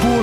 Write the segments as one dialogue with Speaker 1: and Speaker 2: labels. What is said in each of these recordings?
Speaker 1: 波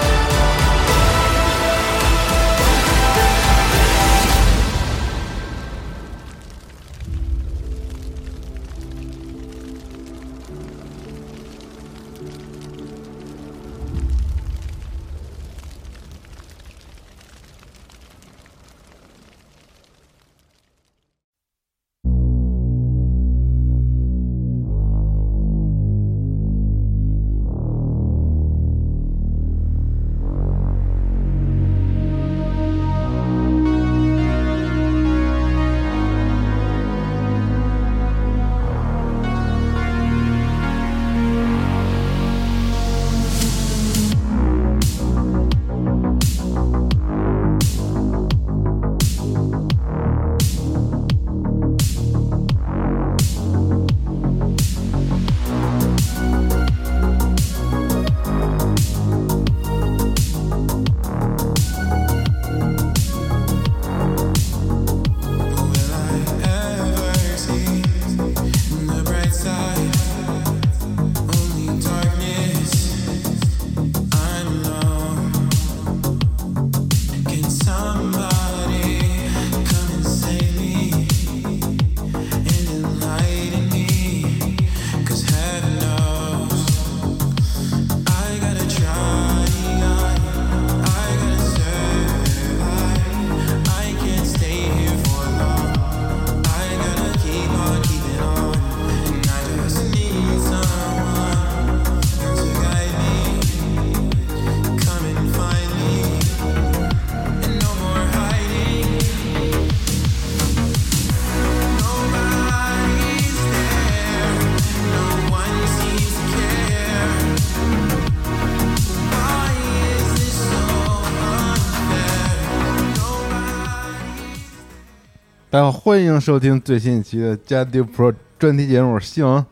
Speaker 2: 大家好，欢迎收听最新一期的《加丢 Pro》专题节目，我是西蒙。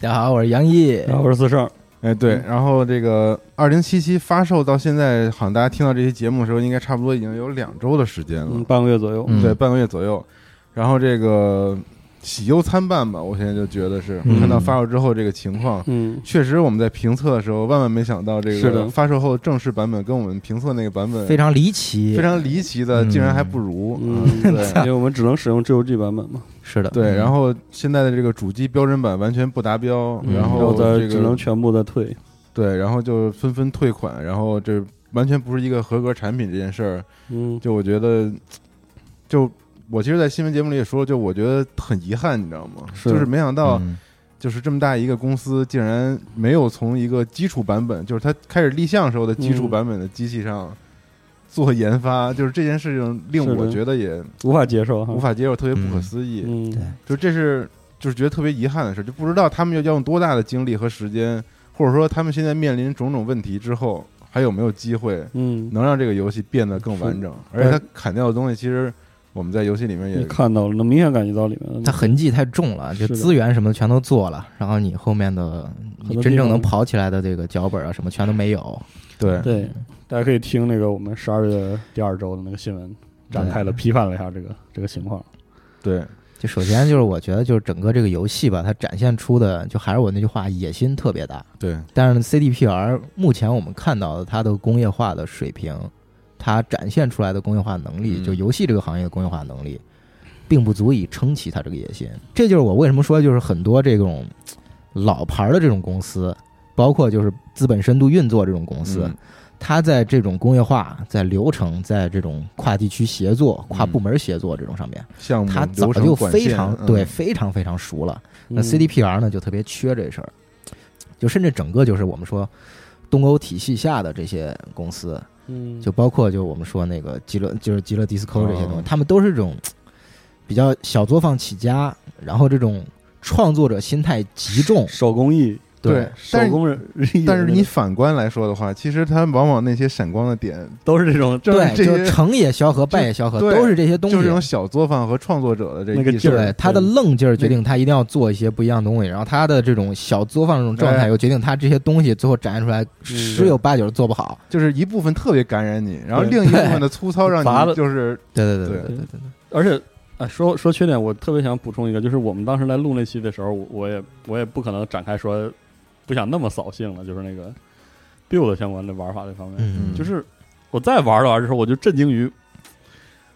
Speaker 3: 大家好，我是杨毅。
Speaker 4: 然后我是四胜，
Speaker 2: 哎，对，然后这个二零七期发售到现在，好像大家听到这期节目的时候，应该差不多已经有两周的时间了，
Speaker 4: 嗯，半个月左右，
Speaker 3: 嗯
Speaker 2: 对，半个月左右。然后这个喜忧参半吧，我现在就觉得是、
Speaker 4: 嗯
Speaker 2: 看到发售之后这个情况，
Speaker 4: 嗯，
Speaker 2: 确实我们在评测的时候，万万没想到这
Speaker 4: 是
Speaker 2: 个
Speaker 4: 的
Speaker 2: 发售后正式版本跟我们评测那个版本
Speaker 3: 非常离奇，
Speaker 2: 非常离奇的，
Speaker 3: 嗯
Speaker 2: 竟然还不如。
Speaker 4: 嗯
Speaker 2: 对
Speaker 4: 因为我们只能使用 GOG 版本嘛，
Speaker 3: 是的，
Speaker 4: 嗯
Speaker 2: 对，然
Speaker 3: 后
Speaker 2: 后现在的这个主机标准版完全不达标，
Speaker 3: 嗯
Speaker 2: 然
Speaker 4: 然
Speaker 2: 后
Speaker 4: 后再
Speaker 2: 这个
Speaker 4: 只能全部再退，
Speaker 2: 对，然后就纷纷退款，然后这完全不是一个合格产品这件事儿，
Speaker 4: 嗯，
Speaker 2: 就我觉得，就我其实，在新闻节目里也说，就我觉得很遗憾，你知道吗？
Speaker 4: 是
Speaker 2: 就是没想
Speaker 4: 哦
Speaker 2: 到，
Speaker 3: 嗯
Speaker 2: 就是这么大一个公司，竟然没有从一个基础版本，就是它开始立项时候的基础
Speaker 4: 嗯
Speaker 2: 版本的机器上做研发，就是这件事情令
Speaker 4: 是
Speaker 2: 我
Speaker 4: 的
Speaker 2: 觉得也
Speaker 4: 无法接受哈，
Speaker 2: 无，法接受，特别不可
Speaker 3: 嗯
Speaker 2: 思议。
Speaker 4: 嗯，
Speaker 3: 对
Speaker 2: 就这是就是觉得特别遗憾的事，就不知道他们要要用多大的精力和时间，或者说他们现在面临种种问题之后，还有没有机会
Speaker 4: 嗯，
Speaker 2: 能让这个游戏变得更完整？而且它砍掉的东西，其实我们在游戏里面
Speaker 4: 你
Speaker 2: 也
Speaker 4: 看到了，能明显感觉到里面的
Speaker 3: 它痕迹太重了，就是
Speaker 4: 的
Speaker 3: 资源什么的全都做了，然后你后面的
Speaker 4: 很多地
Speaker 3: 你
Speaker 4: 方
Speaker 3: 真正能跑起来的这个脚本啊什么全都没有。
Speaker 2: 对
Speaker 4: 对，大家可以听那个我们十二月第二周的那个新闻，展开了批判了一下这个这个情况，
Speaker 2: 对
Speaker 3: 就首先就是我觉得就是整个这个游戏吧，它展现出的就还是我那句话，野心特别大。
Speaker 2: 对
Speaker 3: 但是 CDPR 目前我们看到的它的工业化的水平，它展现出来的工业化能力，
Speaker 2: 嗯
Speaker 3: 就游戏这个行业的工业化能力，并不足以撑起它这个野心。这就是我为什么说，就是很多这种嘖老牌儿的这种公司，包括就是资本深度运作这种公司，
Speaker 2: 嗯
Speaker 3: 它在这种工业化、在流程、在这种跨地区协作、跨部门协作这种上面，
Speaker 2: 项目
Speaker 3: 它
Speaker 2: 嗯
Speaker 3: 早
Speaker 2: 流程
Speaker 3: 就
Speaker 2: 管
Speaker 3: 非
Speaker 2: 线
Speaker 3: 常、
Speaker 2: 嗯
Speaker 3: 对非常非常熟了。那
Speaker 4: 嗯
Speaker 3: CDPR 呢就特别缺这事儿，就甚至整个就是我们说东欧体系下的这些公司，
Speaker 4: 嗯
Speaker 3: 就包括就我们说那个极乐，就是极乐迪斯科这些东西
Speaker 2: 哦，
Speaker 3: 他们都是这种比较小作坊起家，然后这种创作者心态极重，
Speaker 4: 手工艺，
Speaker 2: 对
Speaker 4: 手
Speaker 2: 但是
Speaker 4: 工人，艺人
Speaker 2: 但是你反观来说的话，其实他们往往那些闪光的点，
Speaker 4: 都是这种
Speaker 2: 正
Speaker 3: 对，
Speaker 2: 是这
Speaker 3: 就
Speaker 2: 些
Speaker 3: 是成也萧何，败也萧何，
Speaker 2: 对
Speaker 3: 都是这些东西。
Speaker 2: 就是这种小作坊和创作者的这
Speaker 4: 那个
Speaker 2: 意
Speaker 4: 劲儿
Speaker 2: 识
Speaker 3: 对他的愣劲儿决定他一定要做一些不一样的东西，然后他的这种小作坊这种状态
Speaker 2: 哎
Speaker 3: 又决定他这些东西最后展现出来十有八九做不好。
Speaker 2: 就是一部分特别感染你，然后
Speaker 4: 对
Speaker 2: 另一部分的粗 糙让
Speaker 4: 乏
Speaker 2: 你
Speaker 4: 了
Speaker 2: 就是
Speaker 3: 对对对
Speaker 4: 对
Speaker 3: 对对对，
Speaker 4: 而且，哎，说说缺点，我特别想补充一个，就是我们当时在录那期的时候，我我也我也不可能展开说，不想那么扫兴了，就是那个 build 相关的玩法这方面，
Speaker 3: 嗯，
Speaker 4: 就是我再玩着玩着的时候，我就震惊于，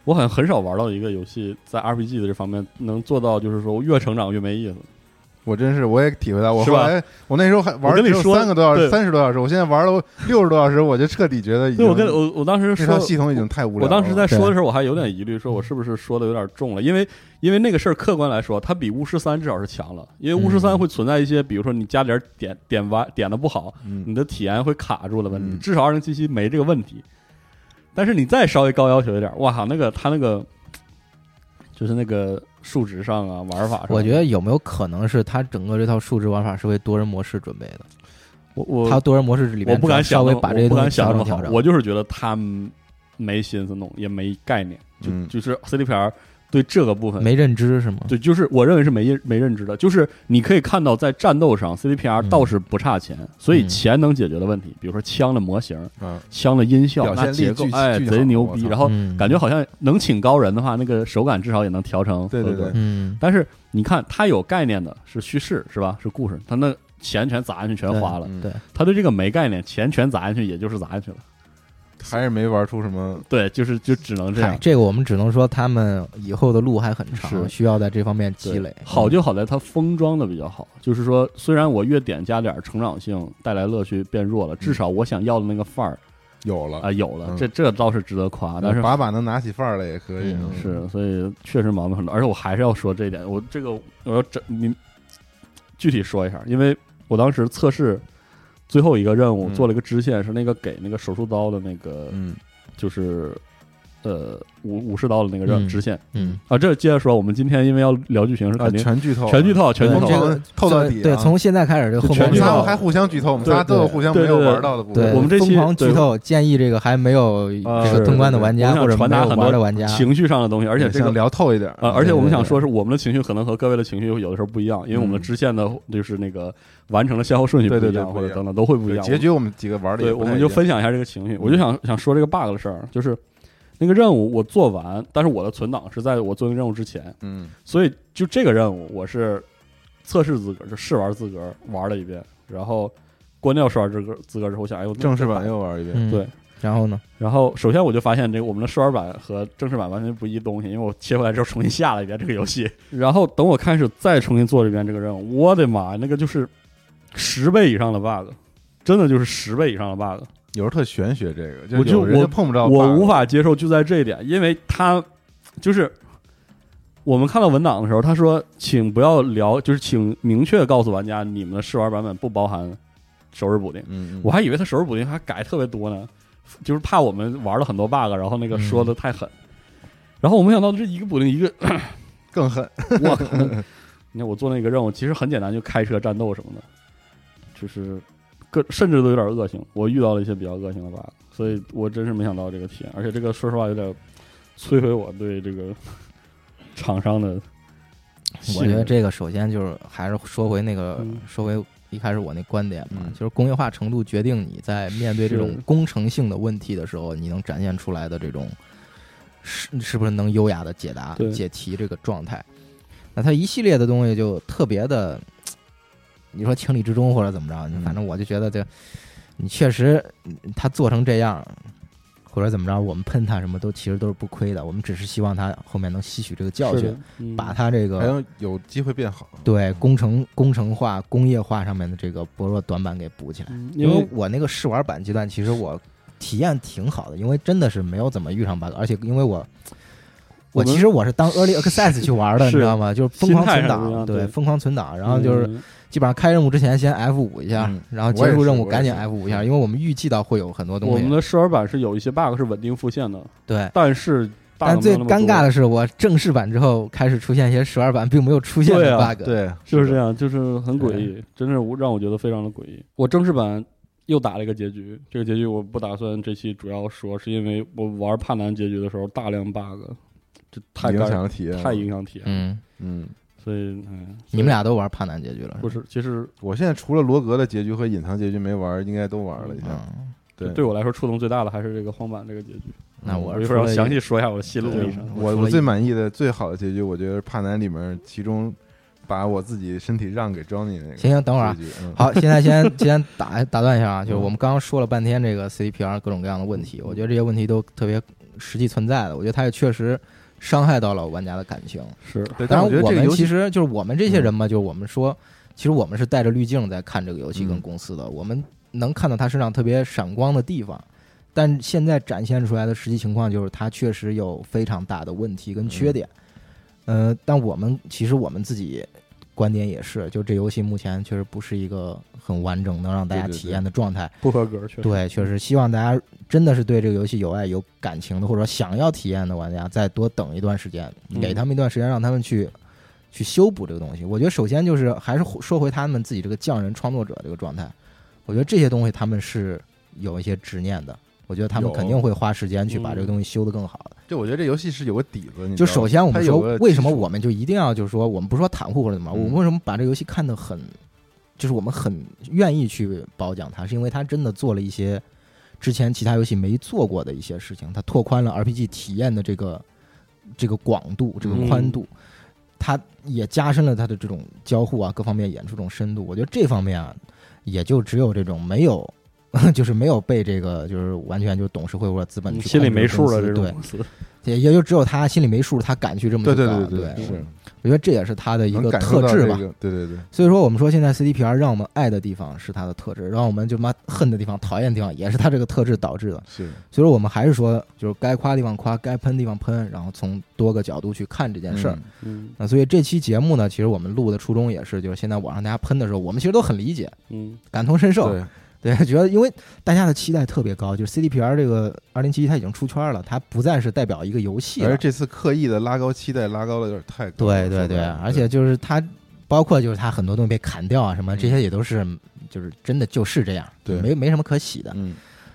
Speaker 4: 我好像很少玩到一个游戏在 RPG 的这方面能做到，就是说越成长越没意思。
Speaker 2: 我真是我也体会到，我
Speaker 4: 是
Speaker 2: 后
Speaker 4: 吧
Speaker 2: 来我那时候还玩
Speaker 4: 我跟
Speaker 2: 了
Speaker 4: 你
Speaker 2: 只有
Speaker 4: 说
Speaker 2: 三个多小时，
Speaker 4: 对
Speaker 2: 三十多小时，我现在玩了六十多小时，我就彻底觉得已
Speaker 4: 对
Speaker 2: 经
Speaker 4: 我跟我我当时
Speaker 2: 这
Speaker 4: 说
Speaker 2: 套，系统已经太无聊
Speaker 4: 我
Speaker 2: 了。
Speaker 4: 当时在
Speaker 3: 对
Speaker 4: 说的时候，我还有点疑虑，说我是不是说的有点重了？因为因为那个事儿，客观来说，它比巫师三至少是强了。因为巫师三
Speaker 3: 嗯
Speaker 4: 会存在一些，比如说你加点儿点点完点的不好，
Speaker 2: 嗯
Speaker 4: 你的体验会卡住的问题。
Speaker 2: 嗯
Speaker 4: 至少二零七七没这个问题。但是你再稍微高要求一点儿，哇靠，那个它那个就是那个数值上啊，玩法上，
Speaker 3: 我觉得有没有可能是他整个这套数值玩法是为多人模式准备的？
Speaker 4: 我我
Speaker 3: 他多人模式里
Speaker 4: 我
Speaker 3: 边
Speaker 4: 不敢
Speaker 3: 稍
Speaker 4: 想那
Speaker 3: 微
Speaker 4: 么，
Speaker 3: 把这些
Speaker 4: 我不
Speaker 3: 东
Speaker 4: 敢
Speaker 3: 西
Speaker 4: 想
Speaker 3: 调
Speaker 4: 那么
Speaker 3: 整
Speaker 4: 好
Speaker 3: 调，整。
Speaker 4: 我就是觉得他们没心思弄，也没概念，就、
Speaker 2: 嗯
Speaker 4: 就是 CD 片儿对这个部分
Speaker 3: 没认知是吗？
Speaker 4: 对，就是我认为是没认没认知的，就是你可以看到在战斗上
Speaker 3: 嗯
Speaker 4: ，CDPR 倒是不差钱，所以
Speaker 3: 嗯
Speaker 4: 钱能解决的问题，比如说枪的模型、
Speaker 2: 啊，
Speaker 4: 枪的音效、
Speaker 2: 表现
Speaker 4: 那
Speaker 2: 力
Speaker 4: 结构
Speaker 2: 巨，
Speaker 4: 哎，
Speaker 2: 巨
Speaker 4: 贼
Speaker 2: 好
Speaker 4: 牛
Speaker 2: 我
Speaker 4: 逼。
Speaker 2: 操
Speaker 4: 然后
Speaker 3: 嗯
Speaker 4: 感觉好像能请高人的话，那个手感至少也能调成
Speaker 2: 对对
Speaker 4: 合格
Speaker 2: 对
Speaker 3: 嗯，
Speaker 4: 但是你看，他有概念的是叙事是吧？是故事，他那钱全砸进去，全花了。
Speaker 2: 嗯
Speaker 3: 对，
Speaker 4: 他对这个没概念，钱全砸进去，也就是砸进去了。
Speaker 2: 还是没玩出什么。
Speaker 4: 对，就是就只能这
Speaker 3: 嗨
Speaker 4: 样，。
Speaker 3: 这个我们只能说他们以后的路还很长，
Speaker 4: 是
Speaker 3: 需要在这方面积
Speaker 4: 对
Speaker 3: 累。
Speaker 4: 好就好在它封装的比较好，就是说，虽然我越点加点儿成长性带来乐趣变弱了，至少我想要的那个范儿
Speaker 2: 有
Speaker 4: 啊、
Speaker 2: 了，
Speaker 4: 有了
Speaker 2: 嗯，
Speaker 4: 这这倒是值得夸。但是
Speaker 2: 把把能拿起范儿来也可以。
Speaker 3: 嗯
Speaker 4: 是，所以确实毛病很多，而且我还是要说这一点，我这个我要整你具体说一下，因为我当时测试最后一个任务
Speaker 2: 嗯
Speaker 4: 做了一个支线，是那个给那个手术刀的那个，
Speaker 2: 嗯，
Speaker 4: 就是呃武武士刀的那个任
Speaker 3: 嗯
Speaker 4: 支线
Speaker 3: 嗯，
Speaker 4: 啊。这接着说，我们今天因为要聊剧情，是
Speaker 2: 啊，
Speaker 4: 肯定
Speaker 2: 全剧透，
Speaker 4: 全剧，透，全
Speaker 3: 对
Speaker 4: 剧透。
Speaker 3: 这
Speaker 2: 我
Speaker 3: 个
Speaker 2: 们透到底啊
Speaker 3: 对，从现在开始就后
Speaker 4: 就
Speaker 3: 面
Speaker 4: 全
Speaker 2: 我们
Speaker 4: 剧
Speaker 2: 仨
Speaker 4: 透
Speaker 2: 还互相剧透，我们仨
Speaker 4: 对
Speaker 2: 都有
Speaker 4: 对
Speaker 2: 互相
Speaker 4: 对
Speaker 2: 没有
Speaker 4: 对对
Speaker 2: 玩到的部
Speaker 3: 对，
Speaker 2: 分。
Speaker 4: 我们这期
Speaker 3: 疯狂剧
Speaker 4: 对啊
Speaker 3: 透，建议这个还没有这个
Speaker 4: 是
Speaker 3: 通关的玩
Speaker 4: 我
Speaker 3: 家
Speaker 4: 想
Speaker 3: 或者
Speaker 4: 传
Speaker 3: 没
Speaker 4: 达
Speaker 3: 有
Speaker 4: 很
Speaker 3: 玩
Speaker 4: 多
Speaker 3: 的玩家，
Speaker 4: 情绪上的东西，而且这
Speaker 2: 想
Speaker 4: 个。
Speaker 2: 聊透一点
Speaker 4: 呃，而且我们想说，
Speaker 3: 对
Speaker 4: 是我们的情绪可能和各位的情绪有的时候不一样，因为我们的
Speaker 2: 嗯
Speaker 4: 支线的，就是那个完成的先后顺序不
Speaker 2: 对对
Speaker 4: 一
Speaker 2: 对
Speaker 4: 样，
Speaker 2: 不
Speaker 4: 或
Speaker 2: 一
Speaker 4: 者
Speaker 2: 样
Speaker 4: 等等都会不一
Speaker 2: 对
Speaker 4: 样。
Speaker 2: 结局，我们几个玩的
Speaker 4: 对，
Speaker 2: 也
Speaker 4: 我
Speaker 2: 不太
Speaker 4: 们
Speaker 2: 一
Speaker 4: 就
Speaker 2: 样嗯
Speaker 4: 分享一下这个情绪。我就想想说这个 bug 的事儿，就是那个任务我做完，但是我的存档是在我做那个任务之前，
Speaker 2: 嗯
Speaker 4: 所以就这个任务我是测试资格，就试玩资格玩了一遍，然后关掉试玩资格资格之后，我想，哎，我
Speaker 2: 正式版又玩一遍，
Speaker 3: 嗯
Speaker 4: 对。
Speaker 3: 然后呢？
Speaker 4: 然后首先我就发现这个我们的试玩版和正式版完全不一东西，因为我切回来之后重新下了一遍这个游戏， 然后等我开始再重新做这遍这个任务，我的妈呀，那个就是十倍以上的 bug，真的就是十倍以上的 bug，
Speaker 2: 有时候特玄学这个，就
Speaker 4: 我就
Speaker 2: 有人
Speaker 4: 我
Speaker 2: 碰不着 bug，
Speaker 4: 我无法接受就在这一点，因为他就是我们看到文档的时候，他说请不要聊，就是请明确告诉玩家你们的试玩版本不包含首日补丁。
Speaker 2: 嗯，嗯
Speaker 4: 我还以为他手指补丁还改特别多呢，就是怕我们玩了很多 bug，然后
Speaker 3: 嗯
Speaker 4: 那个说的太狠。然后我没想到这一个补丁一个，
Speaker 2: 更狠，
Speaker 4: 我靠！你看我做那个任务其实很简单，就开车战斗什么的，就是各甚至都有点恶性。我遇到了一些比较恶性的 bug，所以我真是没想到这个体验，而且这个说实话有点摧毁我对这个 厂商的
Speaker 3: 我
Speaker 4: 信
Speaker 3: 觉得
Speaker 4: 任。
Speaker 3: 这个首先就是还是说回那个、
Speaker 4: 嗯
Speaker 3: 说回一开始我那观点嘛，
Speaker 2: 嗯
Speaker 3: 就是工业化程度决定你在面对这种
Speaker 4: 是
Speaker 3: 工程性的问题的时候，你能展现出来的这种是是不是能优雅的解答
Speaker 4: 对
Speaker 3: 解题这个状态。那它一系列的东西就特别的，你说情理之中或者怎么着，
Speaker 2: 嗯
Speaker 3: 反正我就觉得这你确实嗯它做成这样。或者怎么着，我们喷它什么都其实都是不亏的，我们只是希望它后面能吸取这个教
Speaker 4: 是
Speaker 3: 训
Speaker 4: 的，，嗯
Speaker 3: 把它这个
Speaker 2: 还能有机会变好。
Speaker 3: 对工程工程化、工业化上面的这个薄弱短板给补起来。
Speaker 4: 嗯
Speaker 3: 因
Speaker 4: 因为
Speaker 3: 为我那个试玩版阶段，其实我体验挺好的，因为真的是没有怎么遇上 bug，而且因为我我
Speaker 4: 我们
Speaker 3: 其实我 是当 early access 去玩的，你
Speaker 4: 是
Speaker 3: 知道吗？就是疯狂
Speaker 4: 心态
Speaker 3: 存
Speaker 4: 上不一
Speaker 3: 档，
Speaker 4: 样
Speaker 3: 对，
Speaker 4: 对嗯
Speaker 3: 疯狂存档，然后就是基本上开任务之前先 F 五一下
Speaker 2: 嗯，
Speaker 3: 然后
Speaker 2: 我
Speaker 3: 结
Speaker 2: 也
Speaker 3: 束
Speaker 2: 是
Speaker 3: 任务
Speaker 2: 我也
Speaker 3: 赶紧
Speaker 2: 是
Speaker 3: F 五一下，因为我们预计到会有很多
Speaker 4: 嗯我
Speaker 3: 东
Speaker 4: 们
Speaker 3: 西。
Speaker 4: 的试玩版是有一些 bug 是稳定复现的，
Speaker 3: 对，
Speaker 4: 但是
Speaker 3: 但
Speaker 4: 大量
Speaker 3: 最
Speaker 4: 没有那么
Speaker 3: 尴
Speaker 4: 多
Speaker 3: 尬的是，我正式版之后开始出现一些十二版并没有出现的
Speaker 4: 对啊
Speaker 3: bug。
Speaker 2: 对，
Speaker 4: 就是
Speaker 2: 的
Speaker 4: 这样，就是很诡异，真是我让我觉得非常的诡异。我正式版又打了一个结局，这个结局我不打算这期主要说，是因为我玩帕南结局的时候大量 bug，这太
Speaker 2: 影
Speaker 4: 干
Speaker 2: 响了体验了，
Speaker 4: 太影响体验了，
Speaker 3: 嗯，
Speaker 2: 嗯，
Speaker 4: 所以哎，
Speaker 3: 你们俩都玩帕南结局了，
Speaker 4: 不是，其实
Speaker 2: 我现在除了罗格的结局和隐藏结局没玩，应该都玩了一
Speaker 3: 是
Speaker 2: 下。
Speaker 3: 吧？嗯
Speaker 2: 对，
Speaker 4: 对我来说触动最大的还是这个荒坂这个结局。
Speaker 3: 那我
Speaker 4: 一
Speaker 3: 除
Speaker 4: 会儿要
Speaker 3: 了
Speaker 4: 详细嗯说一下我的心路
Speaker 2: 对
Speaker 4: 历程。
Speaker 3: 我
Speaker 2: 我
Speaker 3: 除
Speaker 2: 我
Speaker 3: 了
Speaker 2: 最
Speaker 3: 一
Speaker 2: 满意的最好的结局，我觉得是《帕南》里面其中把我自己身体让给 Johnny 那个。
Speaker 3: 行行，等会儿啊。
Speaker 2: 结局，嗯，
Speaker 3: 好，现在先先打打断一下啊，
Speaker 4: 嗯
Speaker 3: 就是我们刚刚说了半天这个 CDPR 各种各样的问题，我觉得这些问题都特别实际存在的，我觉得它也确实伤害到了玩家的感情。
Speaker 4: 是
Speaker 2: 对，但
Speaker 3: 当
Speaker 2: 我觉
Speaker 3: 然，
Speaker 2: 得
Speaker 3: 我
Speaker 2: 这个游
Speaker 3: 们其
Speaker 2: 戏嗯
Speaker 3: 实就是我们这些人嘛，就是我们说，其实我们是带着滤镜在看这个游戏跟
Speaker 2: 嗯
Speaker 3: 公司的，我们能看到它身上特别闪光的地方，但现在展现出来的实际情况就是它确实有非常大的问题跟
Speaker 2: 嗯
Speaker 3: 缺点。呃，但我们其实我们自己观点也是，就这游戏目前确实不是一个很完整能让大家
Speaker 2: 对对对
Speaker 3: 体验的状态。
Speaker 4: 不合格，确实。
Speaker 3: 对，确实希望大家真的是对这个游戏有爱、有感情的，或者说想要体验的玩家，再多等一段时间，
Speaker 4: 嗯
Speaker 3: 给他们一段时间，让他们去去修补这个东西。我觉得首先就是还是说回他们自己这个匠人创作者这个状态，我觉得这些东西他们是有一些执念的。我觉得他们
Speaker 2: 有
Speaker 3: 肯定会花时间去把
Speaker 4: 嗯
Speaker 3: 这个东西修得更好的。
Speaker 2: 就我觉得这游戏是有个底子，你
Speaker 3: 就
Speaker 2: 知道吗
Speaker 3: 首先我
Speaker 2: 它
Speaker 3: 们
Speaker 2: 有
Speaker 3: 说
Speaker 2: 个，
Speaker 3: 为什么我们就一定要就是说，我们不说袒护或者怎么，
Speaker 2: 嗯
Speaker 3: 我们为什么把这个游戏看得很，就是我们很愿意去褒奖它，是因为它真的做了一些之前其他游戏没做过的一些事情，它拓宽了 RPG 体验的这个这个广度、这个
Speaker 2: 嗯
Speaker 3: 宽度，它也加深了它的这种交互啊各方面演出这种深度。我觉得这方面啊，也就只有这种没有。 就是没有被这个，就是完全就是董事会或者资本
Speaker 4: 你
Speaker 3: 去
Speaker 4: 嗯心里
Speaker 3: 控制
Speaker 4: 没
Speaker 3: 的
Speaker 4: 数
Speaker 3: 公
Speaker 4: 了，
Speaker 3: 司
Speaker 4: 这
Speaker 3: 对
Speaker 4: 种公司
Speaker 3: 也也就只有他心里没数，他敢去这么
Speaker 2: 对
Speaker 3: 去
Speaker 2: 对
Speaker 3: 干
Speaker 2: 对对
Speaker 3: 对
Speaker 2: 对，是
Speaker 3: 我觉得这也是他的一
Speaker 2: 能
Speaker 3: 个
Speaker 2: 感受
Speaker 3: 特
Speaker 2: 到
Speaker 3: 质
Speaker 2: 这
Speaker 3: 吧。
Speaker 2: 个，对对对，
Speaker 3: 所以说，我们说现在 CDPR 让我们爱的地方是他的特质，让我们就妈恨的地方、讨厌的地方也是他这个特质导致的。
Speaker 2: 是
Speaker 3: 所以说，我们还是说，就是该夸的地方夸，该喷的地方喷，然后从多个角度去看这件事儿。
Speaker 2: 嗯
Speaker 4: 嗯
Speaker 3: 那所以这期节目呢，其实我们录的初衷也是，就是现在网上大家喷的时候，我们其实都很理解，
Speaker 4: 嗯，
Speaker 3: 感同身受。
Speaker 2: 对，
Speaker 3: 对，觉得因为大家的期待特别高，就是 CDPR 这个二零七一它已经出圈了，它不再是代表一个游戏了，
Speaker 2: 而且这次刻意的拉高期待，拉高的有点太高了，
Speaker 3: 对对
Speaker 2: 说白
Speaker 3: 对，
Speaker 2: 了
Speaker 3: 而且就是它，包括就是它很多东西被砍掉啊，什么这些也都是，就是真的就是这样，
Speaker 2: 嗯对
Speaker 3: 没没什么可喜的。
Speaker 2: 嗯，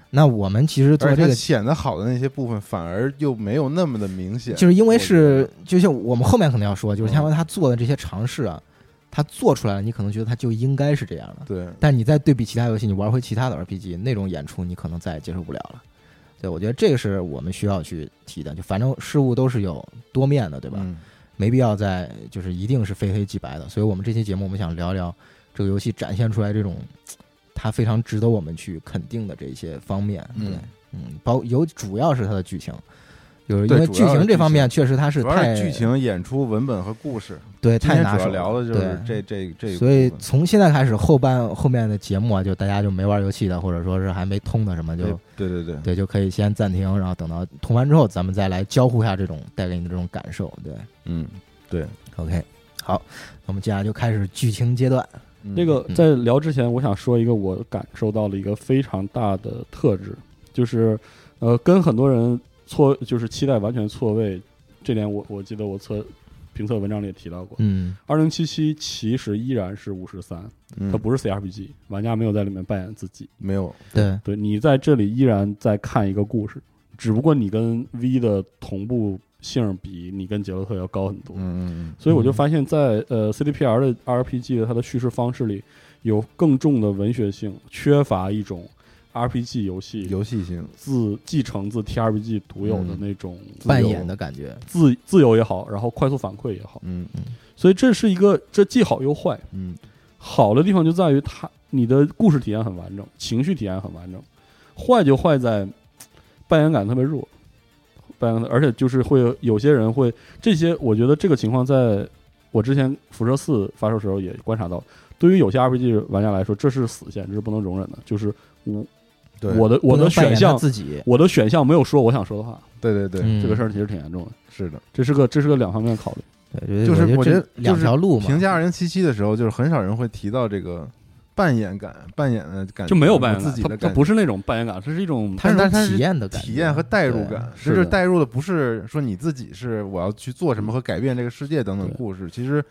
Speaker 3: 那我们其实做
Speaker 2: 而且
Speaker 3: 这
Speaker 2: 它
Speaker 3: 个，
Speaker 2: 显得好的那些部分反而又没有那么的明显，
Speaker 3: 就是因为
Speaker 2: 我觉
Speaker 3: 是
Speaker 2: 得，
Speaker 3: 就像我们后面可能要说，就是
Speaker 2: 嗯
Speaker 3: 像他做的这些尝试啊，他做出来了，你可能觉得他就应该是这样的，
Speaker 2: 对，
Speaker 3: 但你再对比其他游戏，你玩回其他的 RPG 那种演出，你可能再也接受不了了。对，我觉得这个是我们需要去提的，就反正事物都是有多面的，对
Speaker 2: 对
Speaker 3: 吧？？没必要再就是一定是非黑即白的。所以我们这期节目，我们想聊聊这个游戏展现出来这种嘖它非常值得我们去肯定的这些方面。对，
Speaker 2: 嗯
Speaker 3: 嗯，包有主要是它的剧情，就是因为
Speaker 2: 对
Speaker 3: 剧
Speaker 2: 主要是
Speaker 3: 情这方面确实它是
Speaker 2: 主要
Speaker 3: 太
Speaker 2: 是剧情、演出、文本和故事。
Speaker 3: 对
Speaker 2: 今
Speaker 3: 太
Speaker 2: 天
Speaker 3: 拿
Speaker 2: 主要
Speaker 3: 手
Speaker 2: 聊的就
Speaker 3: 对
Speaker 2: 是这这这一部分，
Speaker 3: 所以从现在开始，后半后面的节目啊，就大家就没玩游戏的，或者说是还没通的什么，就
Speaker 2: 对对对对，
Speaker 3: 对，就可以先暂停，然后等到通完之后，咱们再来交互一下这种带给你的这种感受。对
Speaker 2: 嗯，对，
Speaker 3: ，OK，好，我们接下来就开始剧情阶段。
Speaker 2: 嗯
Speaker 4: 这个
Speaker 3: 嗯
Speaker 4: 在聊之前，我想说一个我感受到了一个非常大的特质，就是呃，跟很多人错就是期待完全错位，这点我我记得我测评测文章里也提到过。
Speaker 3: 嗯
Speaker 4: 二零七七其实依然是五十三，
Speaker 2: 嗯
Speaker 4: 它不是 CRPG，玩家没有在里面扮演自己，
Speaker 2: 没有，，
Speaker 3: 对，
Speaker 4: 对你在这里依然在看一个故事，只不过你跟 V 的同步性比你跟杰洛特要高很多。
Speaker 2: 嗯嗯
Speaker 4: 所以我就发现在，呃 CDPR 的 RPG 的它的叙事方式里，有更重的文学性，缺乏一种 RPG 游
Speaker 2: 嗯，
Speaker 4: 戏
Speaker 2: 游戏性，
Speaker 4: 自继承自 TRPG 独有的
Speaker 2: 嗯
Speaker 4: 那种自由
Speaker 3: 扮演的感觉。
Speaker 4: 自自由也好，然后快速反馈也好，
Speaker 2: 嗯
Speaker 4: 所以这是一个这既好又坏。
Speaker 2: 嗯
Speaker 4: 好的地方就在于它你的故事体验很完整，情绪体验很完整，坏就坏在嘖扮演感特别弱，扮演感而且就是会有有些人会这些，我觉得这个情况在我之前辐射四发售时候也观察到，对于有些 RPG 玩家来说，这是死线，这是不能容忍的，就是无
Speaker 2: 对，
Speaker 4: 我的我
Speaker 3: 不
Speaker 4: 的
Speaker 3: 能扮演
Speaker 4: 选
Speaker 3: 他
Speaker 4: 项，
Speaker 3: 自己
Speaker 4: 我的选项没有说我想说的话，
Speaker 2: 对对对，
Speaker 3: 嗯
Speaker 4: 这个事儿其实挺严重的。
Speaker 2: 是的。
Speaker 4: 这是个这是个两方面考虑。
Speaker 3: 对
Speaker 2: 就是
Speaker 3: 我
Speaker 2: 我觉得
Speaker 3: 这两
Speaker 2: 就是
Speaker 3: 条路嘛，
Speaker 2: 评价二零七七的时候，就是很少人会提到这个扮演感、扮演的感觉，
Speaker 4: 就没有扮演
Speaker 2: 自
Speaker 4: 感，
Speaker 2: 己
Speaker 4: 它
Speaker 2: 的感觉，
Speaker 4: 它不是那种扮演感，它是一种
Speaker 3: 它
Speaker 2: 但是它
Speaker 3: 种
Speaker 2: 是
Speaker 3: 体验的感觉，
Speaker 2: 体验和代入
Speaker 3: 对
Speaker 2: 感，
Speaker 4: 是
Speaker 2: 这就是
Speaker 4: 的
Speaker 2: 代入的不是说你自己是我要去做什么和改变这个世界等等
Speaker 4: 对
Speaker 2: 故事，其实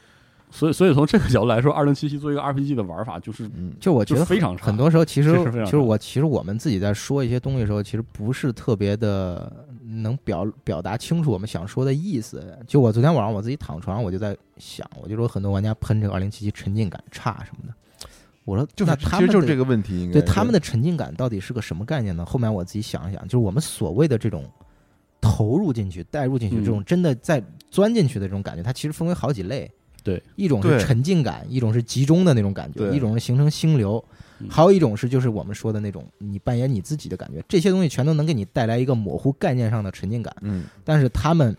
Speaker 4: 所以所以从这个角度来说，二零七七作为一个 RPG 的玩法，就是
Speaker 2: 嗯，
Speaker 3: 就我觉
Speaker 4: 就
Speaker 3: 得
Speaker 4: 非常差
Speaker 3: 很多时候其实
Speaker 4: 确实非
Speaker 3: 其
Speaker 4: 常差
Speaker 3: 实我其实我们自己在说一些东西的时候，其实不是特别的能表表达清楚我们想说的意思。就我昨天晚上我自己躺床上，我就在想，我就说很多玩家喷这个二零七七沉浸感差什么的，我说
Speaker 2: 就是
Speaker 3: 那
Speaker 2: 其
Speaker 3: 他
Speaker 2: 实
Speaker 3: 们
Speaker 2: 就是
Speaker 3: 的
Speaker 2: 这个问题，应该
Speaker 3: 对
Speaker 2: 是
Speaker 3: 他们的沉浸感到底是个什么概念呢？后面我自己想一想，就是我们所谓的这种投入进去、带入进去，
Speaker 4: 嗯
Speaker 3: 这种真的在钻进去的这种感觉，它其实分为好几类。
Speaker 4: 对，
Speaker 3: 一种
Speaker 2: 对
Speaker 3: 是沉浸感，一种是集中的那种感觉，
Speaker 2: 对
Speaker 3: 一种是形成心流，
Speaker 4: 嗯
Speaker 3: 还有一种是就是我们说的那种你扮演你自己的感觉。这些东西全都能给你带来一个模糊概念上的沉浸感，
Speaker 2: 嗯，
Speaker 3: 但是他们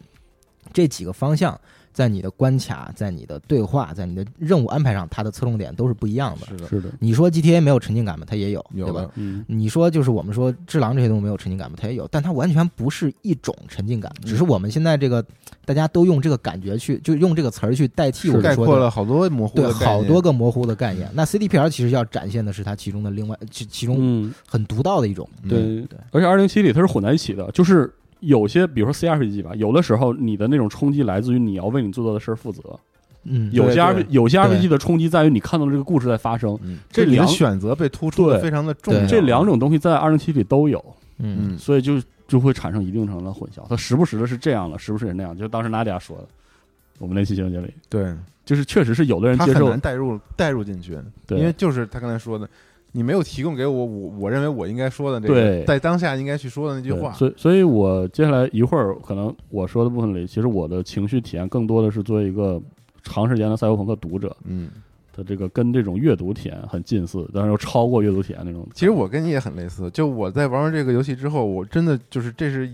Speaker 3: 这几个方向。在你的关卡、在你的对话、在你的任务安排上，它的侧重点嗯都是不一样的。
Speaker 2: 是的，
Speaker 4: 是的，
Speaker 3: 你说 GTA 没有沉浸感吗？它也有，
Speaker 2: 有
Speaker 3: 对吧
Speaker 2: 的？
Speaker 4: 嗯，
Speaker 3: 你说就是我们说智狼这些东西没有沉浸感吗？它也有，但它完全不是一种沉浸感，
Speaker 2: 嗯
Speaker 3: 只是我们现在这个大家都用这个感觉去，就用这个词儿去代替我
Speaker 2: 概
Speaker 3: 们说
Speaker 2: 括
Speaker 3: 的。
Speaker 2: 了好多模糊
Speaker 3: 对，
Speaker 2: 的概
Speaker 3: 好
Speaker 2: 念
Speaker 3: 多个模糊的概念。那 CDPR 其实要展现的是它其中的另外其其中
Speaker 4: 嗯，
Speaker 3: 很独到的一种。
Speaker 2: 嗯
Speaker 4: 对
Speaker 3: 对，
Speaker 4: 而且二零七里它是混在一起的，就是有些比如说 CRPG 吧，有的时候你的那种冲击来自于你要为你做到的事儿负责，
Speaker 3: 嗯，
Speaker 4: 有些
Speaker 2: 对
Speaker 4: R
Speaker 2: 对
Speaker 4: 有些
Speaker 3: 对
Speaker 4: RPG 的冲击在于你看到这个故事在发生，
Speaker 2: 嗯，
Speaker 4: 这
Speaker 2: 就你的
Speaker 4: 两
Speaker 2: 选择被突出的
Speaker 4: 对
Speaker 2: 非常的重要，
Speaker 3: 对
Speaker 4: 这两种东西在二零七里都有，
Speaker 3: 嗯，
Speaker 2: 嗯，
Speaker 4: 所以就就会产生一定程度的混淆。它时不时的是这样了，时不时也那样，就当时娜迪亚说的，我们那期节目经理
Speaker 2: 对，
Speaker 3: 嗯
Speaker 4: 就是确实是有的人
Speaker 2: 他
Speaker 4: 接
Speaker 2: 很
Speaker 4: 受
Speaker 2: 难，带入带入进去，
Speaker 4: 对
Speaker 2: 因为就是他刚才说的，你没有提供给我我我认为我应该说的这个
Speaker 4: 对
Speaker 2: 在当下应该去说的那句
Speaker 4: 对
Speaker 2: 话，
Speaker 4: 所以，所以我接下来一会儿可能我说的部分里，其实我的情绪体验更多的是作为一个长时间的赛博朋克读者，
Speaker 2: 嗯，
Speaker 4: 它这个跟这种阅读体验很近似，但是又超过阅读体验那种。
Speaker 2: 其实我跟你也很类似，就我在玩完这个游戏之后，我真的就是这是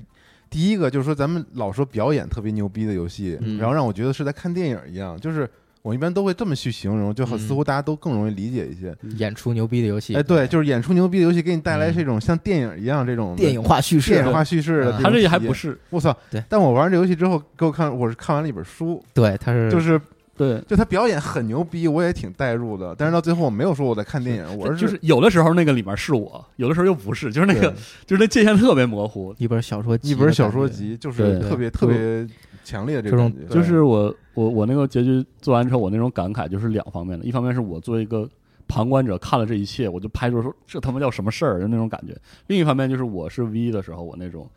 Speaker 2: 第一个，就是说咱们老说表演特别牛逼的游戏，
Speaker 3: 嗯
Speaker 2: 然后让我觉得是在看电影一样，就是我一般都会这么去形容，就好
Speaker 3: 嗯
Speaker 2: 似乎大家都更容易理解一些。
Speaker 3: 演出牛逼的游戏。
Speaker 2: 嗯哎，对，就是演出牛逼的游戏给你带来
Speaker 3: 嗯
Speaker 2: 这种像电影一样这种
Speaker 3: 电影化叙事
Speaker 2: 电，影化叙事的种
Speaker 3: 嗯
Speaker 2: 体验，
Speaker 4: 它这还不是
Speaker 2: 我操！
Speaker 3: 对
Speaker 2: 但我玩这游戏之后，给我看我是看完了一本书，
Speaker 3: 对，它是
Speaker 2: 就是
Speaker 4: 对，
Speaker 2: 就他表演很牛逼，我也挺代入的，但是到最后我没有说我在看电影，我
Speaker 4: 就是有的时候那个里面是我，有的时候又不是，就是那
Speaker 2: 对
Speaker 4: 个就是那界限特别模糊。
Speaker 3: 一本小说
Speaker 2: 一
Speaker 3: 集的感觉，
Speaker 2: 本小说集，就是
Speaker 4: 对
Speaker 2: 特别特别强烈的这
Speaker 3: 这
Speaker 2: 个
Speaker 3: 种
Speaker 2: 感觉，
Speaker 4: 就是我我我那个结局做完之后，我那种感慨就是两方面的，一方面是我作为一个旁观者看了这一切，我就拍桌说这他妈叫什么事儿，就那种感觉；另一方面就是我是 V 的时候，我那种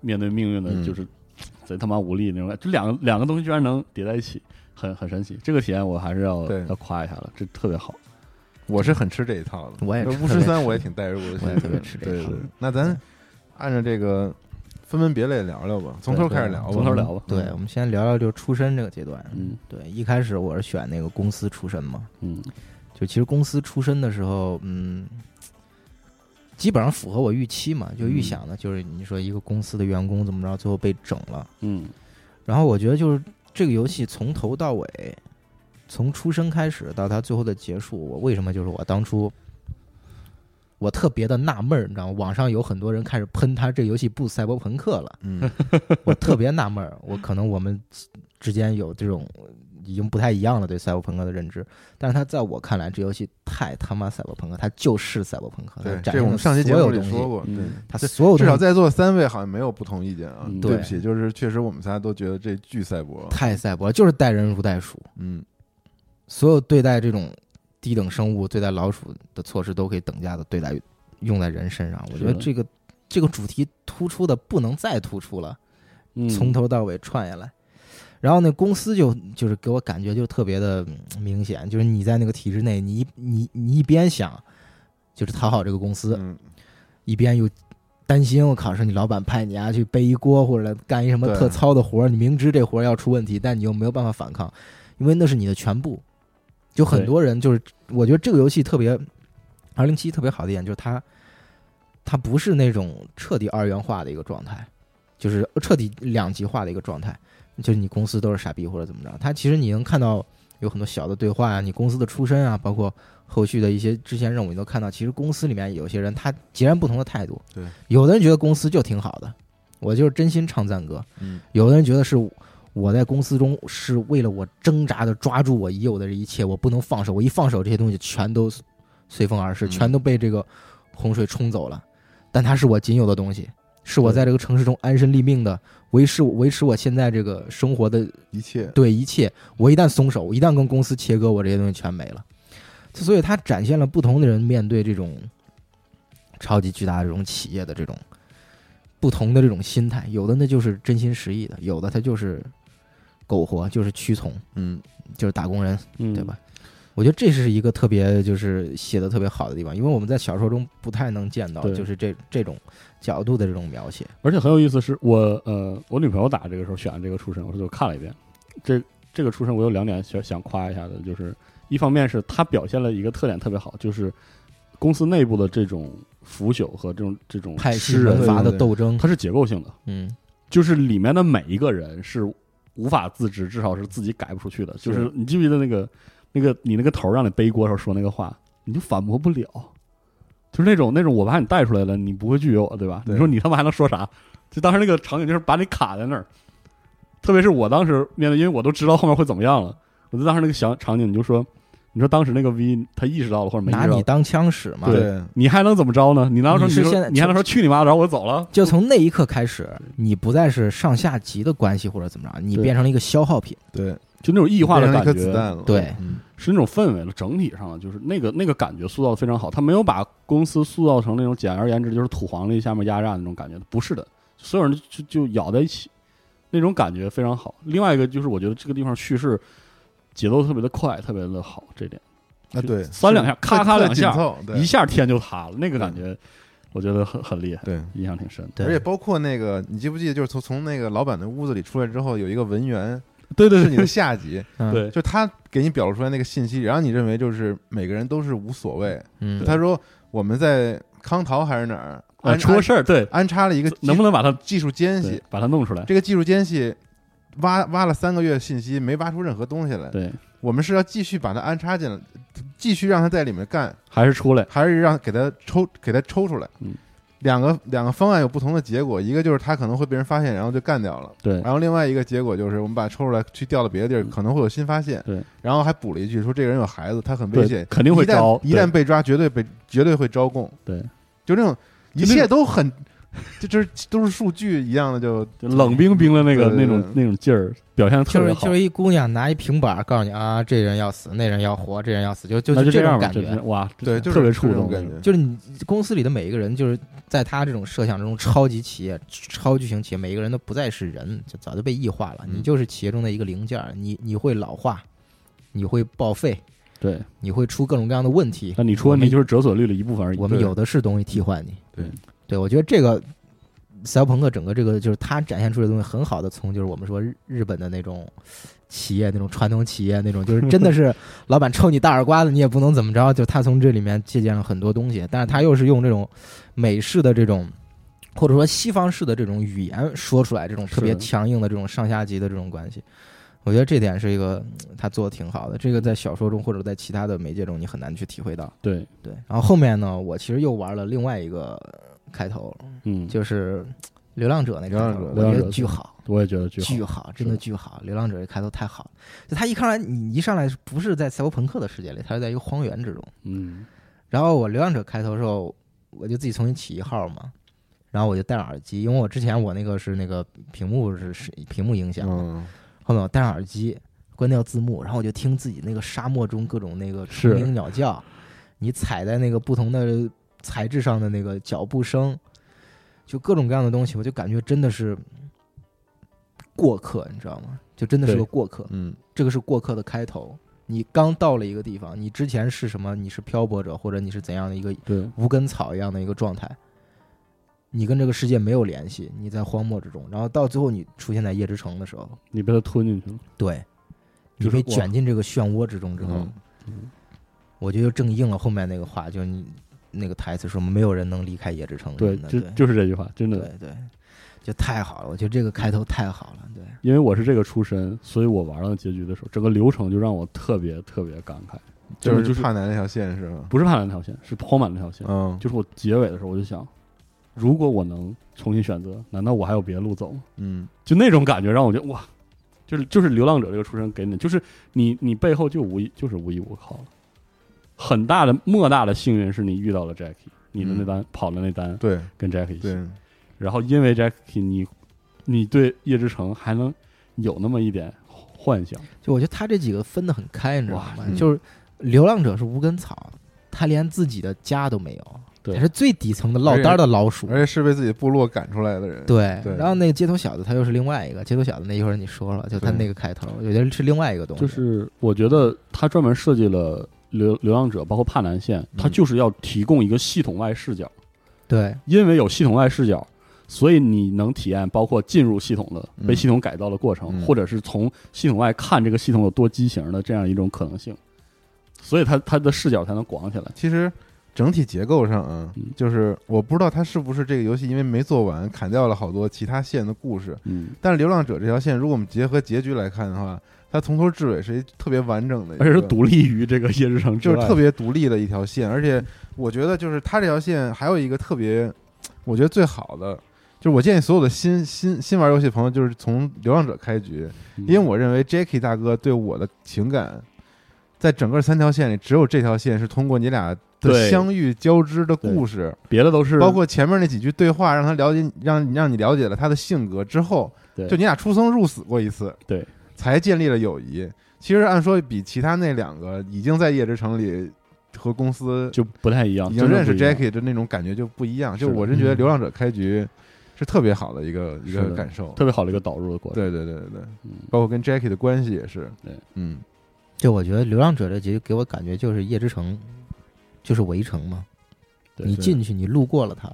Speaker 4: 面对命运的
Speaker 2: 嗯，
Speaker 4: 就是贼他妈无力那种感觉，就两个两个东西居然能叠在一起，很很神奇。这个体验我还是要
Speaker 2: 对
Speaker 4: 要夸一下了，这特别好。
Speaker 2: 我是很吃这一套的。
Speaker 3: 我也是
Speaker 2: 巫师三我也挺代入的，
Speaker 3: 我也特别吃这一套
Speaker 2: 对对对那咱按照这个分门别类聊聊吧，从头开始聊吧，
Speaker 4: 从头聊吧
Speaker 3: 对，我们先聊聊就是出身这个阶段。
Speaker 4: 嗯
Speaker 3: 对，一开始我是选那个公司出身嘛，
Speaker 4: 嗯
Speaker 3: 就其实公司出身的时候，嗯，基本上符合我预期嘛，就预想的，就是你说一个公司的员工怎么着，最后被整了。
Speaker 4: 嗯
Speaker 3: 然后我觉得就是这个游戏从头到尾，从出生开始到它最后的结束，我为什么就是我当初。我特别的纳闷儿，你知道吗？网上有很多人开始喷他这游戏不赛博朋克了，
Speaker 2: 嗯，
Speaker 3: 我特别纳闷儿。我可能我们之间有这种已经不太一样了对赛博朋克的认知，但是它在我看来，这游戏太他妈赛博朋克，它就是赛博朋克，它
Speaker 2: 对，这
Speaker 3: 展现
Speaker 2: 我
Speaker 3: 了
Speaker 2: 们上期节
Speaker 3: 所
Speaker 2: 目
Speaker 3: 有
Speaker 2: 里
Speaker 3: 东西，
Speaker 2: 说过，对
Speaker 4: 嗯
Speaker 3: 它所有
Speaker 2: 至
Speaker 3: 东
Speaker 2: 少
Speaker 3: 西
Speaker 2: 在座三位好像没有不同意见啊
Speaker 4: 嗯，
Speaker 2: 对
Speaker 3: 对
Speaker 2: 不起，就是确实我们仨都觉得这巨赛博，
Speaker 3: 太赛博，了，就是待人如待鼠，
Speaker 2: 嗯，
Speaker 3: 所有对待这种低等生物、对待老鼠的措施都可以等价的对待用在人身上。我觉得
Speaker 4: 是的
Speaker 3: 这个这个主题突出的不能再突出了。
Speaker 4: 嗯，
Speaker 3: 从头到尾串下来。然后那公司就就是给我感觉就特别的嗯明显，就是你在那个体制内，你一你你一边想就是讨好这个公司，
Speaker 2: 嗯
Speaker 3: 一边又担心我靠，是你老板派你啊去背一锅或者干一什么
Speaker 2: 对
Speaker 3: 特糙的活儿，你明知这活儿要出问题，但你又没有办法反抗，因为那是你的全部。就很
Speaker 4: 对
Speaker 3: 多人就是，我觉得这个游戏特别，二零七特别好的一点就是它，它不是那种彻底二元化的一个状态，就是彻底两极化的一个状态，就是你公司都是傻逼或者怎么着，它其实你能看到有很多小的对话啊，你公司的出身啊，包括后续的一些支线任务，你都看到，其实公司里面有些人他截然不同的态度。
Speaker 2: 对，
Speaker 3: 有的人觉得公司就挺好的，我就是真心唱赞歌；
Speaker 2: 嗯，
Speaker 3: 有的人觉得是我在公司中是为了我挣扎的抓住我已有的这一切，我不能放手，我一放手这些东西全都随风而逝，
Speaker 2: 嗯
Speaker 3: 全都被这个洪水冲走了。但它是我仅有的东西，是我在这个城市中安身立命的，维持维持我现在这个生活的
Speaker 2: 一切
Speaker 3: 对一切，我一旦松手，我一旦跟公司切割，我这些东西全没了。所以它展现了不同的人面对这种超级巨大的这种企业的这种不同的这种心态，有的那就是真心实意的，有的他就是苟活，就是屈从，
Speaker 2: 嗯，
Speaker 3: 就是打工人，
Speaker 4: 嗯，
Speaker 3: 对吧？？我觉得这是一个特别就是写的特别好的地方，因为我们在小说中不太能见到，
Speaker 4: 对
Speaker 3: 就是这这种角度的这种描写。
Speaker 4: 而且很有意思是，我呃，我女朋友打这个时候选这个出身，我说就看了一遍。这这个出身，我有两点想想夸一下的，就是一方面是她表现了一个特点特别好，就是公司内部的这种腐朽和这种这种
Speaker 3: 派系
Speaker 4: 吃人
Speaker 3: 门
Speaker 4: 的，
Speaker 3: 阀的
Speaker 2: 对对对
Speaker 3: 斗争，
Speaker 4: 它是结构性的，
Speaker 3: 嗯，
Speaker 4: 就是里面的每一个人是无法自知，至少是自己改不出去的。就是
Speaker 2: 是
Speaker 4: 你记不记得那个那个你那个头儿让你背锅时候说那个话，你就反驳不了，就是那种那种我把你带出来了，你不会拒绝我，对吧？
Speaker 2: 对
Speaker 4: 你说你他妈还能说啥？就当时那个场景就是把你卡在那儿，特别是我当时面对，因为我都知道后面会怎么样了，我就当时那个想场景，你就说，你说当时那个 V 他意识到了或者没意
Speaker 3: 拿
Speaker 4: 识到
Speaker 3: 你，当枪使嘛，
Speaker 2: 对，
Speaker 4: 你还能怎么着呢？你难道说
Speaker 3: 你
Speaker 4: 你
Speaker 3: 是
Speaker 4: 说
Speaker 3: 现在
Speaker 4: 你还能说去你妈的，然后我走了？
Speaker 3: 就从那一刻开始，你不再是上下级的关系或者怎么着，你
Speaker 4: 对
Speaker 3: 变成了一个消耗品。
Speaker 2: 对，
Speaker 4: 就那种异
Speaker 2: 异
Speaker 4: 化的感
Speaker 2: 一颗
Speaker 4: 觉，
Speaker 2: 子弹了，
Speaker 3: 对
Speaker 2: 嗯，
Speaker 4: 是那种氛围了，整体上的就是那个那个感觉塑造的非常好，他没有把公司塑造成那种简而言之就是土皇帝下面压榨的那种感觉，不是的，所有人就就就咬在一起，那种感觉非常好。另外一个就是我觉得这个地方叙事节奏特别的快，特别的好，这点
Speaker 2: 啊对，
Speaker 4: 三两下咔咔两下
Speaker 2: 特紧凑对
Speaker 4: 一下天就塌了，那个感觉我觉得很很厉害，
Speaker 2: 对。
Speaker 4: 印象挺深。
Speaker 2: 而且包括那个，你记不记得，就是从从那个老板的屋子里出来之后，有一个文员
Speaker 4: 对对
Speaker 2: 是你的下级，
Speaker 3: 嗯，
Speaker 4: 对
Speaker 2: 就他给你表露出来那个信息，然后你认为就是每个人都是无所谓。
Speaker 3: 嗯，
Speaker 2: 他说我们在康陶还是哪儿
Speaker 4: 啊，
Speaker 2: 安
Speaker 4: 出了
Speaker 2: 安
Speaker 4: 事儿，对，
Speaker 2: 安插了一个技
Speaker 4: 能不能把它
Speaker 2: 技术间
Speaker 4: 对
Speaker 2: 隙，
Speaker 4: 把它弄出来？
Speaker 2: 这个技术间隙挖挖了三个月信息，没挖出任何东西来。
Speaker 4: 对，
Speaker 2: 我们是要继续把它安插进来，继续让他在里面干，
Speaker 4: 还是出来。
Speaker 2: 还是让给他抽给他抽出来？
Speaker 4: 嗯
Speaker 2: 两个两个方案有不同的结果，一个就是他可能会被人发现，然后就干掉了。
Speaker 4: 对
Speaker 2: 然后另外一个结果就是我们把它抽出来去调到别的地儿，
Speaker 4: 嗯
Speaker 2: 可能会有新发现。
Speaker 4: 对，
Speaker 2: 然后还补了一句说这个人有孩子，他很危
Speaker 4: 对
Speaker 2: 险，，
Speaker 4: 肯定会
Speaker 2: 一旦
Speaker 4: 招。
Speaker 2: 一旦被抓，绝对被绝对会招供。
Speaker 4: 对，
Speaker 2: 就这种一
Speaker 4: 那
Speaker 2: 切
Speaker 4: 种
Speaker 2: 都很，就就是都是数据一样的，就
Speaker 4: 就冷冰冰的那个
Speaker 2: 对对
Speaker 4: 那种
Speaker 2: 对
Speaker 4: 那种劲儿，表现的特
Speaker 3: 就
Speaker 4: 别
Speaker 3: 是
Speaker 4: 好。
Speaker 3: 就是一姑娘拿一平板告诉你啊，这人要死，那人要活，这人要死，就就
Speaker 4: 那就
Speaker 3: 这
Speaker 4: 样
Speaker 3: 种
Speaker 4: 吧，
Speaker 3: 感
Speaker 4: 就是
Speaker 3: 觉。
Speaker 4: 哇，
Speaker 2: 对，就是
Speaker 4: 特别
Speaker 2: 就是
Speaker 4: 触
Speaker 2: 这种
Speaker 4: 动
Speaker 2: 感。觉。
Speaker 3: 就是你公司里的每一个人，就是在他这种设想中，超级企业、超巨型企业，每一个人都不再是人，就早就被异化了。
Speaker 2: 嗯
Speaker 3: 你就是企业中的一个零件儿，你你会老化，你会报废，
Speaker 4: 对，
Speaker 3: 你会出各种各样的问题。
Speaker 4: 那你出问
Speaker 3: 我
Speaker 4: 题
Speaker 3: 们
Speaker 4: 就是折损率的一部分而已。
Speaker 3: 我们
Speaker 4: 对嗯
Speaker 3: 有的是东西替换你。
Speaker 4: 对，
Speaker 3: 对我觉得这个赛博朋克整个这个就是它展现出来的东西很好的，从就是我们说日日本的那种企业，那种传统企业那种，就是真的 是老板抽你大耳刮子，你也不能怎么着。就他从这里面借鉴了很多东西，但是他又是用这种美式的这种。或者说西方式的这种语言说出来，这种特别
Speaker 4: 是的
Speaker 3: 强硬的这种上下级的这种关系，我觉得这点是一个嗯他做的挺好的。这个在小说中或者在其他的媒介中，你很难去体会到。
Speaker 4: 对，
Speaker 3: 对，然后后面呢，我其实又玩了另外一个呃开头，
Speaker 4: 嗯，
Speaker 3: 就是《流浪者》那
Speaker 2: 流
Speaker 3: 个
Speaker 2: 浪
Speaker 3: 开头
Speaker 2: 者
Speaker 3: 我
Speaker 4: 流
Speaker 3: 觉
Speaker 4: 浪
Speaker 3: 得
Speaker 4: 者
Speaker 3: 巨好，
Speaker 4: 我也觉得巨好
Speaker 3: 巨好，真的
Speaker 4: 是
Speaker 3: 巨好，《流浪者》这开头太好了。就他一上来，你一上来是不是在赛博朋克的世界里，他是在一个荒原之中。
Speaker 4: 嗯，
Speaker 3: 然后我《流浪者》开头的时候，我就自己重新起一号嘛，然后我就戴上耳机，因为我之前我那个是那个屏幕是是屏幕影响，
Speaker 2: 嗯，
Speaker 3: 后面我戴上耳机，关掉字幕，然后我就听自己那个沙漠中各种那个
Speaker 4: 是
Speaker 3: 虫鸣鸟叫，你踩在那个不同的材质上的那个脚步声，就各种各样的东西，我就感觉真的是过客，你知道吗？就真的是个
Speaker 4: 对
Speaker 3: 过客，
Speaker 2: 嗯，
Speaker 3: 这个是过客的开头。你刚到了一个地方，你之前是什么？你是漂泊者，或者你是怎样的一个
Speaker 4: 对，
Speaker 3: 无根草一样的一个状态。你跟这个世界没有联系，你在荒漠之中，然后到最后你出现在夜之城的时候，
Speaker 4: 你被他吞进去了。
Speaker 3: 对，你
Speaker 4: 就是
Speaker 3: 被
Speaker 4: 我
Speaker 3: 卷进这个漩涡之中之后
Speaker 2: 嗯，
Speaker 3: 我觉得就正应了后面那个话，就是你那个台词说没有人能离开夜之城什
Speaker 4: 对
Speaker 3: 么，的。
Speaker 4: 就
Speaker 3: 对
Speaker 4: 就是这句话，真的
Speaker 3: 对对，就太好了，我觉得这个开头太好了，对，
Speaker 4: 因为我是这个出身，所以我玩到结局的时候，整个流程就让我特别特别感慨，真的
Speaker 2: 就
Speaker 4: 就是是
Speaker 2: 怕南那条线是吗？
Speaker 4: 不是怕那条线，是抛满那条线。
Speaker 2: 嗯
Speaker 4: 就是我结尾的时候，我就想，如果我能重新选择，难道我还有别的路走吗？
Speaker 2: 嗯
Speaker 4: 就那种感觉让我觉得哇，就是就是流浪者这个出身给你的，就是你你背后就无一就是无依无靠了。很大的莫大的幸运是你遇到了 Jackie，你的那单、跑的那单
Speaker 2: 对
Speaker 4: 跟 Jackie 一起，
Speaker 2: 对，
Speaker 4: 然后因为 Jackie 你你对叶之城还能有那么一点幻想，
Speaker 3: 就我觉得他这几个分得很开，你知道吗
Speaker 4: 哇？
Speaker 2: 嗯
Speaker 3: 就是流浪者是无根草，他连自己的家都没有，
Speaker 4: 对
Speaker 3: 他是最底层的落单儿的老鼠。
Speaker 2: 而且是被自己部落赶出来的人。
Speaker 3: 对，
Speaker 2: 对
Speaker 3: 然后那个街头小子他又是另外一个街头小子，那一会儿你说了，就他
Speaker 2: 对
Speaker 3: 那个开头，我觉得是另外一个东西，
Speaker 4: 就是我觉得他专门设计了流流浪者，包括帕南线，他
Speaker 3: 嗯
Speaker 4: 就是要提供一个系统外视角，
Speaker 3: 对
Speaker 4: 因为有系统外视角，所以你能体验包括进入系统的、
Speaker 2: 嗯
Speaker 4: 被系统改造的过程，
Speaker 2: 嗯
Speaker 4: 或者是从系统外看这个系统有多畸形的这样一种可能性，所以他他的视角才能广起来。
Speaker 2: 其实整体结构上啊
Speaker 4: 嗯，
Speaker 2: 就是我不知道它是不是这个游戏因为没做完砍掉了好多其他线的故事，
Speaker 4: 嗯，
Speaker 2: 但是《流浪者》这条线，如果我们结合结局来看的话，它从头至尾是一特别完整的一个，
Speaker 4: 而且是独立于这个夜之城之
Speaker 2: 就
Speaker 4: 外，嗯
Speaker 2: 是特别独立的一条线。而且我觉得，就是它这条线还有一个特别，我觉得最好的，就是我建议所有的新新新玩游戏朋友，就是从《流浪者》开局，
Speaker 4: 嗯
Speaker 2: 因为我认为 Jacky 大哥对我的情感，在整个三条线里，只有这条线是通过你俩的
Speaker 4: 对
Speaker 2: 相遇交织的故事，
Speaker 4: 别的都是
Speaker 2: 包括前面那几句对话，让他了解，让让你了解了他的性格之后，
Speaker 4: 对
Speaker 2: 就你俩出生入死过一次，
Speaker 4: 对，
Speaker 2: 才建立了友谊。其实按说比其他那两个已经在夜之城里和公司
Speaker 4: 就不太一样，
Speaker 2: 已
Speaker 4: 啊真
Speaker 2: 经
Speaker 4: 的
Speaker 2: 认识
Speaker 4: 不一样
Speaker 2: Jackie 的那种感觉就不一样。就是
Speaker 4: 的
Speaker 2: 我真觉得《
Speaker 3: 嗯
Speaker 2: 流浪者》开局是特别好的一个一
Speaker 4: 是
Speaker 2: 个
Speaker 4: 的
Speaker 2: 感受。
Speaker 4: 特别好的一个导入的过程。
Speaker 2: 对对对对对，
Speaker 4: 嗯
Speaker 2: 包括跟 Jackie 的关系也是。
Speaker 4: 对，
Speaker 2: 嗯，
Speaker 3: 就我觉得《流浪者》这集给我感觉就是夜之城，就是围城嘛。
Speaker 4: 对
Speaker 3: 你
Speaker 4: 是
Speaker 3: 进去，你路过了它，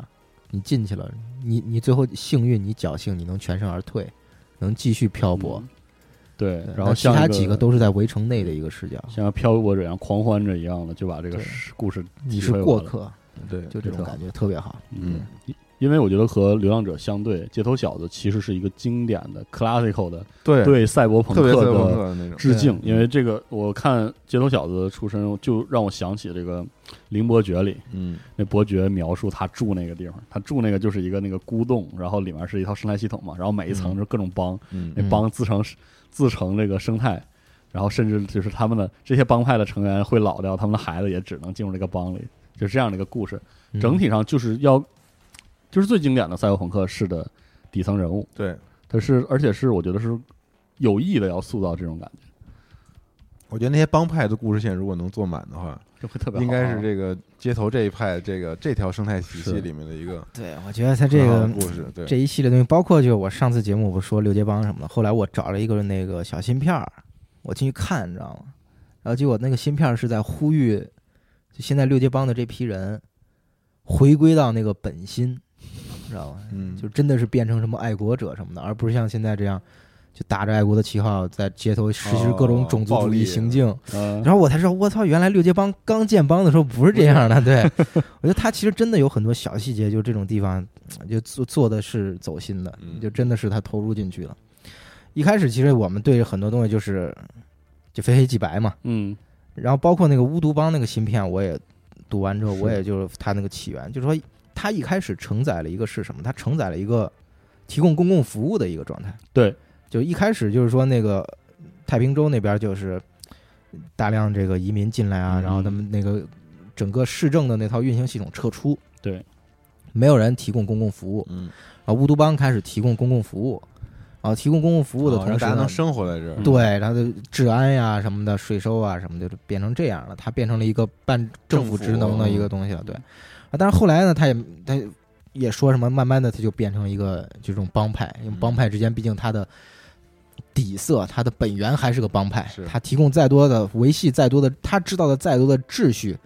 Speaker 3: 你进去了，你你最后幸运，你侥幸，你能全身而退，能继续漂泊。
Speaker 4: 嗯对
Speaker 3: 对，
Speaker 4: 然
Speaker 3: 那
Speaker 4: 后
Speaker 3: 其
Speaker 4: 像
Speaker 3: 他
Speaker 4: 一
Speaker 3: 几个都是在围城内的一个视角，
Speaker 4: 像漂泊者一样狂欢着一样的，就把这个
Speaker 3: 对
Speaker 4: 是故事
Speaker 3: 你
Speaker 4: 体
Speaker 3: 是
Speaker 4: 会
Speaker 3: 过
Speaker 4: 完了。
Speaker 3: 客，
Speaker 2: 对，
Speaker 3: 就这种感觉特别好。
Speaker 2: 嗯，
Speaker 4: 因为我觉得和《流浪者》相对，《街头小子》其实是一个经典的 classical 的
Speaker 2: 对，
Speaker 4: 对赛博朋
Speaker 2: 特别
Speaker 4: 克
Speaker 2: 赛博朋克
Speaker 4: 的
Speaker 2: 的那种。
Speaker 4: 致敬。
Speaker 2: 对
Speaker 4: 因为这个，我看《街头小子》出身，就让我想起这个《凌伯爵》里
Speaker 2: 嗯，
Speaker 4: 那伯爵描述他住那个地方，他住那个就是一个那个孤洞，然后里面是一套生态系统嘛，然后每一层
Speaker 2: 嗯
Speaker 4: 就是各种帮，
Speaker 2: 嗯
Speaker 4: 那帮自成自成这个生态，然后甚至就是他们的这些帮派的成员会老掉，他们的孩子也只能进入这个帮里，就这样的一个故事。
Speaker 3: 嗯
Speaker 4: 整体上就是要，就是最经典的赛博朋克式的底层人物，
Speaker 2: 对，
Speaker 4: 它是而且是我觉得是有意的要塑造这种感觉，
Speaker 2: 我觉得那些帮派的故事线如果能做满的话，
Speaker 4: 就会特别好啊
Speaker 2: 应该是这个街头这一派这个这条生态体系
Speaker 4: 是
Speaker 2: 里面的一个
Speaker 3: 对，我觉得他这
Speaker 2: 很好的
Speaker 3: 个
Speaker 2: 故事。对，
Speaker 3: 这一系列东西，包括就我上次节目我说六街帮什么的，后来我找了一个那个小芯片儿，我进去看，你知道吗？然后结果那个芯片儿是在呼吁，就现在六街帮的这批人回归到那个本心，你知道吗？
Speaker 2: 嗯，
Speaker 3: 就真的是变成什么爱国者什么的，而不是像现在这样就打着爱国的旗号在街头实施各种种族主义行径。
Speaker 4: 嗯
Speaker 3: 然后我才知道，我操，原来六街帮刚建帮的时候不是这样的。对，我觉得他其实真的有很多小细节，就这种地方呃就做做的是走心的
Speaker 2: 嗯，
Speaker 3: 就真的是他投入进去了。一开始其实我们对很多东西就是就非黑即白嘛，
Speaker 4: 嗯
Speaker 3: 然后包括那个巫毒帮那个芯片，我也读完之后，
Speaker 4: 是
Speaker 3: 我也就是它那个起源，就是说它一开始承载了一个是什么？它承载了一个提供公共服务的一个状态。
Speaker 4: 对，
Speaker 3: 就一开始就是说那个太平洲那边就是大量这个移民进来啊，
Speaker 4: 嗯
Speaker 3: 然后他们那个整个市政的那套运行系统撤出，
Speaker 4: 对，
Speaker 3: 没有人提供公共服务，
Speaker 2: 嗯，
Speaker 3: 啊，巫毒帮开始提供公共服务，啊，提供公共服务的
Speaker 2: 哦
Speaker 3: 同
Speaker 2: 让
Speaker 3: 时
Speaker 2: 大家
Speaker 3: 呢
Speaker 2: 能生活在这儿。
Speaker 4: 嗯
Speaker 3: 对，然后就治安呀、什么的，税收啊什么的，就变成这样了。它变成了一个半政府职能的一个东西了。对，啊，但是后来呢，他也他也说什么，慢慢的他就变成一个这种帮派，因为帮派之间毕竟它的底色，它的本源还是个帮派
Speaker 2: 是，
Speaker 3: 它提供再多的维系再多的，他知道的再多的秩序，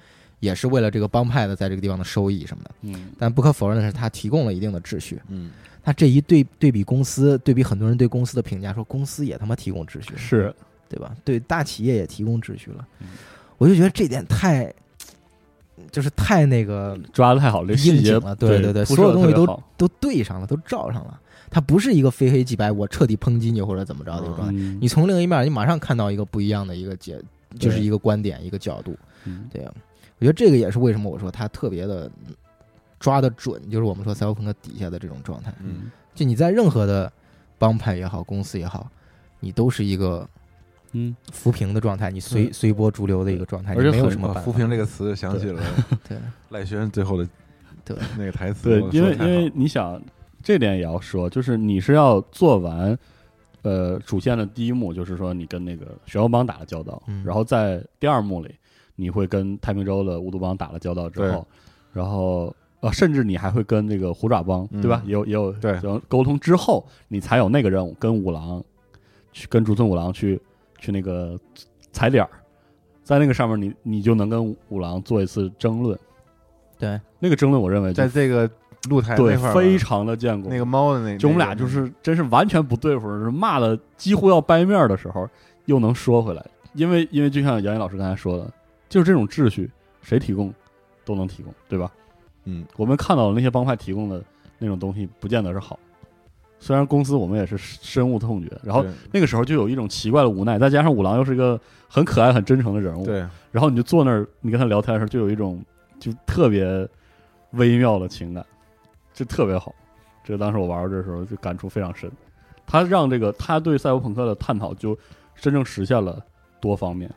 Speaker 3: 也是为了这个帮派的在这个地方的收益什么的。
Speaker 4: 嗯，
Speaker 3: 但不可否认的是，它提供了一定的秩序。
Speaker 2: 嗯，
Speaker 3: 它这一对对比公司，对比很多人对公司的评价，说公司也他妈提供秩序，
Speaker 4: 是
Speaker 3: 对吧？对大企业也提供秩序了
Speaker 4: 嗯，
Speaker 3: 我就觉得这点太就是太那个
Speaker 4: 抓的太好了，这个
Speaker 3: 应
Speaker 4: 细节
Speaker 3: 景了，对
Speaker 4: 对
Speaker 3: 对，
Speaker 4: 铺
Speaker 3: 所有
Speaker 4: 设得
Speaker 3: 东西
Speaker 4: 特别
Speaker 3: 都
Speaker 4: 好
Speaker 3: 都对上了，都照上了。它不是一个非黑即白，我彻底抨击你或者怎么着的一个状态。
Speaker 4: 嗯
Speaker 3: 啊你从另一面，你马上看到一个不一样的一个解，就是
Speaker 4: 对
Speaker 3: 一个观点，一个角度。
Speaker 4: 嗯
Speaker 3: 对，啊我觉得这个也是为什么我说它特别的抓得准，就是我们说赛博朋克底下的这种状态。
Speaker 2: 嗯
Speaker 3: 就你在任何的帮派也好，公司也好，你都是一个
Speaker 4: 嗯，
Speaker 3: 浮萍的状态，你随
Speaker 4: 嗯
Speaker 3: 随波逐流的一个状态，
Speaker 4: 而且
Speaker 3: 你没有
Speaker 4: 很呃
Speaker 3: 什么办法。
Speaker 2: 扶贫这个词想起了
Speaker 3: 对
Speaker 2: 赖轩最后的
Speaker 3: 对
Speaker 2: 那个台词，
Speaker 4: 对
Speaker 2: 我，
Speaker 4: 因
Speaker 2: 说
Speaker 4: 为
Speaker 2: 得太
Speaker 4: 因为
Speaker 2: 好
Speaker 4: 你想，这点也要说，就是你是要做完，呃，主线的第一幕，就是说你跟那个玄武帮打了交道，
Speaker 3: 嗯
Speaker 4: 然后在第二幕里，你会跟太平洲的乌毒帮打了交道之后，然后呃，甚至你还会跟这个虎爪帮，对吧？
Speaker 2: 嗯
Speaker 4: 也有也有
Speaker 2: 对
Speaker 4: 然后沟通之后，你才有那个任务，跟五郎去跟竹村五郎去去那个踩点儿，在那个上面你你就能跟五郎做一次争论。
Speaker 3: 对，
Speaker 4: 那个争论，我认为就
Speaker 2: 在这个露台
Speaker 4: 对
Speaker 2: 哎那块儿吧，
Speaker 4: 非常的见过
Speaker 2: 那个猫的那，
Speaker 4: 就我们
Speaker 2: 那
Speaker 4: 俩
Speaker 2: 个
Speaker 4: 就是真是完全不对付，是骂的几乎要掰面的时候，又能说回来，因为因为就像杨毅老师刚才说的，就是这种秩序谁提供都能提供，对吧？
Speaker 2: 嗯，
Speaker 4: 我们看到的那些帮派提供的那种东西，不见得是好。虽然公司我们也是深恶痛绝，然后
Speaker 2: 对
Speaker 4: 那个时候就有一种奇怪的无奈，再加上五郎又是一个很可爱、很真诚的人物，
Speaker 2: 对
Speaker 4: 然后你就坐那儿，你跟他聊天的时候，就有一种就特别微妙的情感，就特别好。这当时我玩儿的时候就感触非常深。他让这个他对赛博朋克的探讨就真正实现了多方面，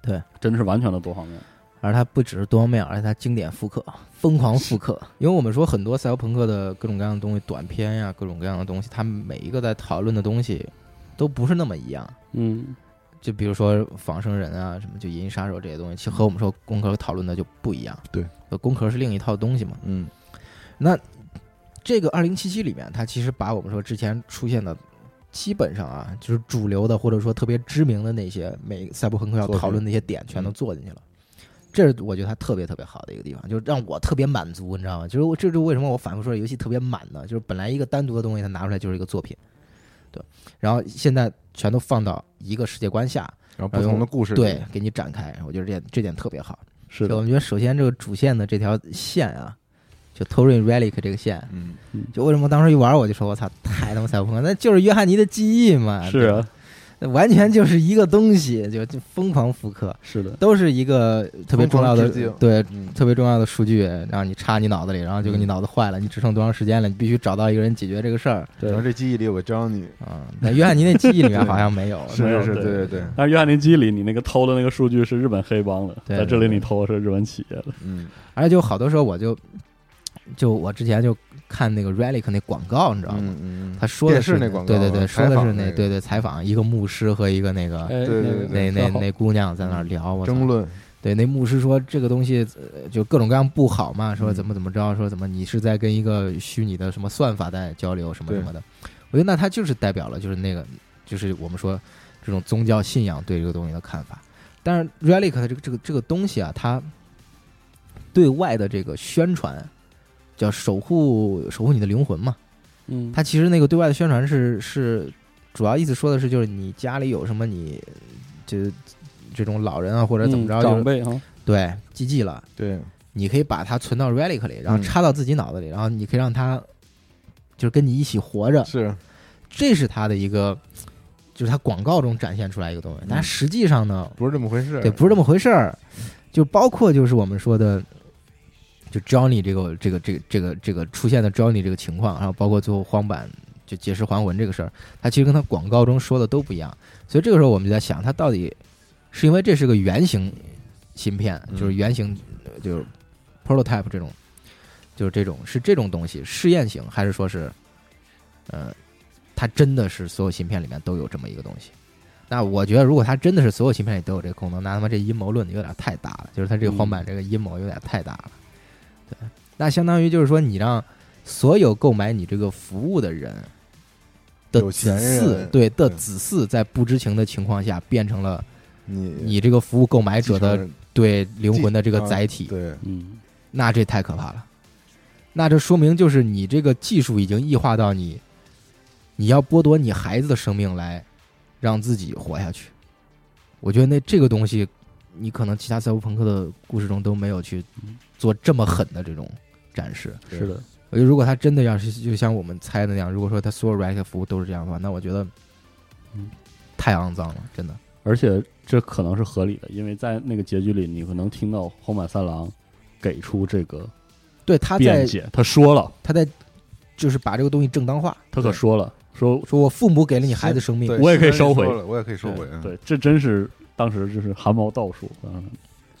Speaker 3: 对，
Speaker 4: 真的是完全的多方面。
Speaker 3: 而它不只是多方面，而且它经典复刻，疯狂复刻。因为我们说很多赛博朋克的各种各样的东西，短片呀、各种各样的东西，它每一个在讨论的东西都不是那么一样。
Speaker 4: 嗯，
Speaker 3: 就比如说仿生人啊，什么就银翼杀手这些东西，其实和我们说工壳讨论的就不一样。
Speaker 2: 对，
Speaker 3: 工壳是另一套东西嘛。
Speaker 2: 嗯
Speaker 3: 这个二零七七里面，它其实把我们说之前出现的，基本上啊，就是主流的或者说特别知名的那些美赛博朋克要
Speaker 2: 作品嗯
Speaker 3: 讨论那些点，全都做进去了。这是我觉得它特别特别好的一个地方，就是让我特别满足，你知道吗？就是我这就是为什么我反复说这游戏特别满呢？就是本来一个单独的东西，它拿出来就是一个作品，对。然后现在全都放到一个世界观下，
Speaker 2: 然后不同的故事，
Speaker 3: 对，给你展开，我觉得这点这点特别好。
Speaker 4: 是
Speaker 3: 就我
Speaker 4: 的，
Speaker 3: 觉得首先这个主线的这条线啊，就 Torin Relic 这个线，
Speaker 2: 嗯，
Speaker 3: 就为什么当时一玩我就说我操，太他妈赛博朋克，那就是约翰尼的记忆嘛，
Speaker 4: 是
Speaker 3: 对吧
Speaker 4: 啊，，
Speaker 3: 那完全就是一个东西，就就疯狂复刻，
Speaker 4: 是的，
Speaker 3: 都是一个特别重要的
Speaker 2: 疯狂致敬
Speaker 3: 对
Speaker 2: 嗯
Speaker 3: 特别重要的数据，让你插你脑子里，然后就给你脑子坏了，你只剩多长时间了，你必须找到一个人解决这个事儿
Speaker 4: 对
Speaker 2: 然后。这记忆里有个 Johnny，
Speaker 3: 啊。那约翰尼那记忆里面好像哦没有，
Speaker 4: 没有
Speaker 2: 是是，
Speaker 4: 对
Speaker 2: 对对对，
Speaker 4: 但是约翰尼基里，你那个偷的那个数据是日本黑帮的，
Speaker 3: 对
Speaker 4: 在这里
Speaker 3: 对
Speaker 4: 你偷的是日本企业的。
Speaker 2: 嗯
Speaker 3: 而且就好多时候我就就我之前就看那个 Relic 那广告，你知道吗？
Speaker 2: 嗯嗯，
Speaker 3: 他说的是
Speaker 2: 电视那广告啊
Speaker 3: 对对对，说
Speaker 2: 采
Speaker 3: 的是
Speaker 2: 访那个
Speaker 3: 对对采访一个牧师和一个那个、
Speaker 2: 对
Speaker 4: 哎
Speaker 2: 对
Speaker 3: 那
Speaker 2: 对
Speaker 3: 那那姑娘在那儿聊，我操
Speaker 2: 争论，
Speaker 3: 对那牧师说这个东西、呃就各种各样不好嘛，说
Speaker 2: 嗯
Speaker 3: 怎么怎么着，说怎么你是在跟一个虚拟的什么算法在交流什么
Speaker 2: 对
Speaker 3: 什么的，我觉得那他就是代表了就是那个就是我们说这种宗教信仰对这个东西的看法，但是 relic 的这个这个这个东西啊，它对外的这个宣传叫守护守护你的灵魂嘛，
Speaker 4: 嗯，
Speaker 3: 他其实那个对外的宣传是是主要意思说的是，就是你家里有什么你就这种老人啊或者怎么着，就
Speaker 4: 嗯长
Speaker 3: 是
Speaker 4: 辈哈，
Speaker 3: 对记记了，
Speaker 2: 对，
Speaker 3: 你可以把它存到 relic 里，然后
Speaker 2: 嗯
Speaker 3: 插到自己脑子里，然后你可以让它就是跟你一起活着，
Speaker 2: 是
Speaker 3: 这是他的一个就是他广告中展现出来一个东西，
Speaker 4: 嗯
Speaker 3: 但实际上呢，
Speaker 2: 不是这么回事？
Speaker 3: 对，不是这么回事儿。就包括就是我们说的，就 Johnny 这个这个这个这个这个出现的 Johnny 这个情况，然后包括最后荒坂就借尸还魂这个事儿，它其实跟他广告中说的都不一样。所以这个时候我们就在想，它到底是因为这是个原型芯片，
Speaker 2: 嗯
Speaker 3: 就是原型呃就是 prototype 这种，就是这种是这种东西试验型，还是说是呃，它真的是所有芯片里面都有这么一个东西？那我觉得，如果它真的是所有芯片里都有这个功能，那他妈这阴谋论有点太大了，就是它这个
Speaker 4: 嗯
Speaker 3: 荒坂这个阴谋有点太大了。对，那相当于就是说，你让所有购买你这个服务的人的
Speaker 2: 有
Speaker 3: 子
Speaker 2: 钱
Speaker 3: 嗣
Speaker 2: 人，
Speaker 3: 对的
Speaker 2: 对
Speaker 3: 子嗣，在不知情的情况下，变成了
Speaker 2: 你
Speaker 3: 你这个服务购买
Speaker 2: 继
Speaker 3: 者
Speaker 2: 承
Speaker 3: 的
Speaker 2: 人
Speaker 3: 对灵魂的这个
Speaker 2: 啊
Speaker 3: 载体。
Speaker 2: 对
Speaker 4: 嗯，
Speaker 3: 那这太可怕了。那这说明就是你这个技术已经异化到你，你要剥夺你孩子的生命来让自己活下去。我觉得那这个东西你可能其他赛博朋克的故事中都没有去做这么狠的这种展示。
Speaker 4: 是的，
Speaker 3: 我觉得如果他真的要是就像我们猜的那样，如果说他所有 rack 服务都是这样的话，那我觉得
Speaker 4: 嗯
Speaker 3: 太肮脏了，真的。
Speaker 4: 而且这可能是合理的，因为在那个结局里，你可能听到荒坂三郎给出这个
Speaker 3: 对，他
Speaker 4: 辩
Speaker 3: 在
Speaker 4: 解，他说了，
Speaker 3: 他在就是把这个东西正当化，
Speaker 4: 他可说了，说
Speaker 3: 说我父母给了你孩子生命
Speaker 2: 对，
Speaker 4: 我也可以收
Speaker 2: 虽
Speaker 4: 回
Speaker 2: 然你说了我也可以收回。嗯
Speaker 4: 对，这真是当时就是汗毛倒嗯竖，当时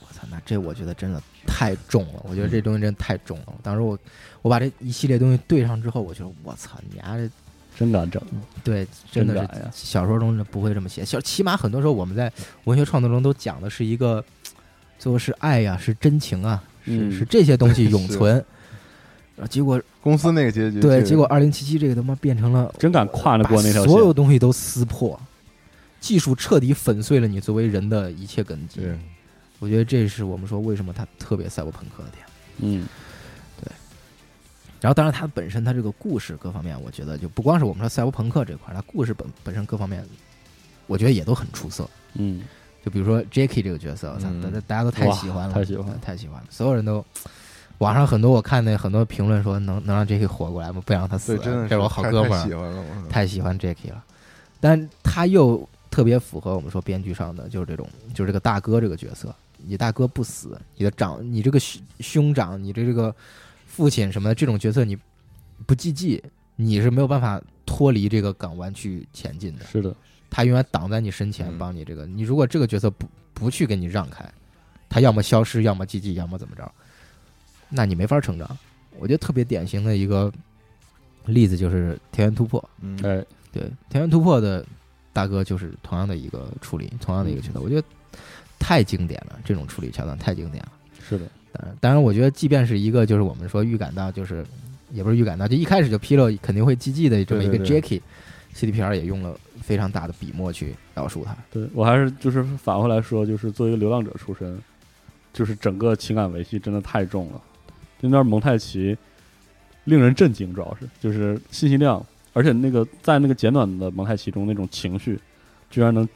Speaker 3: 我操，那这我觉得真的太重了，我觉得这东西真的太重了。当时我我把这一系列东西对上之后，我觉得我操，你丫、这
Speaker 4: 真敢整，
Speaker 3: 对真的
Speaker 4: 真
Speaker 3: 是
Speaker 4: 敢呀
Speaker 3: 小说中不会这么写。小起码很多时候我们在文学创作中都讲的是一个，最后是爱呀、是真情啊，是、
Speaker 4: 嗯
Speaker 3: 是这些东 西永存。然后结果
Speaker 2: 公司那个结局，
Speaker 3: 对，
Speaker 2: 这
Speaker 3: 结果二零七七这个他妈变成了
Speaker 4: 真敢跨得过那条
Speaker 3: 把所有
Speaker 4: 线。
Speaker 3: 东西都撕破，技术彻底粉碎了你作为人的一切根基。
Speaker 2: 对
Speaker 3: 我觉得这是我们说为什么它特别赛博朋克的点。
Speaker 4: 嗯，
Speaker 3: 然后，当然，它本身它这个故事各方面，我觉得就不光是我们说赛博朋克这块儿，它故事本本身各方面，我觉得也都很出色。
Speaker 4: 嗯，
Speaker 3: 就比如说 Jackie 这个角色，我操
Speaker 2: 嗯
Speaker 3: 大家大家都太
Speaker 4: 哇
Speaker 3: 喜欢了，
Speaker 4: 太喜欢了
Speaker 3: 太喜欢了，所有人都。网上很多我看那很多评论说能能让 Jackie 活过来吗？不想让他死
Speaker 2: 对，
Speaker 3: 了，
Speaker 2: 真的
Speaker 3: 这
Speaker 2: 是
Speaker 3: 我好
Speaker 2: 太
Speaker 3: 哥们
Speaker 2: 太喜
Speaker 3: 儿，啊
Speaker 2: 欢了，我操
Speaker 3: 太喜欢 Jackie 了。但他又特别符合我们说编剧上的，就是这种，就是这个大哥这个角色，你大哥不死，你的长，你这个兄兄长，你的这个父亲什么的这种角色，你不积极，你是没有办法脱离这个港湾去前进的。
Speaker 4: 是的，
Speaker 3: 他永远挡在你身前，
Speaker 2: 嗯
Speaker 3: 帮你这个。你如果这个角色不不去给你让开，他要么消失，要么积极，要么怎么着，那你没法成长。我觉得特别典型的一个例子就是《田园突破》。
Speaker 2: 嗯
Speaker 4: 哎，
Speaker 3: 对，《田园突破》的大哥就是同样的一个处理，同样的一个角色，我觉得太经典了，这种处理桥段太经典了。
Speaker 4: 是的，
Speaker 3: 当然，当然，我觉得即便是一个就是我们说预感到就是，也不是预感到，就一开始就披露肯定会 GG 的这么一个
Speaker 4: 对对
Speaker 3: Jackie，CDPR 也用了非常大的笔墨去描述他。
Speaker 4: 对我还是就是反过来说，就是作为一个流浪者出身，就是整个情感维系真的太重了。就那蒙太奇令人震惊，主要是就是信息量，而且那个在那个简短的蒙太奇中那种情绪，居然能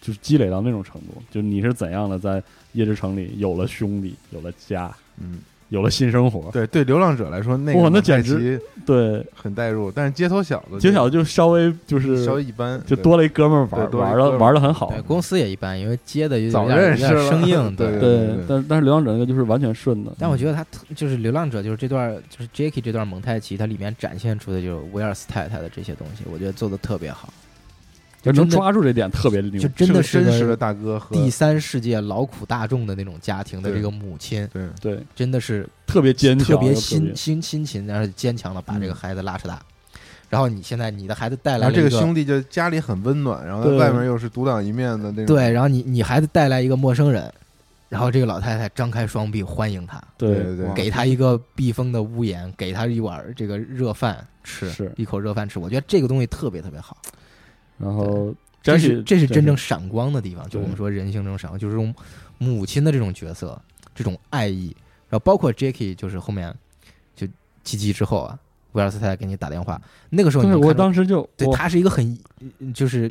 Speaker 4: 就是积累到那种程度。就你是怎样的在夜之城里有了兄弟，有了家，
Speaker 2: 嗯，
Speaker 4: 有了新生活？
Speaker 2: 对对，流浪者来说，那个
Speaker 4: 哇那
Speaker 2: 蒙太
Speaker 4: 简直
Speaker 2: 奇
Speaker 4: 对，
Speaker 2: 很代入，但是街头小子
Speaker 4: 揭晓就稍微就是
Speaker 2: 稍微一般，
Speaker 4: 就
Speaker 2: 对
Speaker 4: 多了一哥们儿
Speaker 2: 对
Speaker 4: 玩
Speaker 2: 多了一
Speaker 4: 玩
Speaker 2: 哥
Speaker 4: 的
Speaker 2: 们儿
Speaker 4: 玩的很好
Speaker 3: 对，，公司也一般，因为接的有点
Speaker 2: 早
Speaker 3: 有
Speaker 2: 认
Speaker 3: 点
Speaker 2: 识
Speaker 3: 有点生硬，
Speaker 2: 对对
Speaker 4: 对，但但是流浪者那个就是完全顺的。
Speaker 3: 但我觉得他特就是《流浪者》，就是这段儿就是 Jackie 这段蒙太奇，它里面展现出的就是威尔斯太太的这些东西，我觉得做的特别好，
Speaker 4: 就
Speaker 3: 就
Speaker 4: 能
Speaker 3: 真的
Speaker 4: 抓住这点特别牛
Speaker 3: 就，真的
Speaker 2: 是个真实
Speaker 3: 是
Speaker 2: 的
Speaker 3: 个
Speaker 2: 大哥和
Speaker 3: 第三世界劳苦大众的那种家庭的这个母亲，
Speaker 2: 对
Speaker 4: 对，
Speaker 3: 真的是
Speaker 4: 特别坚强，
Speaker 3: 特别
Speaker 4: 又
Speaker 3: 辛辛辛勤而且坚强的把这个
Speaker 4: 嗯
Speaker 3: 孩子拉扯大。然后你现在你的孩子带
Speaker 2: 然
Speaker 3: 来
Speaker 2: 后
Speaker 3: 了
Speaker 2: 这
Speaker 3: 一
Speaker 2: 个
Speaker 3: 个
Speaker 2: 兄弟就家里很温暖，然后在
Speaker 4: 对
Speaker 2: 外面又是独当一面的那种，
Speaker 3: 对，然后你你孩子带来一个陌生人，然后这个老太太张开双臂欢迎他，
Speaker 4: 对
Speaker 2: 对对
Speaker 4: 哇
Speaker 3: 给他一个避风的屋檐，给他一碗这个热饭吃，
Speaker 4: 是
Speaker 3: 一口热饭吃。我觉得这个东西特别特别好，
Speaker 4: 然后
Speaker 3: 这
Speaker 4: Jackie-
Speaker 3: 是这是
Speaker 4: Jackie-
Speaker 3: 真正闪光的地方，就
Speaker 4: 对
Speaker 3: 我们说人性中闪光，就是这种母亲的这种角色，这种爱意，然后包括 Jackie，就是后面就积极之后啊，威尔斯太太给你打电话，那个时候你
Speaker 4: 对
Speaker 3: 就
Speaker 4: 我
Speaker 3: 看到
Speaker 4: 当时就
Speaker 3: 对
Speaker 4: 我
Speaker 3: 他是一个很就是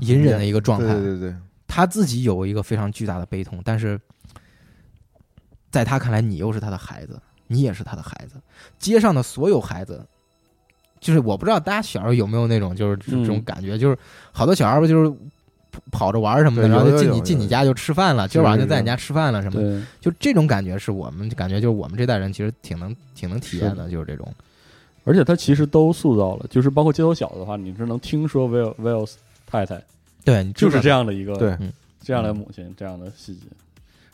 Speaker 3: 隐忍的一个状
Speaker 2: 对
Speaker 3: 态，
Speaker 2: 对对
Speaker 3: 他自己有一个非常巨大的悲痛，但是在他看来，你又是他的孩子，你也是他的孩子。街上的所有孩子，就是我不知道大家小时候有没有那种就是这
Speaker 4: 嗯
Speaker 3: 这种感觉，就是好多小孩儿不就是跑着玩儿什么的，
Speaker 2: 对
Speaker 3: 然后
Speaker 2: 有
Speaker 3: 就
Speaker 2: 有
Speaker 3: 进
Speaker 2: 有
Speaker 3: 你
Speaker 2: 有
Speaker 3: 进你家就吃饭了，今儿晚上就在你家吃饭了什么的，
Speaker 4: 对，
Speaker 3: 就这种感觉是我们感觉就是我们这代人其实挺能挺能体验的，就是这种
Speaker 4: 而且他其实都塑造了，就是包括街头小子的话，你是能听说 Will Will 太太
Speaker 3: 对，你知
Speaker 4: 就
Speaker 3: 道
Speaker 4: 是这样的一个
Speaker 2: 对
Speaker 3: 嗯
Speaker 4: 这样的母亲这样的细节，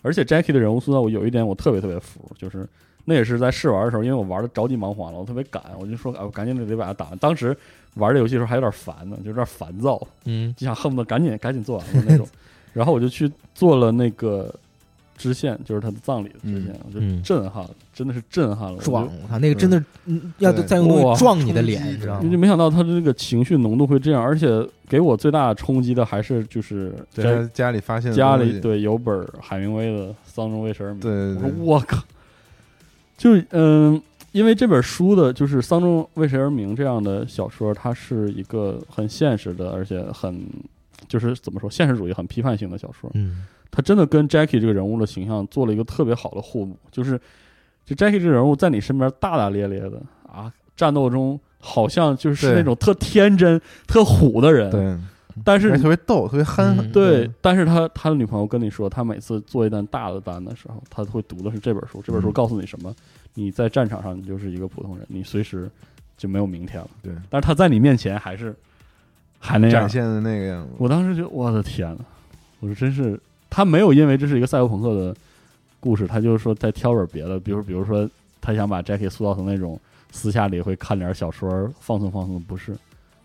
Speaker 4: 而且 Jackie 的人物塑造我有一点我特别特别服，就是。那也是在试玩的时候，因为我玩的着急忙慌了，我特别赶，我就说，哎，我赶紧得得把它打完。当时玩这游戏的时候还有点烦呢，就有点烦躁，
Speaker 3: 嗯
Speaker 4: 就想恨不得赶紧赶紧做完 了那种。然后我就去做了那个支线，就是他的葬礼的支线，我就
Speaker 3: 嗯
Speaker 4: 震撼了，真的是震撼了。我就
Speaker 3: 撞，我操，那个真的是嗯要
Speaker 2: 对
Speaker 3: 再用东
Speaker 4: 哇
Speaker 3: 西撞你的
Speaker 2: 冲击
Speaker 3: 脸，你知道
Speaker 4: 我
Speaker 3: 吗
Speaker 4: 就？没想到他的这个情绪浓度会这样，而且给我最大的冲击的还是就是
Speaker 2: 对，
Speaker 4: 在
Speaker 2: 在家里发现的
Speaker 4: 家
Speaker 2: 东
Speaker 4: 里
Speaker 2: 西
Speaker 4: 对有本儿海明威的《丧钟为谁而鸣》，
Speaker 2: 对
Speaker 4: 我
Speaker 2: 对
Speaker 4: 说
Speaker 2: 对
Speaker 4: 我靠，就是嗯，因为这本书的就是《丧钟为谁而鸣》这样的小说，它是一个很现实的，而且很就是怎么说现实主义、很批判性的小说。
Speaker 3: 嗯，
Speaker 4: 他真的跟 Jackie 这个人物的形象做了一个特别好的互补，就是就 Jackie 这个人物在你身边大大咧咧的啊，战斗中好像就是
Speaker 2: 对
Speaker 4: 那种特天真、特虎的人，
Speaker 2: 对，
Speaker 4: 但是
Speaker 2: 而且特别逗，特别憨。
Speaker 3: 嗯
Speaker 4: 对
Speaker 2: 嗯，
Speaker 4: 但是他他的女朋友跟你说，他每次做一单大的单的时候，他会读的是这本书。这本书
Speaker 2: 嗯
Speaker 4: 告诉你什么？你在战场上你就是一个普通人，你随时就没有明天了。
Speaker 2: 对，
Speaker 4: 但是他在你面前还是还那样
Speaker 2: 展。现的那个样子。
Speaker 4: 我当时觉得，我的天呐，我说真是，他没有因为这是一个赛博朋克的故事，他就是说再挑点别的，比如比如说他想把 Jackie 塑造成那种私下里会看点小说放松放松，不是，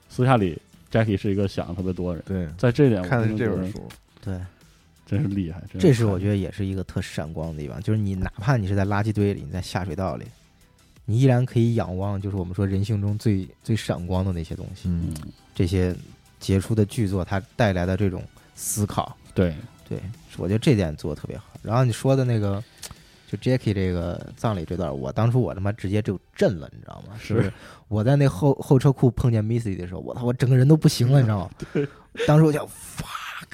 Speaker 4: 私下里 Jackie 是一个想的特别多的人。
Speaker 2: 对，
Speaker 4: 在这哎点，我
Speaker 2: 看的是
Speaker 4: 真
Speaker 2: 这
Speaker 4: 觉得
Speaker 2: 本书，
Speaker 3: 对，
Speaker 4: 真是厉害，真
Speaker 3: 这是我觉
Speaker 4: 得
Speaker 3: 得也是一个特闪光的地方，就是你哪怕你是在垃圾堆里，你在下水道里，你依然可以仰望，就是我们说人性中最最闪光的那些东西，
Speaker 2: 嗯，
Speaker 3: 这些杰出的剧作它带来的这种思考，
Speaker 4: 对，
Speaker 3: 对，是我觉得这点做的特别好。然后你说的那个，就 Jackie 这个葬礼这段，我当初我他妈直接就震了，你知道吗？
Speaker 4: 是
Speaker 3: 就是我在那后后车库碰见 Missy 的时候，我操，我整个人都不行了，你知道吗？当时我 想 fuck，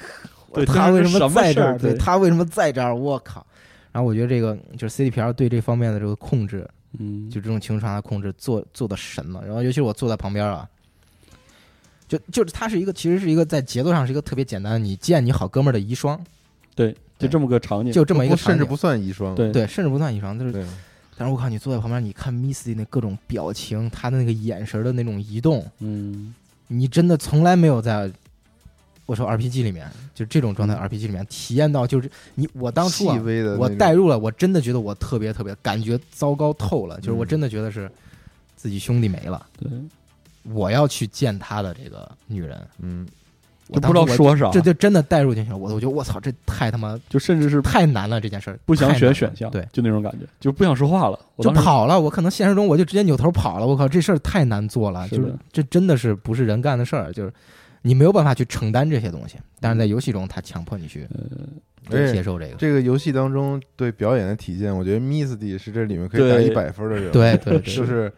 Speaker 3: 我
Speaker 4: 对
Speaker 3: 他为么在这
Speaker 4: 当时什么事
Speaker 3: 儿？
Speaker 4: 儿对
Speaker 3: 对他为什么在这儿？我靠！然后我觉得这个就是 CDPR 对这方面的这个控制，
Speaker 4: 嗯，
Speaker 3: 就这种情商的控制做做的神了。然后尤其是我坐在旁边啊，就就是它是一个其实是一个在节奏上是一个特别简单的，你见你好哥们儿的遗孀，
Speaker 4: 对，就
Speaker 3: 对
Speaker 4: 这么个场景，
Speaker 3: 就这么一个
Speaker 2: 不甚至
Speaker 3: 场景
Speaker 2: 不算遗孀。
Speaker 4: 对
Speaker 3: 对，甚至不算遗孀，就是
Speaker 2: 对，
Speaker 3: 但是我靠，你坐在旁边，你看 Missy 那各种表情，她的那个眼神的那种移动，
Speaker 4: 嗯，
Speaker 3: 你真的从来没有在我说 RPG 里面，就这种状态 RPG 里面体验到，就是你我当初、
Speaker 2: 细
Speaker 3: 啊、
Speaker 2: 微的那种，
Speaker 3: 我代入了，我真的觉得我特别特别感觉糟糕透
Speaker 4: 嗯
Speaker 3: 了，就是我真的觉得是自己兄弟没了，
Speaker 4: 对，
Speaker 3: 我要去见他的这个女人，
Speaker 2: 嗯，
Speaker 4: 就
Speaker 3: 我
Speaker 4: 不知道
Speaker 3: 当初我
Speaker 4: 说啥，
Speaker 3: 这就真的代入进去了，我我觉得我操，这太他妈
Speaker 4: 就甚至是
Speaker 3: 太难了，这件事儿
Speaker 4: 不想
Speaker 3: 太难
Speaker 4: 选
Speaker 3: 了
Speaker 4: 选项，
Speaker 3: 对。
Speaker 4: 就那种感觉，就不想说话了，我
Speaker 3: 就
Speaker 4: 当时
Speaker 3: 跑了，我可能现实中我就直接扭头跑了。我靠，这事儿太难做了，
Speaker 4: 是
Speaker 3: 就是
Speaker 4: 的
Speaker 3: 这真的是不是人干的事儿，就是你没有办法去承担这些东西。但是
Speaker 4: 嗯
Speaker 3: 在游戏中，他强迫你去
Speaker 2: 而
Speaker 3: 接
Speaker 2: 且
Speaker 3: 受这个，
Speaker 2: 这个游戏当中对表演的体现，我觉得 Misty 是这里面可以
Speaker 4: 对
Speaker 2: 打一百分的人，，
Speaker 3: 对对对，
Speaker 2: 就是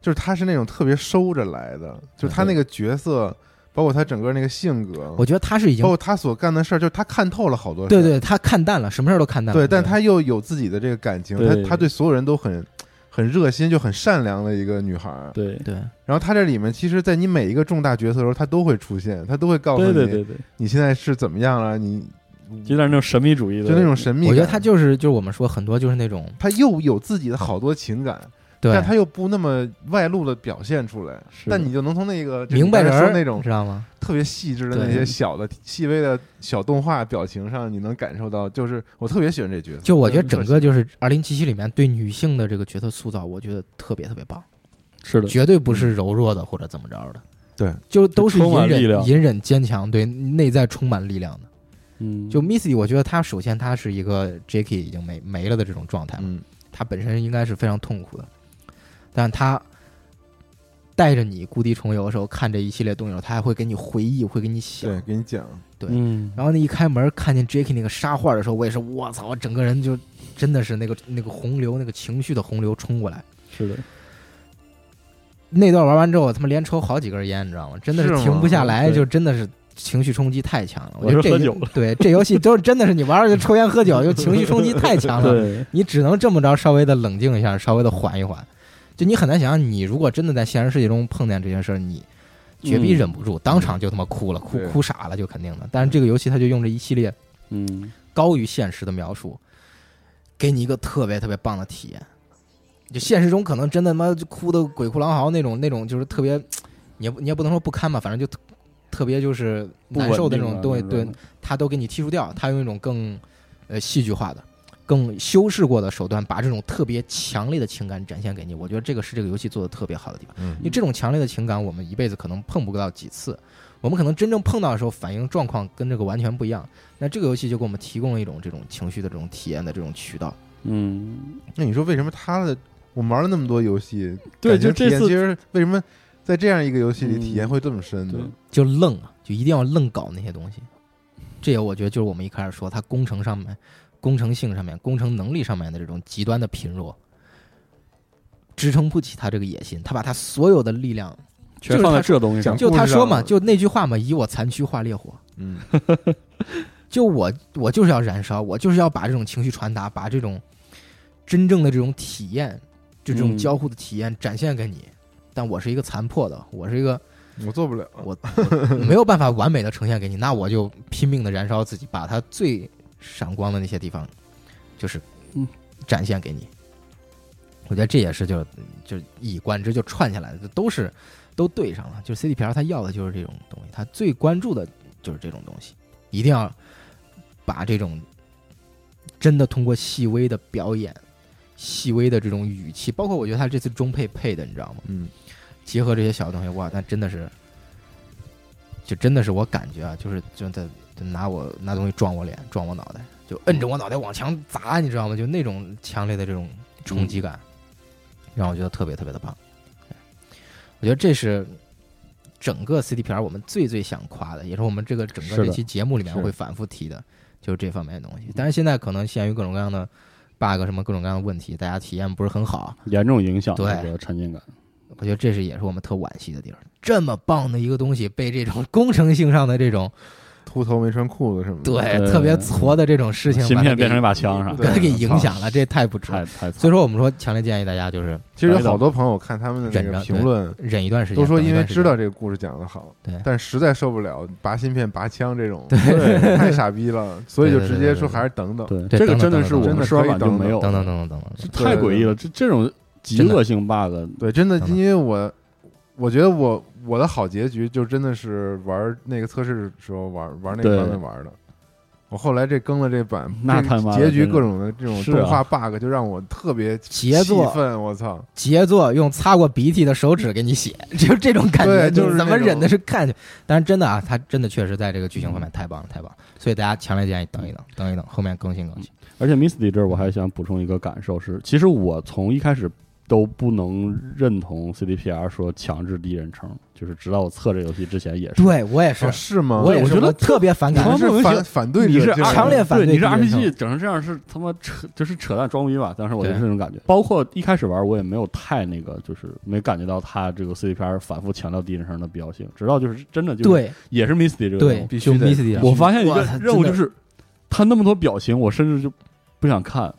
Speaker 2: 就是他是那种特别收着来的，就是他那个角色，包括他整个那个性格，
Speaker 3: 我觉得他是已经
Speaker 2: 包括他所干的事儿，就是他看透了好多事儿，
Speaker 3: 对对，他看淡了，什么事儿都看淡了。
Speaker 2: 对，但他又有自己的这个感情，
Speaker 4: 对
Speaker 2: 他他对所有人都很很热心，就很善良的一个女孩儿。
Speaker 4: 对
Speaker 3: 对
Speaker 2: 然后她这里面，其实，在你每一个重大决策的时候，她都会出现，她都会告诉你
Speaker 4: 对对对对，
Speaker 2: 你现在是怎么样了，你
Speaker 4: 有点那种神秘主义的，
Speaker 2: 就那种神秘感。
Speaker 3: 我觉得他就是就是我们说很多就是那种
Speaker 2: 她又有自己的好多情感，
Speaker 3: 对
Speaker 2: 但她又不那么外露的表现出来。
Speaker 4: 是的
Speaker 2: 但你就能从那个就是
Speaker 3: 明白
Speaker 2: 你
Speaker 3: 人
Speaker 2: 刚才
Speaker 3: 儿
Speaker 2: 说那种
Speaker 3: 知道吗？
Speaker 2: 特别细致的
Speaker 4: 对
Speaker 2: 那些小的、细微的小动画表情上，你能感受到，就是我特别喜欢这角色。
Speaker 3: 就我觉得
Speaker 2: 嗯
Speaker 3: 整个就是《二零七七》里面对女性的这个角色塑造，我觉得特别特别棒。
Speaker 4: 是的，
Speaker 3: 绝对不是柔弱的或者怎么着的，
Speaker 2: 嗯对，
Speaker 3: 就都是
Speaker 4: 充满
Speaker 3: 隐
Speaker 4: 力量
Speaker 3: 忍、隐忍、坚强，对，内在充满力量的。
Speaker 4: 嗯，
Speaker 3: 就 Missy，我觉得她首先她是一个 Jackie 已经没没了的这种状态嘛，
Speaker 2: 嗯，
Speaker 3: 她本身应该是非常痛苦的，但她带着你故地重游的时候，看这一系列东西的时候，她还会给你回忆，会给你想。
Speaker 2: 对，给你讲，
Speaker 3: 对
Speaker 4: 嗯，
Speaker 3: 然后那一开门看见 Jackie 那个沙画的时候，我也是，我操，我整个人就真的是那个那个洪流，那个情绪的洪流冲过来。
Speaker 4: 是的，
Speaker 3: 那段玩完之后，我他妈连抽好几根烟，你知道吗？真的
Speaker 2: 是吗
Speaker 3: 停不下来，
Speaker 4: 嗯对
Speaker 3: 就真的是情绪冲击太强了。我觉得
Speaker 4: 我是
Speaker 3: 这
Speaker 4: 喝酒了
Speaker 3: 对这游戏都是真的是你玩 儿就抽烟喝酒，就情绪冲击太强了，
Speaker 4: 对，
Speaker 3: 你只能这么着稍微的冷静一下，稍微的缓一缓。就你很难想象，你如果真的在现实世界中碰见这些事儿，你绝逼
Speaker 4: 嗯
Speaker 3: 忍不住，当场就他妈哭了，哭
Speaker 2: 对
Speaker 3: 哭傻了，就肯定的。但是这个游戏它就用这一系列
Speaker 4: 嗯，
Speaker 3: 高于现实的描述，给你一个特别特别棒的体验。就现实中可能真的他妈就哭的鬼哭狼嚎那种那种，就是特别，你也不你也不能说不堪吧，反正就特特别就是
Speaker 4: 不
Speaker 3: 难受的那
Speaker 4: 稳定啊
Speaker 3: 种东西，
Speaker 4: 那
Speaker 3: 对，他都给你剔除掉，他用一种更呃戏剧化的、更修饰过的手段，把这种特别强烈的情感展现给你。我觉得这个是这个游戏做的特别好的地方，
Speaker 2: 嗯
Speaker 3: 因为这种强烈的情感，我们一辈子可能碰不到几次，我们可能真正碰到的时候，反应状况跟这个完全不一样。那这个游戏就给我们提供了一种这种情绪的这种体验的这种渠道。
Speaker 4: 嗯，
Speaker 2: 那你说为什么他的我们玩了那么多游戏，
Speaker 4: 对
Speaker 2: 感情
Speaker 4: 就这
Speaker 2: 体验
Speaker 4: 次
Speaker 2: 其实为什么在这样一个游戏里体验
Speaker 4: 嗯
Speaker 2: 会这么深
Speaker 4: 对
Speaker 2: 呢？
Speaker 3: 就愣啊，就一定要愣搞那些东西。这也我觉得就是我们一开始说，它工程上面、工程性上面、工程能力上面的这种极端的贫弱，支撑不起他这个野心。他把他所有的力量，
Speaker 4: 全
Speaker 3: 就是
Speaker 4: 放在
Speaker 3: 他
Speaker 4: 这东西
Speaker 2: 讲，
Speaker 4: 上
Speaker 3: 就他说
Speaker 2: 故事上
Speaker 3: 嘛，
Speaker 2: 了
Speaker 3: 就那句话嘛，以我残躯化烈火，
Speaker 2: 嗯，
Speaker 3: 就我我就是要燃烧，我就是要把这种情绪传达，把这种真正的这种体验，就这种
Speaker 4: 嗯
Speaker 3: 交互的体验展现给你。但我是一个残破的，我是一个
Speaker 2: 我做不了。
Speaker 3: 我我没有办法完美的呈现给你，那我就拼命的燃烧自己，把它最闪光的那些地方，就是
Speaker 4: 嗯
Speaker 3: 展现给你。我觉得这也是就就一以贯之就串起来的，就都是都对上了。就是 CDPR 他要的就是这种东西，他最关注的就是这种东西，一定要把这种真的通过细微的表演、细微的这种语气，包括我觉得他这次中配配的，你知道吗？
Speaker 2: 嗯，
Speaker 3: 结合这些小东西，哇，那真的是，就真的是我感觉啊，就是就在就拿我拿东西撞我脸，撞我脑袋，就摁着我脑袋往墙砸，你知道吗？就那种强烈的这种冲击
Speaker 4: 嗯
Speaker 3: 感，让我觉得特别特别的棒。我觉得这是整个 CDPR 我们最最想夸的，也是我们这个整个
Speaker 4: 是的
Speaker 3: 这期节目里面
Speaker 4: 是
Speaker 3: 会反复提的，就是这方面的东西。但是现在可能限于各种各样的 bug 什么各种各样的问题，大家体验不是很好，
Speaker 4: 严重影响
Speaker 3: 对
Speaker 4: 这个沉浸感。
Speaker 3: 我觉得这是也是我们特惋惜的地儿。这么棒的一个东西，被这种工程性上的这种
Speaker 2: 秃头没穿裤子什么的。
Speaker 3: 对
Speaker 4: 对
Speaker 3: 特别挫的这种事情，
Speaker 4: 芯
Speaker 3: 把它
Speaker 4: 片
Speaker 3: 给
Speaker 4: 变成一把枪是吧？
Speaker 3: 给它给影响了，这太不值。
Speaker 4: 太太惨
Speaker 3: 所以说，我们说强烈建议大家就是
Speaker 2: 其实有好多朋友看他们的那个评论，
Speaker 3: 忍一段时间，
Speaker 2: 都说因为
Speaker 3: 等一段时
Speaker 2: 知
Speaker 3: 间
Speaker 2: 道这个故事讲的好
Speaker 3: 对，
Speaker 2: 但实在受不了拔芯片、拔枪这种，对，太傻逼了，所以就直接说还是等等。
Speaker 4: 对，
Speaker 3: 对
Speaker 4: 这个
Speaker 3: 等等
Speaker 4: 真的
Speaker 3: 等
Speaker 4: 是我
Speaker 2: 等
Speaker 4: 们
Speaker 2: 等
Speaker 4: 刷碗就
Speaker 2: 等等
Speaker 4: 没有，
Speaker 3: 等等等等等等，
Speaker 4: 太诡异了，这这种极恶性 bug，
Speaker 2: 对，真的，
Speaker 3: 等等
Speaker 2: 因为我我觉得我我的好结局就真的是玩那个测试的时候玩玩那
Speaker 4: 对
Speaker 2: 个版本玩的。我后来这更了这版，
Speaker 4: 那
Speaker 2: 这
Speaker 4: 他妈的
Speaker 2: 结局
Speaker 4: 真的
Speaker 2: 各种的这种
Speaker 4: 是啊
Speaker 2: 动画 bug 就让我特别气
Speaker 3: 杰作
Speaker 2: 愤，我操！
Speaker 3: 杰作用擦过鼻涕的手指给你写，就是这种感
Speaker 2: 对
Speaker 3: 觉，
Speaker 2: 就是
Speaker 3: 你怎么
Speaker 2: 那种
Speaker 3: 忍的是看去？但是真的啊，它真的确实在这个剧情方面太棒了，太棒了。所以大家强烈建议等一等，等一等，后面更新更新。
Speaker 2: 嗯
Speaker 4: 而且 Misty 这儿我还想补充一个感受是，其实我从一开始都不能认同 CDPR 说强制第一人称，就是直到我测这游戏之前也是。
Speaker 3: 对我也是
Speaker 2: 哦，是吗？
Speaker 3: 我也
Speaker 4: 我
Speaker 3: 是，
Speaker 4: 觉得
Speaker 3: 我特别反
Speaker 2: 你
Speaker 3: 感
Speaker 4: 他
Speaker 2: 们。
Speaker 4: 们
Speaker 2: 是
Speaker 4: 就
Speaker 2: 反反对
Speaker 4: 你
Speaker 2: 者啊
Speaker 4: 是啊
Speaker 2: 精神，
Speaker 3: 强烈反对
Speaker 4: 对，你是
Speaker 3: 第一人称
Speaker 4: RPG 整成这样是他妈扯，就是扯淡装逼吧。当时我就
Speaker 3: 对
Speaker 4: 是这种感觉。包括一开始玩，我也没有太那个，就是没感觉到他这个 CDPR 反复强调第一人称的必要性，直到就是真的就是
Speaker 3: 对，
Speaker 4: 也是 Misty 这个
Speaker 3: 对
Speaker 4: 任务
Speaker 2: 必须
Speaker 3: 就
Speaker 2: 得
Speaker 3: Misty 啊
Speaker 4: 我发现一个
Speaker 3: 哇
Speaker 4: 任
Speaker 3: 真
Speaker 4: 务
Speaker 3: 的
Speaker 4: 就是，他那么多表情，我甚至就不想看。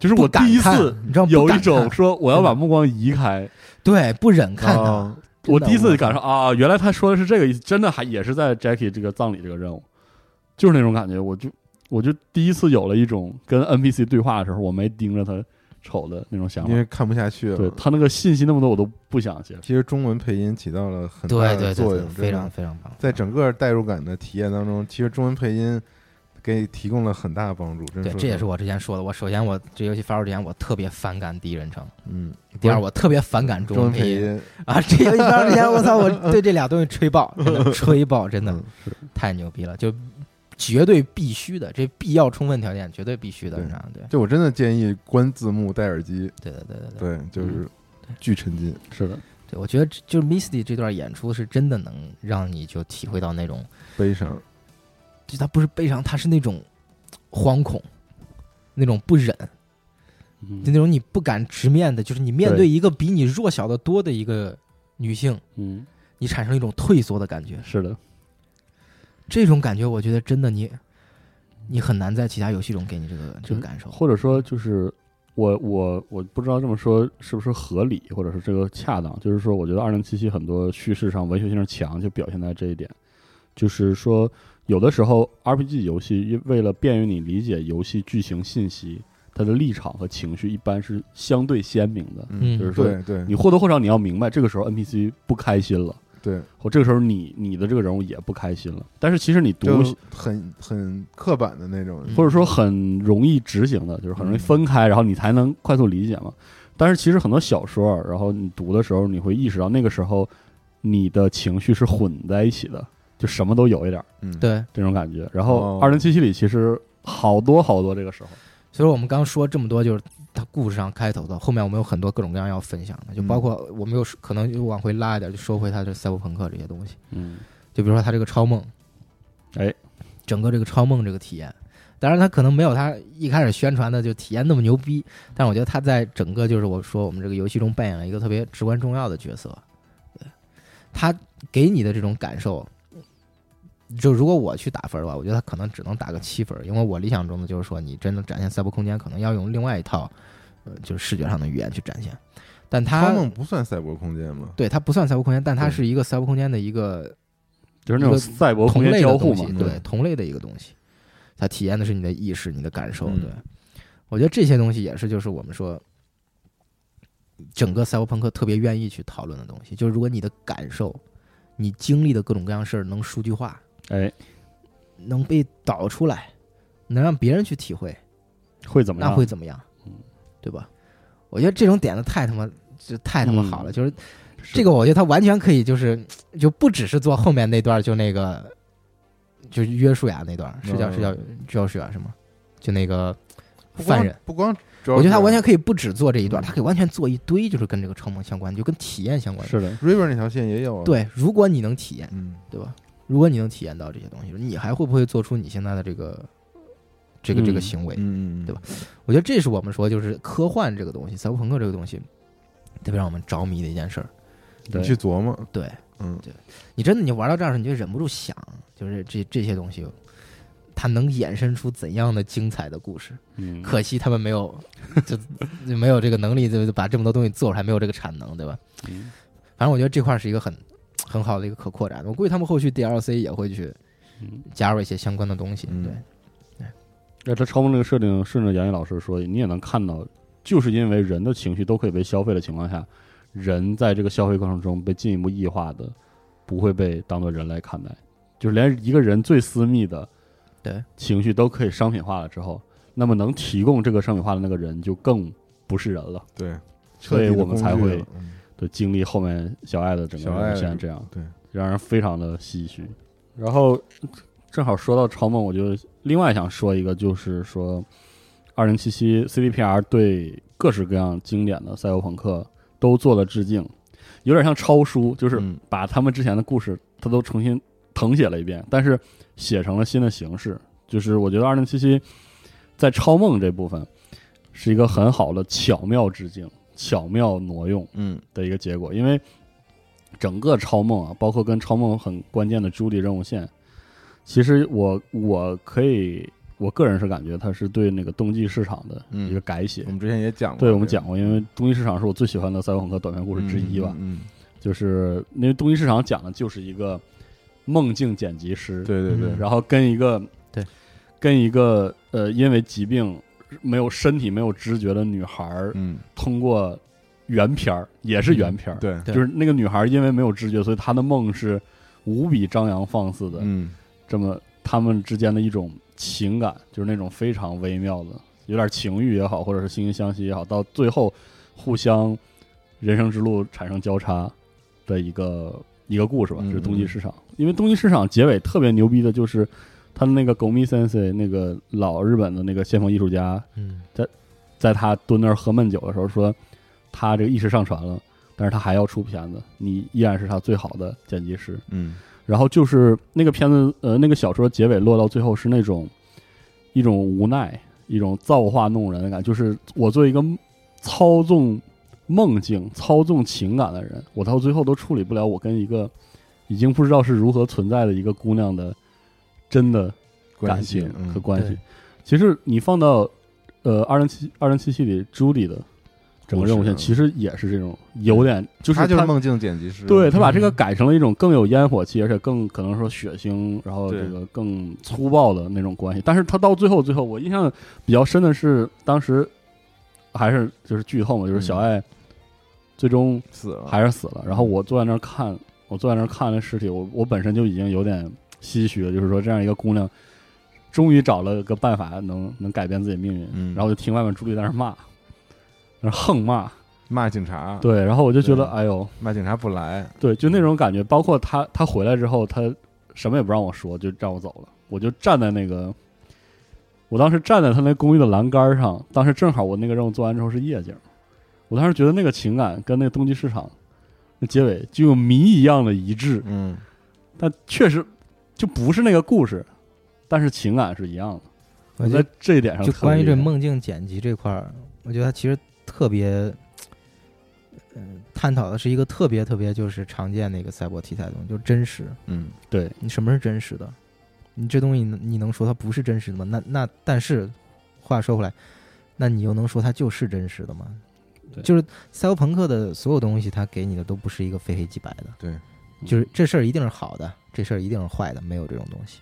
Speaker 4: 就是
Speaker 3: 不
Speaker 4: 我
Speaker 3: 敢
Speaker 4: 第一
Speaker 3: 看
Speaker 4: 次
Speaker 3: 你知道不
Speaker 4: 有一
Speaker 3: 敢
Speaker 4: 种
Speaker 3: 看嗯
Speaker 4: 说我要把目光移开，
Speaker 3: 对不忍看他，
Speaker 2: 啊
Speaker 3: 真的
Speaker 4: 我第一次感受啊，原来他说的是这个意思，真的还也是在 Jackie 这个葬礼这个任务，就是那种感觉，我就我就第一次有了一种跟 NPC 对话的时候，我没盯着他瞅的那种想
Speaker 2: 因
Speaker 4: 法
Speaker 2: 为。看不下去
Speaker 4: 对
Speaker 2: 了。
Speaker 4: 他那个信息那么多，我都不想接受。
Speaker 2: 其实中文配音起到了很大
Speaker 3: 对
Speaker 2: 的
Speaker 3: 对
Speaker 2: 作
Speaker 3: 对
Speaker 2: 用，，
Speaker 3: 非
Speaker 2: 真
Speaker 3: 常
Speaker 2: 的
Speaker 3: 非常棒。
Speaker 2: 在整个代入感的体验当中，其实中文配音给你提供了很大的帮助。真
Speaker 3: 对，
Speaker 2: 说
Speaker 3: 这也是
Speaker 2: 实话
Speaker 3: 我之前说的。我首先我这游戏发售之前，我特别反感第一人称；
Speaker 2: 嗯，
Speaker 3: 第二，我特别反感中
Speaker 2: 中文
Speaker 3: 配
Speaker 2: 配
Speaker 3: 音
Speaker 2: 音
Speaker 3: 啊。这游戏发售之前，我操，我对这俩东西吹爆，真的吹爆，真的
Speaker 2: 嗯
Speaker 3: 太牛逼了，就绝对必须的，这必要充分条件，绝对必须的，
Speaker 2: 对
Speaker 3: 你知道吗？对，
Speaker 2: 就我真的建议关字幕戴耳机，
Speaker 3: 对对对对对。嗯
Speaker 2: 对，就是巨沉浸。
Speaker 4: 是的，
Speaker 3: 对，我觉得这就是 Misty 这段演出是真的能让你就体会到那种
Speaker 2: 悲伤，
Speaker 3: 就他不是悲伤，他是那种惶恐，那种不忍，
Speaker 4: 嗯
Speaker 3: 就那种你不敢直面的，就是你面
Speaker 4: 对
Speaker 3: 对一个比你弱小的多的一个女性，
Speaker 4: 嗯，
Speaker 3: 你产生一种退缩的感觉。
Speaker 4: 是的，
Speaker 3: 这种感觉，我觉得真的你，你很难在其他游戏中给你这个这个感受。
Speaker 4: 或者说就是我我我不知道这么说是不是合理，或者是这个恰当。就是说，我觉得二零七七很多叙事上文学性强，就表现在这一点。就是说，有的时候 RPG 游戏因为了便于你理解游戏剧情信息，它的立场和情绪一般是相对鲜明的。
Speaker 3: 嗯
Speaker 4: 就是说，
Speaker 2: 对对
Speaker 4: 你或多或少你要明白，这个时候 NPC 不开心了，
Speaker 2: 对，
Speaker 4: 或这个时候你你的这个人物也不开心了。但是其实你读
Speaker 2: 就很很刻板的那种，
Speaker 3: 嗯
Speaker 4: 或者说很容易执行的，就是很容易分开，然后你才能快速理解嘛。但是其实很多小说，然后你读的时候，你会意识到那个时候你的情绪是混在一起的，就什么都有一点儿
Speaker 2: 嗯，
Speaker 3: 对，
Speaker 4: 这种感觉。然后
Speaker 2: 哦
Speaker 4: 二零七七里其实好多好多这个时候，
Speaker 3: 所以说我们刚说这么多，就是它故事上开头的，后面我们有很多各种各样要分享的，就
Speaker 4: 嗯
Speaker 3: 包括我们又是可能又往回拉一点，就说回它这赛博朋克这些东西。
Speaker 4: 嗯，
Speaker 3: 就比如说他这个超梦，
Speaker 4: 哎，
Speaker 3: 整个这个超梦这个体验，当然他可能没有他一开始宣传的就体验那么牛逼，但是我觉得他在整个就是我说我们这个游戏中扮演了一个特别至关重要的角色，对，他给你的这种感受，就如果我去打分的话，我觉得他可能只能打个七分，因为我理想中的就是说，你真的展现赛博空间，可能要用另外一套，呃，就是视觉上的语言去展现。但
Speaker 2: 超
Speaker 3: 他
Speaker 2: 梦不算赛博空间吗？
Speaker 3: 对它不算赛博空间，但它
Speaker 2: 对
Speaker 3: 是一个赛博空间的一个
Speaker 4: 就是那种
Speaker 3: 一个
Speaker 4: 赛博空
Speaker 3: 同
Speaker 4: 间
Speaker 3: 类的
Speaker 4: 交互
Speaker 3: 东西
Speaker 4: 嘛，，
Speaker 3: 对
Speaker 2: 嗯，
Speaker 3: 同类的一个东西，它体验的是你的意识、你的感受。
Speaker 2: 嗯
Speaker 3: 对，我觉得这些东西也是，就是我们说整个赛博朋克特别愿意去讨论的东西，就是如果你的感受、你经历的各种各样事儿能数据化，
Speaker 4: 哎，
Speaker 3: 能被导出来，能让别人去体会，
Speaker 4: 会怎么样？
Speaker 3: 那会怎么样
Speaker 4: 嗯？
Speaker 3: 对吧？我觉得这种点子太他妈就太他妈
Speaker 4: 嗯
Speaker 3: 好了，就是
Speaker 4: 是
Speaker 3: 这个，我觉得他完全可以，就是就不只是做后面那段，就那个就是约书亚那段，是叫
Speaker 2: 嗯
Speaker 3: 是叫叫约书亚是吗？就那个
Speaker 2: 不光
Speaker 3: 犯人，
Speaker 2: 不光，我
Speaker 3: 我觉得他完全可以不只做这一段，
Speaker 2: 嗯
Speaker 3: 他可以完全做一堆，就是跟这个超梦相关，就跟体验相关的。
Speaker 4: 是的，
Speaker 2: River 那条线也有啊。，
Speaker 3: 对，如果你能体验，
Speaker 2: 嗯，
Speaker 3: 对吧？如果你能体验到这些东西，你还会不会做出你现在的这个这个这个
Speaker 4: 嗯
Speaker 3: 行为？
Speaker 2: 嗯，嗯
Speaker 3: 对吧？我觉得这是我们说就是科幻这个东西，赛博朋克这个东西，特别让我们着迷的一件事儿。
Speaker 4: 对
Speaker 2: 你去琢磨，
Speaker 3: 对
Speaker 2: 嗯，
Speaker 3: 你真的你玩到这儿的时候，你就忍不住想，就是这这些东西，它能衍生出怎样的精彩的故事？
Speaker 4: 嗯，
Speaker 3: 可惜他们没有，就 就没有这个能力，就就把这么多东西做出来，没有这个产能，对吧？
Speaker 4: 嗯
Speaker 3: 反正我觉得这块儿是一个很很好的一个可扩展。我估计他们后续 DLC 也会去
Speaker 4: 嗯
Speaker 3: 加入一些相关的东西。
Speaker 2: 嗯
Speaker 3: 对，
Speaker 4: 那这超梦这个设定，顺着杨毅老师说，你也能看到，就是因为人的情绪都可以被消费的情况下，人在这个消费过程中被进一步异化的，不会被当做人来看待，就是连一个人最私密的
Speaker 3: 对
Speaker 4: 情绪都可以商品化了之后，那么能提供这个商品化的那个人就更不是人了。
Speaker 2: 对，
Speaker 4: 所以
Speaker 2: 彻底的
Speaker 4: 我们才
Speaker 2: 工具
Speaker 4: 会
Speaker 2: 了嗯
Speaker 4: 对，经历后面小爱的整个
Speaker 2: 小爱
Speaker 4: 人现在这样，
Speaker 2: 对，
Speaker 4: 让人非常的唏嘘。然后正好说到超梦，我就另外想说一个，就是说二零七七 CDPR 对各式各样经典的赛博朋克都做了致敬，有点像抄书，就是
Speaker 2: 嗯
Speaker 4: 把他们之前的故事他都重新誊写了一遍，但是写成了新的形式。就是我觉得二零七七在超梦这部分是一个很好的巧妙致敬、巧妙挪用。
Speaker 2: 嗯
Speaker 4: 的一个结果，因为整个超梦啊，包括跟超梦很关键的朱莉任务线，其实我我可以，我个人是感觉它是对那个冬季市场的
Speaker 2: 嗯
Speaker 4: 一个改
Speaker 3: 嗯
Speaker 4: 写。
Speaker 2: 我们之前也讲过这个，
Speaker 4: 对我们讲过，因为冬季市场是我最喜欢的赛博朋克短篇故事之一吧，
Speaker 2: 嗯，
Speaker 4: 就是因为冬季市场讲的就是一个梦境剪辑师
Speaker 2: 嗯，对对对
Speaker 3: 嗯，
Speaker 4: 然后跟一个
Speaker 3: 对，
Speaker 4: 跟一个呃因为疾病没有身体没有知觉的女孩儿，
Speaker 2: 嗯，
Speaker 4: 通过原片儿也是原片儿，
Speaker 2: 对，
Speaker 3: 对
Speaker 4: 就是那个女孩因为没有知觉，所以她的梦是无比张扬放肆的，
Speaker 2: 嗯，
Speaker 4: 这么他们之间的一种情感，就是那种非常微妙的，有点情欲也好，或者是惺惺相惜也好，到最后互相人生之路产生交叉的一个一个故事吧，
Speaker 2: 嗯
Speaker 4: 这是东极市场。因为东极市场结尾特别牛逼的就是他的那个 Gomi Sensei 那个老日本的那个先锋艺术家，
Speaker 3: 嗯，
Speaker 4: 在他蹲那儿喝闷酒的时候说，他这个意识上传了，但是他还要出片子，你依然是他最好的剪辑师。
Speaker 2: 嗯，
Speaker 4: 然后就是那个片子，呃，那个小说结尾落到最后是那种一种无奈，一种造化弄人的感觉，就是我作为一个操纵梦境、操纵情感的人，我到最后都处理不了我跟一个已经不知道是如何存在的一个姑娘的真的 感
Speaker 2: 关系
Speaker 4: 情
Speaker 2: 嗯
Speaker 4: 和关系
Speaker 3: 对。
Speaker 4: 其实你放到呃二零七二零七系里朱莉的整个任务线，
Speaker 2: 故事嗯
Speaker 4: 其实也是这种有点就是
Speaker 2: 他就是
Speaker 4: 他
Speaker 2: 梦境剪辑师，
Speaker 4: 对他把这个
Speaker 3: 嗯
Speaker 4: 改成了一种更有烟火气，而且更可能说血腥，然后
Speaker 2: 对
Speaker 4: 这个更粗暴的那种关系。但是他到最后，最后我印象比较深的是，当时还是就是剧透嘛，
Speaker 2: 嗯
Speaker 4: 就是小爱最终
Speaker 2: 死了，
Speaker 4: 还是死了。然后我坐在那儿看，我坐在那儿看那尸体，我我本身就已经有点唏嘘了，就是说这样一个姑娘，终于找了个办法能能改变自己命运。
Speaker 2: 嗯
Speaker 4: 然后我就听外面朱莉在那儿骂，在那儿横骂，
Speaker 2: 骂警察，，
Speaker 4: 对，然后我就觉得
Speaker 2: 对
Speaker 4: 哎呦。
Speaker 2: 骂警察不来，
Speaker 4: 对，就那种感觉。包括他，他回来之后，他什么也不让我说，就让我走了。我就站在那个，我当时站在他那公寓的栏杆上，当时正好我那个任务做完之后是夜景，我当时觉得那个情感跟那个冬季市场那结尾就有谜一样的一致，
Speaker 2: 嗯，
Speaker 4: 但确实就不是那个故事，但是情感是一样的。
Speaker 3: 我
Speaker 4: 我
Speaker 3: 觉得
Speaker 4: 在这一点上
Speaker 3: 就
Speaker 4: 特别
Speaker 3: 关于这
Speaker 4: 厉害，
Speaker 3: 梦境剪辑这块儿，我觉得它其实特别，嗯，探讨的是一个特别特别就是常见的一个赛博题材的东西，就是真实。
Speaker 2: 嗯，
Speaker 4: 对，
Speaker 3: 你什么是真实的？你这东西能你能说它不是真实的吗？那那但是话说回来，那你又能说它就是真实的吗
Speaker 4: 对？
Speaker 3: 就是赛博朋克的所有东西，它给你的都不是一个非黑即白的。
Speaker 2: 对，
Speaker 3: 就是这事儿一定是好的，这事儿一定是坏的，没有这种东西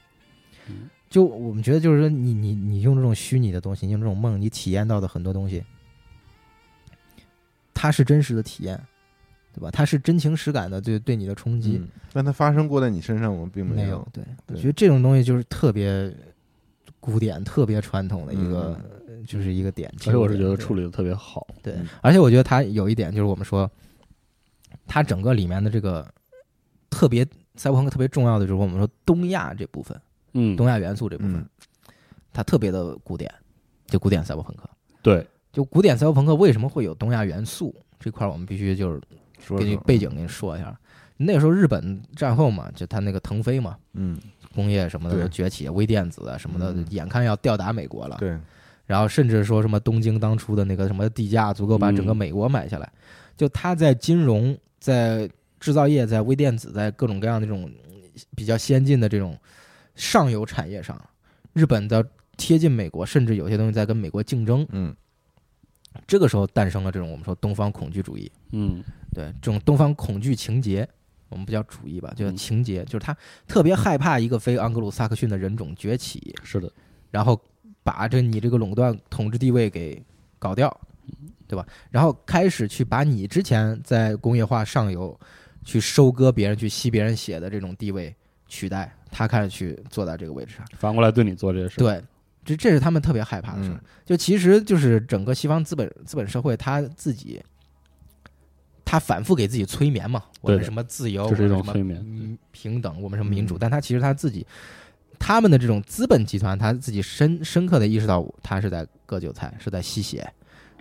Speaker 4: 嗯。
Speaker 3: 就我们觉得，就是说你你你用这种虚拟的东西，你用这种梦，你体验到的很多东西，它是真实的体验，对吧？它是真情实感的对对你的冲击。
Speaker 2: 嗯但它发生过在你身上，我们并
Speaker 3: 没
Speaker 2: 有。
Speaker 3: 对，我
Speaker 2: 对
Speaker 3: 觉得这种东西就是特别古典、特别传统的一个，呃就是一个点。
Speaker 4: 嗯而且我是觉
Speaker 3: 对
Speaker 4: 得处理的特别好，
Speaker 3: 对
Speaker 2: 嗯，
Speaker 3: 而且我觉得它有一点就是我们说，它整个里面的这个特别赛博朋克特别重要的就是我们说东亚这部分，
Speaker 4: 嗯，
Speaker 3: 东亚元素这部分，
Speaker 2: 嗯
Speaker 3: 它特别的古典，就古典赛博朋克。
Speaker 4: 对，
Speaker 3: 就古典赛博朋克为什么会有东亚元素这块，我们必须就是
Speaker 2: 说
Speaker 3: 给你
Speaker 2: 说
Speaker 4: 嗯
Speaker 3: 背景给你说一下。那时候日本战后嘛，就他那个腾飞嘛，
Speaker 2: 嗯，
Speaker 3: 工业什么的
Speaker 2: 对
Speaker 3: 都崛起，微电子啊什么的
Speaker 2: 嗯，
Speaker 3: 眼看要吊打美国了。
Speaker 2: 对，
Speaker 3: 然后甚至说什么东京当初的那个什么地价足够把整
Speaker 2: 嗯
Speaker 3: 个美国买下来，就他在金融、在制造业、在微电子、在各种各样的这种嗯比较先进的这种上游产业上，日本的贴近美国，甚至有些东西在跟美国竞争。
Speaker 2: 嗯，
Speaker 3: 这个时候诞生了这种我们说东方恐惧主义，
Speaker 4: 嗯，
Speaker 3: 对这种东方恐惧情节，我们不叫主义吧，就叫
Speaker 4: 嗯
Speaker 3: 情节，就是他特别害怕一个非盎格鲁撒克逊的人种崛起，
Speaker 4: 是的，
Speaker 3: 然后把这你这个垄断统治地位给搞掉，对吧？然后开始去把你之前在工业化上游去收割别人、去吸别人血的这种地位取代，他开始去坐在这个位置上。
Speaker 4: 反过来对你做这些事，，
Speaker 3: 对，这这是他们特别害怕的事儿。
Speaker 2: 嗯
Speaker 3: 就其实就是整个西方资本资本社会，他自己。他反复给自己催眠嘛，我
Speaker 4: 对
Speaker 3: 们
Speaker 4: 的
Speaker 3: 什么自由，
Speaker 4: 这是一种
Speaker 3: 我们什么
Speaker 4: 催眠
Speaker 3: 嗯平等，我们什么民主，
Speaker 2: 嗯
Speaker 3: 但他其实他自己他们的这种资本集团，他自己深深刻的意识到，他是在割韭菜，是在吸血，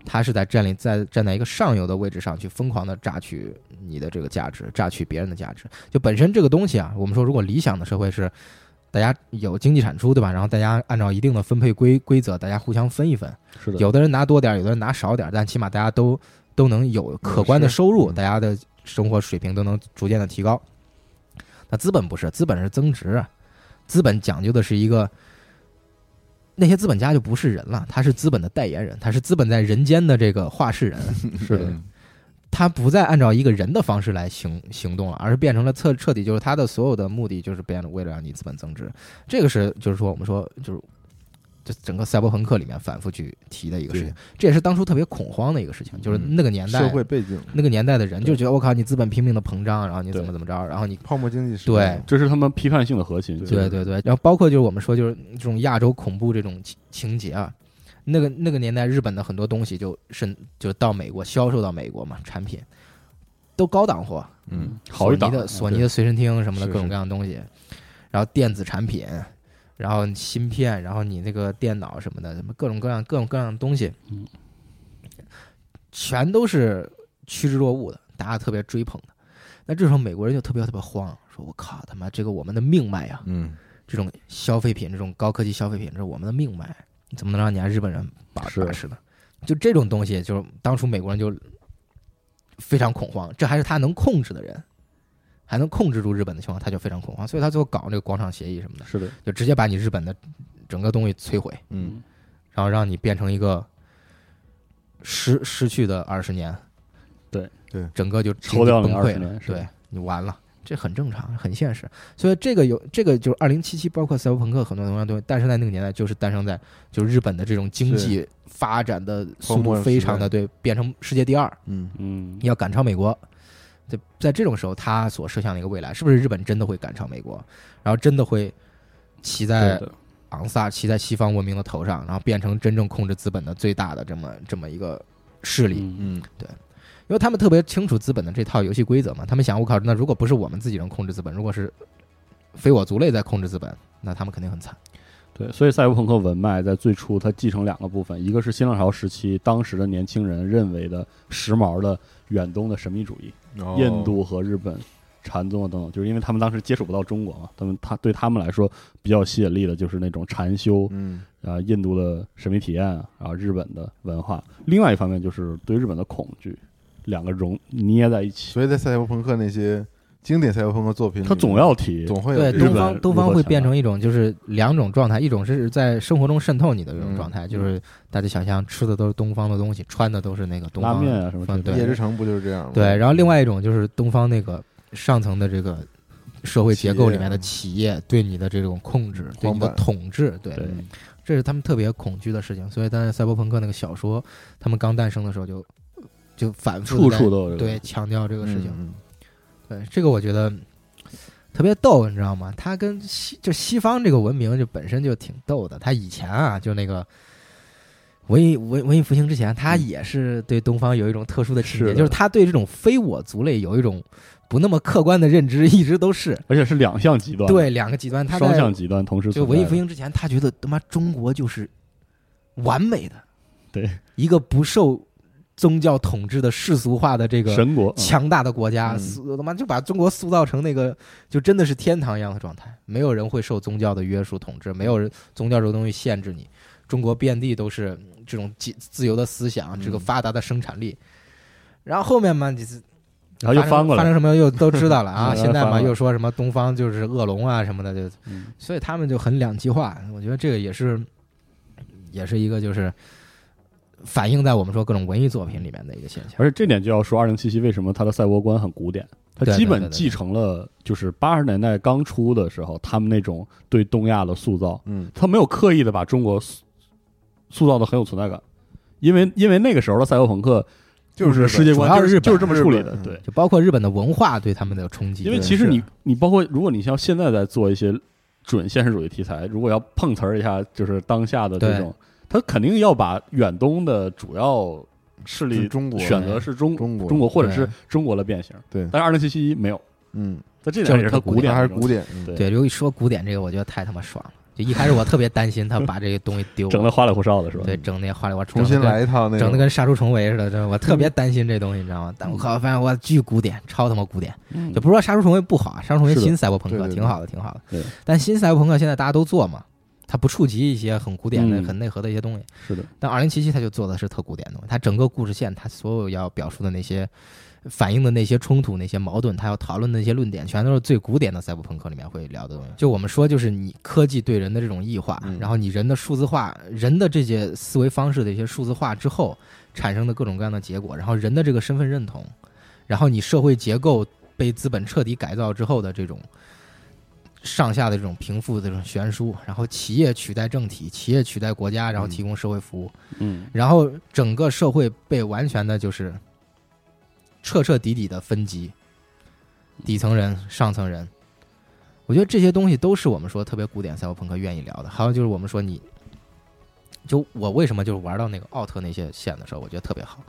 Speaker 3: 他是在占领在站在一个上游的位置上去疯狂的榨取你的这个价值，榨取别人的价值。就本身这个东西啊，我们说如果理想的社会是大家有经济产出，对吧？然后大家按照一定的分配规规则，大家互相分一分，
Speaker 4: 是的，
Speaker 3: 有的人拿多点儿，有的人拿少点儿，但起码大家都都能有可观的
Speaker 2: 是
Speaker 3: 收入，
Speaker 2: 嗯
Speaker 3: 大家的生活水平都能逐渐的提高。那资本不是，资本是增值啊，资本讲究的是一个，那些资本家就不是人了，他是资本的代言人，他是资本在人间的这个话事人，
Speaker 4: 是的，
Speaker 2: 嗯
Speaker 3: 他不再按照一个人的方式来行行动了，而是变成了彻彻底就是他的所有的目的就是变得为了让你资本增值，这个是就是说我们说就是。就整个赛博朋克里面反复去提的一个事情
Speaker 2: 对，
Speaker 3: 这也是当初特别恐慌的一个事情，就是那个年代，
Speaker 2: 社会背景，
Speaker 3: 那个年代的人就觉得我靠，你资本拼命的膨胀，然后你
Speaker 4: 对
Speaker 3: 怎么怎么着，然后你
Speaker 2: 泡沫经济时代，
Speaker 4: 这是他们批判性的核心，就是
Speaker 3: 对对对，然后包括就是我们说就是这种亚洲恐怖这种情情节啊，那个那个年代日本的很多东西就渗就到美国销售到美国嘛，产品都高档货，
Speaker 2: 嗯，
Speaker 4: 好
Speaker 3: 索
Speaker 4: 一档
Speaker 3: 尼的索尼的随身听什么
Speaker 2: 是
Speaker 3: 的各种
Speaker 2: 是
Speaker 3: 各样的东西，然后电子产品，然后芯片，然后你那个电脑什么的，什么各种各样各种各样的东西，
Speaker 4: 嗯
Speaker 3: 全都是趋之若鹜的，大家特别追捧的。那这时候美国人就特别特别慌，说我靠他妈这个我们的命脉啊呀、
Speaker 2: 嗯，
Speaker 3: 这种消费品，这种高科技消费品，这是我们的命脉，你怎么能让人家日本人把
Speaker 4: 是
Speaker 3: 把持呢？就这种东西，就是当初美国人就非常恐慌，这还是他能控制的人，还能控制住日本的情况，他就非常恐慌，所以他最后搞那个广场协议什么的，
Speaker 4: 是的，
Speaker 3: 就直接把你日本的整个东西摧毁，
Speaker 2: 嗯，
Speaker 3: 然后让你变成一个失失去的二十年，
Speaker 4: 对
Speaker 2: 对
Speaker 3: 整个就
Speaker 4: 抽掉
Speaker 3: 经
Speaker 4: 你
Speaker 3: 济崩溃
Speaker 4: 20
Speaker 3: 了
Speaker 4: 年，是
Speaker 3: 对你完了，这很正常，很现实。所以这个有这个就是二零七七，包括赛博朋克很多同样东西，诞生在那个年代，就是诞生在就是日本的这种经济发展的速
Speaker 2: 泡沫时
Speaker 3: 度
Speaker 2: 代
Speaker 3: 非常的对，变成世界第二，
Speaker 2: 嗯，
Speaker 4: 嗯，
Speaker 3: 要赶超美国。在在这种时候，他所设想的一个未来，是不是日本真的会赶超美国，然后真的会骑在
Speaker 4: 对的，
Speaker 3: 昂萨骑在西方文明的头上，然后变成真正控制资本的最大的这么这么一个势力，
Speaker 4: 嗯，
Speaker 2: 嗯，
Speaker 3: 因为他们特别清楚资本的这套游戏规则嘛。他们想，我靠，那如果不是我们自己人控制资本，如果是非我族类在控制资本，那他们肯定很惨。
Speaker 4: 对，所以赛博朋克文脉在最初它继承两个部分，一个是新浪潮时期当时的年轻人认为的时髦的远东的神秘主义，
Speaker 2: 哦
Speaker 4: 印，度和日本、禅宗啊等等，就是因为他们当时接触不到中国嘛，他们他对他们来说比较有吸引力的就是那种禅修
Speaker 2: 嗯，
Speaker 4: 啊、印度的神秘体验啊，然后日本的文化。另外一方面就是对日本的恐惧，两个融捏在一起，
Speaker 2: 所以在赛博朋克那些经典赛博朋克作品里面，
Speaker 4: 他总要提。
Speaker 2: 总会有
Speaker 3: 对，
Speaker 2: 这种
Speaker 3: 东
Speaker 4: 日本
Speaker 3: 方东
Speaker 4: 如
Speaker 3: 方
Speaker 4: 何
Speaker 3: 会
Speaker 4: 强
Speaker 3: 变
Speaker 4: 大
Speaker 3: 成一种就是两种状态，一种是在生活中渗透你的这种
Speaker 2: 嗯
Speaker 3: 状态，就是大家想象吃的都是东方的东西，穿的都是那个东
Speaker 4: 拉
Speaker 3: 方的
Speaker 4: 面啊什么之类
Speaker 3: 嗯
Speaker 4: 的，
Speaker 3: 对
Speaker 2: 夜之城不就是这样吗？
Speaker 3: 对，然后另外一种就是东方那个上层的这个社会结构里面的企业对你的这种控制，对你的
Speaker 2: 荒诞
Speaker 3: 统治，对，
Speaker 4: 对
Speaker 3: 这是他们特别恐惧的事情。所以，在赛博朋克那个小说，他们刚诞生的时候就就反复
Speaker 4: 处
Speaker 3: 地
Speaker 4: 处都有这个。
Speaker 3: 对强调这个
Speaker 2: 嗯
Speaker 3: 事情。
Speaker 2: 嗯
Speaker 3: 对，这个我觉得特别逗，你知道吗？它跟西就西方这个文明就本身就挺逗的。它以前啊，就那个文艺文文艺复兴之前，它也是对东方有一种特殊的情
Speaker 4: 嗯
Speaker 3: 结，
Speaker 4: 是的
Speaker 3: 就是它对这种非我族类有一种不那么客观的认知，一直都是
Speaker 4: 而且是两项极端，
Speaker 3: 对两个极端。它
Speaker 4: 双
Speaker 3: 在
Speaker 4: 向极端同时
Speaker 3: 就
Speaker 4: 存在
Speaker 3: 文
Speaker 4: 的。
Speaker 3: 艺复兴之前，他觉得他妈中国就是完美的，
Speaker 4: 对，
Speaker 3: 一个不受宗教统治的世俗化的这个
Speaker 4: 神国，
Speaker 3: 强大的国家，
Speaker 4: 嗯
Speaker 3: 塑他妈就把中国塑造成那个就真的是天堂一样的状态，没有人会受宗教的约束统治，没有人宗教这个东西限制你。中国遍地都是嗯这种自自由的思想，
Speaker 4: 嗯
Speaker 3: 这个发达的生产力。然后后面嘛，就是
Speaker 4: 然后又
Speaker 3: 发生
Speaker 4: 翻过
Speaker 3: 发
Speaker 4: 来
Speaker 3: 生
Speaker 4: 了。
Speaker 3: 什么又都知道了啊。
Speaker 4: 然后
Speaker 3: 现在
Speaker 4: 翻过
Speaker 3: 嘛
Speaker 4: 来
Speaker 3: 又说什么东方就是恶龙啊什么的，就
Speaker 4: 嗯
Speaker 3: 所以他们就很两极化。我觉得这个也是，也是一个就是反映在我们说各种文艺作品里面的一个现象。
Speaker 4: 而且这点就要说，二零七七为什么它的赛博观很古典，它
Speaker 3: 对对对
Speaker 4: 基
Speaker 3: 对对
Speaker 4: 本继承了就是八十年代刚出的时候他们那种对东亚的塑造，
Speaker 2: 嗯，
Speaker 4: 他没有刻意的把中国塑塑造的很有存在感，因为因为那个时候的赛博朋克
Speaker 2: 就是
Speaker 4: 世界观
Speaker 3: 主要
Speaker 4: 就是是
Speaker 3: 日本嗯
Speaker 4: 就是这么处理的
Speaker 2: 日，本嗯
Speaker 4: 对。
Speaker 3: 就包括日本的文化对他们的冲击。
Speaker 4: 因为
Speaker 3: 对
Speaker 4: 其实
Speaker 2: 是
Speaker 4: 你你包括如果你像现在在做一些准现实主义题材，如果要碰瓷儿一下，就是当下的这
Speaker 3: 对
Speaker 4: 种，他肯定要把远东的主要势
Speaker 2: 是
Speaker 4: 力
Speaker 2: 中国
Speaker 4: 选择是中
Speaker 2: 中国
Speaker 4: 中国或者是
Speaker 3: 对
Speaker 4: 中国的变形。
Speaker 2: 对
Speaker 4: 但是二零七七没有，
Speaker 2: 嗯，
Speaker 4: 在这点也是它古典
Speaker 2: 那
Speaker 4: 的
Speaker 2: 还是
Speaker 4: 东西
Speaker 2: 古，典，嗯
Speaker 4: 对
Speaker 3: 对，就一说古典这个，我觉得太他妈爽了。就一开始我特别担心他把这个东西丢了，
Speaker 4: 整的花里胡哨的是吧？
Speaker 3: 对，整那花里胡哨，
Speaker 2: 重新
Speaker 3: 整得跟
Speaker 2: 来，一套那
Speaker 3: 整的
Speaker 2: 种
Speaker 3: 跟杀出重围似的。真的，我特
Speaker 4: 嗯
Speaker 3: 别担心这东西，你知道吗？但我靠，发现我巨古典，超他妈古典。
Speaker 4: 嗯
Speaker 3: 就不是说杀出重围不好啊，杀出重围
Speaker 4: 是的
Speaker 3: 新赛博朋克
Speaker 2: 对对对
Speaker 3: 挺好的，挺好的。
Speaker 4: 对
Speaker 3: 但新赛博朋克现在大家都做嘛，它不触及一些很古典的、
Speaker 4: 嗯
Speaker 3: 很内核的一些东西。
Speaker 4: 是的，
Speaker 3: 但二零七七它就做的是特古典的东西，它整个故事线，它所有要表述的那些反映的那些冲突、那些矛盾，它要讨论的那些论点，全都是最古典的赛博朋克里面会聊的东西。就我们说，就是你科技对人的这种异化，
Speaker 2: 嗯
Speaker 3: 然后你人的数字化、人的这些思维方式的一些数字化之后产生的各种各样的结果，然后人的这个身份认同，然后你社会结构被资本彻底改造之后的这种。上下的这种贫富的这种悬殊，然后企业取代政体，企业取代国家，然后提供社会服务，
Speaker 4: 嗯，
Speaker 3: 然后整个社会被完全的就是彻彻底底的分级，
Speaker 4: 嗯
Speaker 3: 底层人、上层人。我觉得这些东西都是我们说特别古典赛博朋克愿意聊的。还有就是我们说你，就我为什么就是玩到那个奥特那些线的时候，我觉得特别好，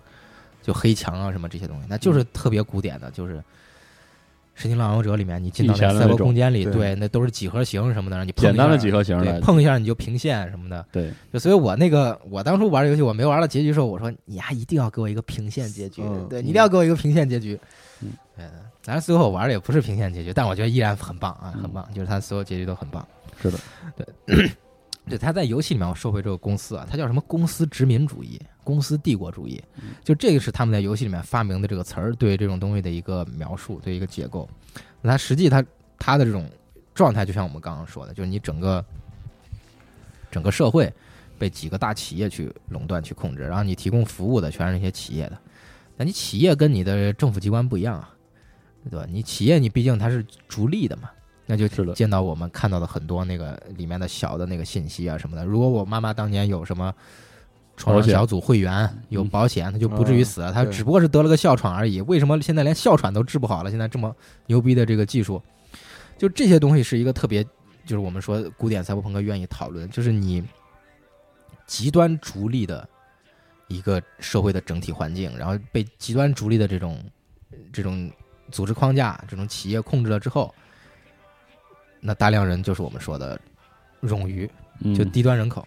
Speaker 3: 就黑墙啊什么这些东西，那就是特别古典的，就是。《神经浪游者》里面，你进到那
Speaker 4: 以前的
Speaker 3: 个赛博
Speaker 4: 那种
Speaker 3: 空间里，
Speaker 2: 对
Speaker 3: 对，那都是几何形什么的，让你碰一
Speaker 4: 简单的
Speaker 3: 下
Speaker 4: 几何形
Speaker 3: 对，
Speaker 4: 来，
Speaker 3: 碰一下你就平线什么的，
Speaker 4: 对，
Speaker 3: 就所以，我那个我当初玩这游戏，我没玩到结局的时候，我说你还一定要给我一个平线结局，
Speaker 2: 嗯
Speaker 3: 对
Speaker 4: 嗯
Speaker 3: 你一定要给我一个平线结局。
Speaker 4: 嗯，
Speaker 3: 对的。当然，最后我玩的也不是平线结局，但我觉得依然很棒啊，
Speaker 4: 嗯
Speaker 3: 很棒，就是它所有结局都很棒。
Speaker 4: 是的，
Speaker 3: 对， 它在游戏里面，我说回这个公司啊，它叫什么？公司殖民主义、公司帝国主义，
Speaker 4: 嗯
Speaker 3: 就这个是他们在游戏里面发明的这个词儿，对这种东西的一个描述，对一个结构。那它实际它它的这种状态，就像我们刚刚说的，就是你整个整个社会被几个大企业去垄断、去控制，然后你提供服务的全是那些企业的。那你企业跟你的政府机关不一样啊，对吧？你企业你毕竟它是逐利的嘛，那就是
Speaker 4: 的
Speaker 3: 见到我们看到的很多那个里面的小的那个信息啊什么的。如果我妈妈当年有什么创
Speaker 4: 保
Speaker 3: 伤
Speaker 4: 险
Speaker 3: 小组会员有
Speaker 4: 嗯
Speaker 3: 保险，她就不至于死，她只不过是得了个哮喘而已。为什么现在连哮喘都治不好了？现在这么牛逼的这个技术，就这些东西是一个特别，就是我们说古典赛博朋克愿意讨论，就是你极端逐利的一个社会的整体环境，然后被极端逐利的这种这种组织框架、这种企业控制了之后，那大量人就是我们说的冗余，
Speaker 4: 嗯
Speaker 3: 就低端人口，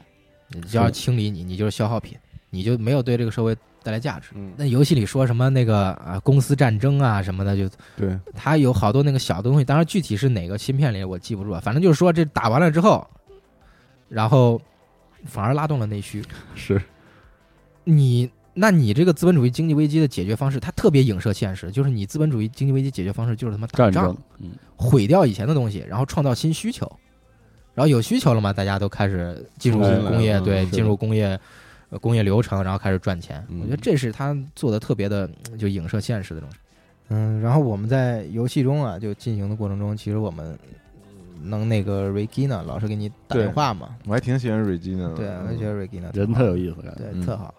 Speaker 3: 你就要
Speaker 4: 是
Speaker 3: 清理你，你就是消耗品，你就没有对这个社会带来价值。
Speaker 2: 嗯
Speaker 3: 那游戏里说什么那个啊公司战争啊什么的，就
Speaker 2: 对
Speaker 3: 它有好多那个小东西，当然具体是哪个芯片里我记不住了，反正就是说这打完了之后， 然后反而拉动了内需。
Speaker 4: 是
Speaker 3: 你那你这个资本主义经济危机的解决方式，它特别影射现实，就是你资本主义经济危机解决方式就是他妈打
Speaker 4: 战
Speaker 3: 仗
Speaker 4: 争，，嗯，
Speaker 3: 毁掉以前的东西，然后创造新需求，然后有需求了嘛，大家都开始进入
Speaker 4: 哎
Speaker 3: 工业，
Speaker 2: 嗯
Speaker 3: 对，
Speaker 4: 是的
Speaker 3: 进入工业、呃工业流程，然后开始赚钱。
Speaker 2: 嗯
Speaker 3: 我觉得这是他做的特别的，就影射现实的东西。嗯，然后我们在游戏中啊，就进行的过程中，其实我们能那个 Regina 老师给你打
Speaker 2: 对
Speaker 3: 电话嘛，
Speaker 2: 我还挺喜欢 Regina 的。
Speaker 3: 对，啊我就觉
Speaker 2: 得
Speaker 3: 得 Regina
Speaker 4: 嗯人
Speaker 3: 特
Speaker 4: 特
Speaker 3: 好
Speaker 4: 有意思，感觉。
Speaker 3: 对
Speaker 2: 嗯
Speaker 3: 特好。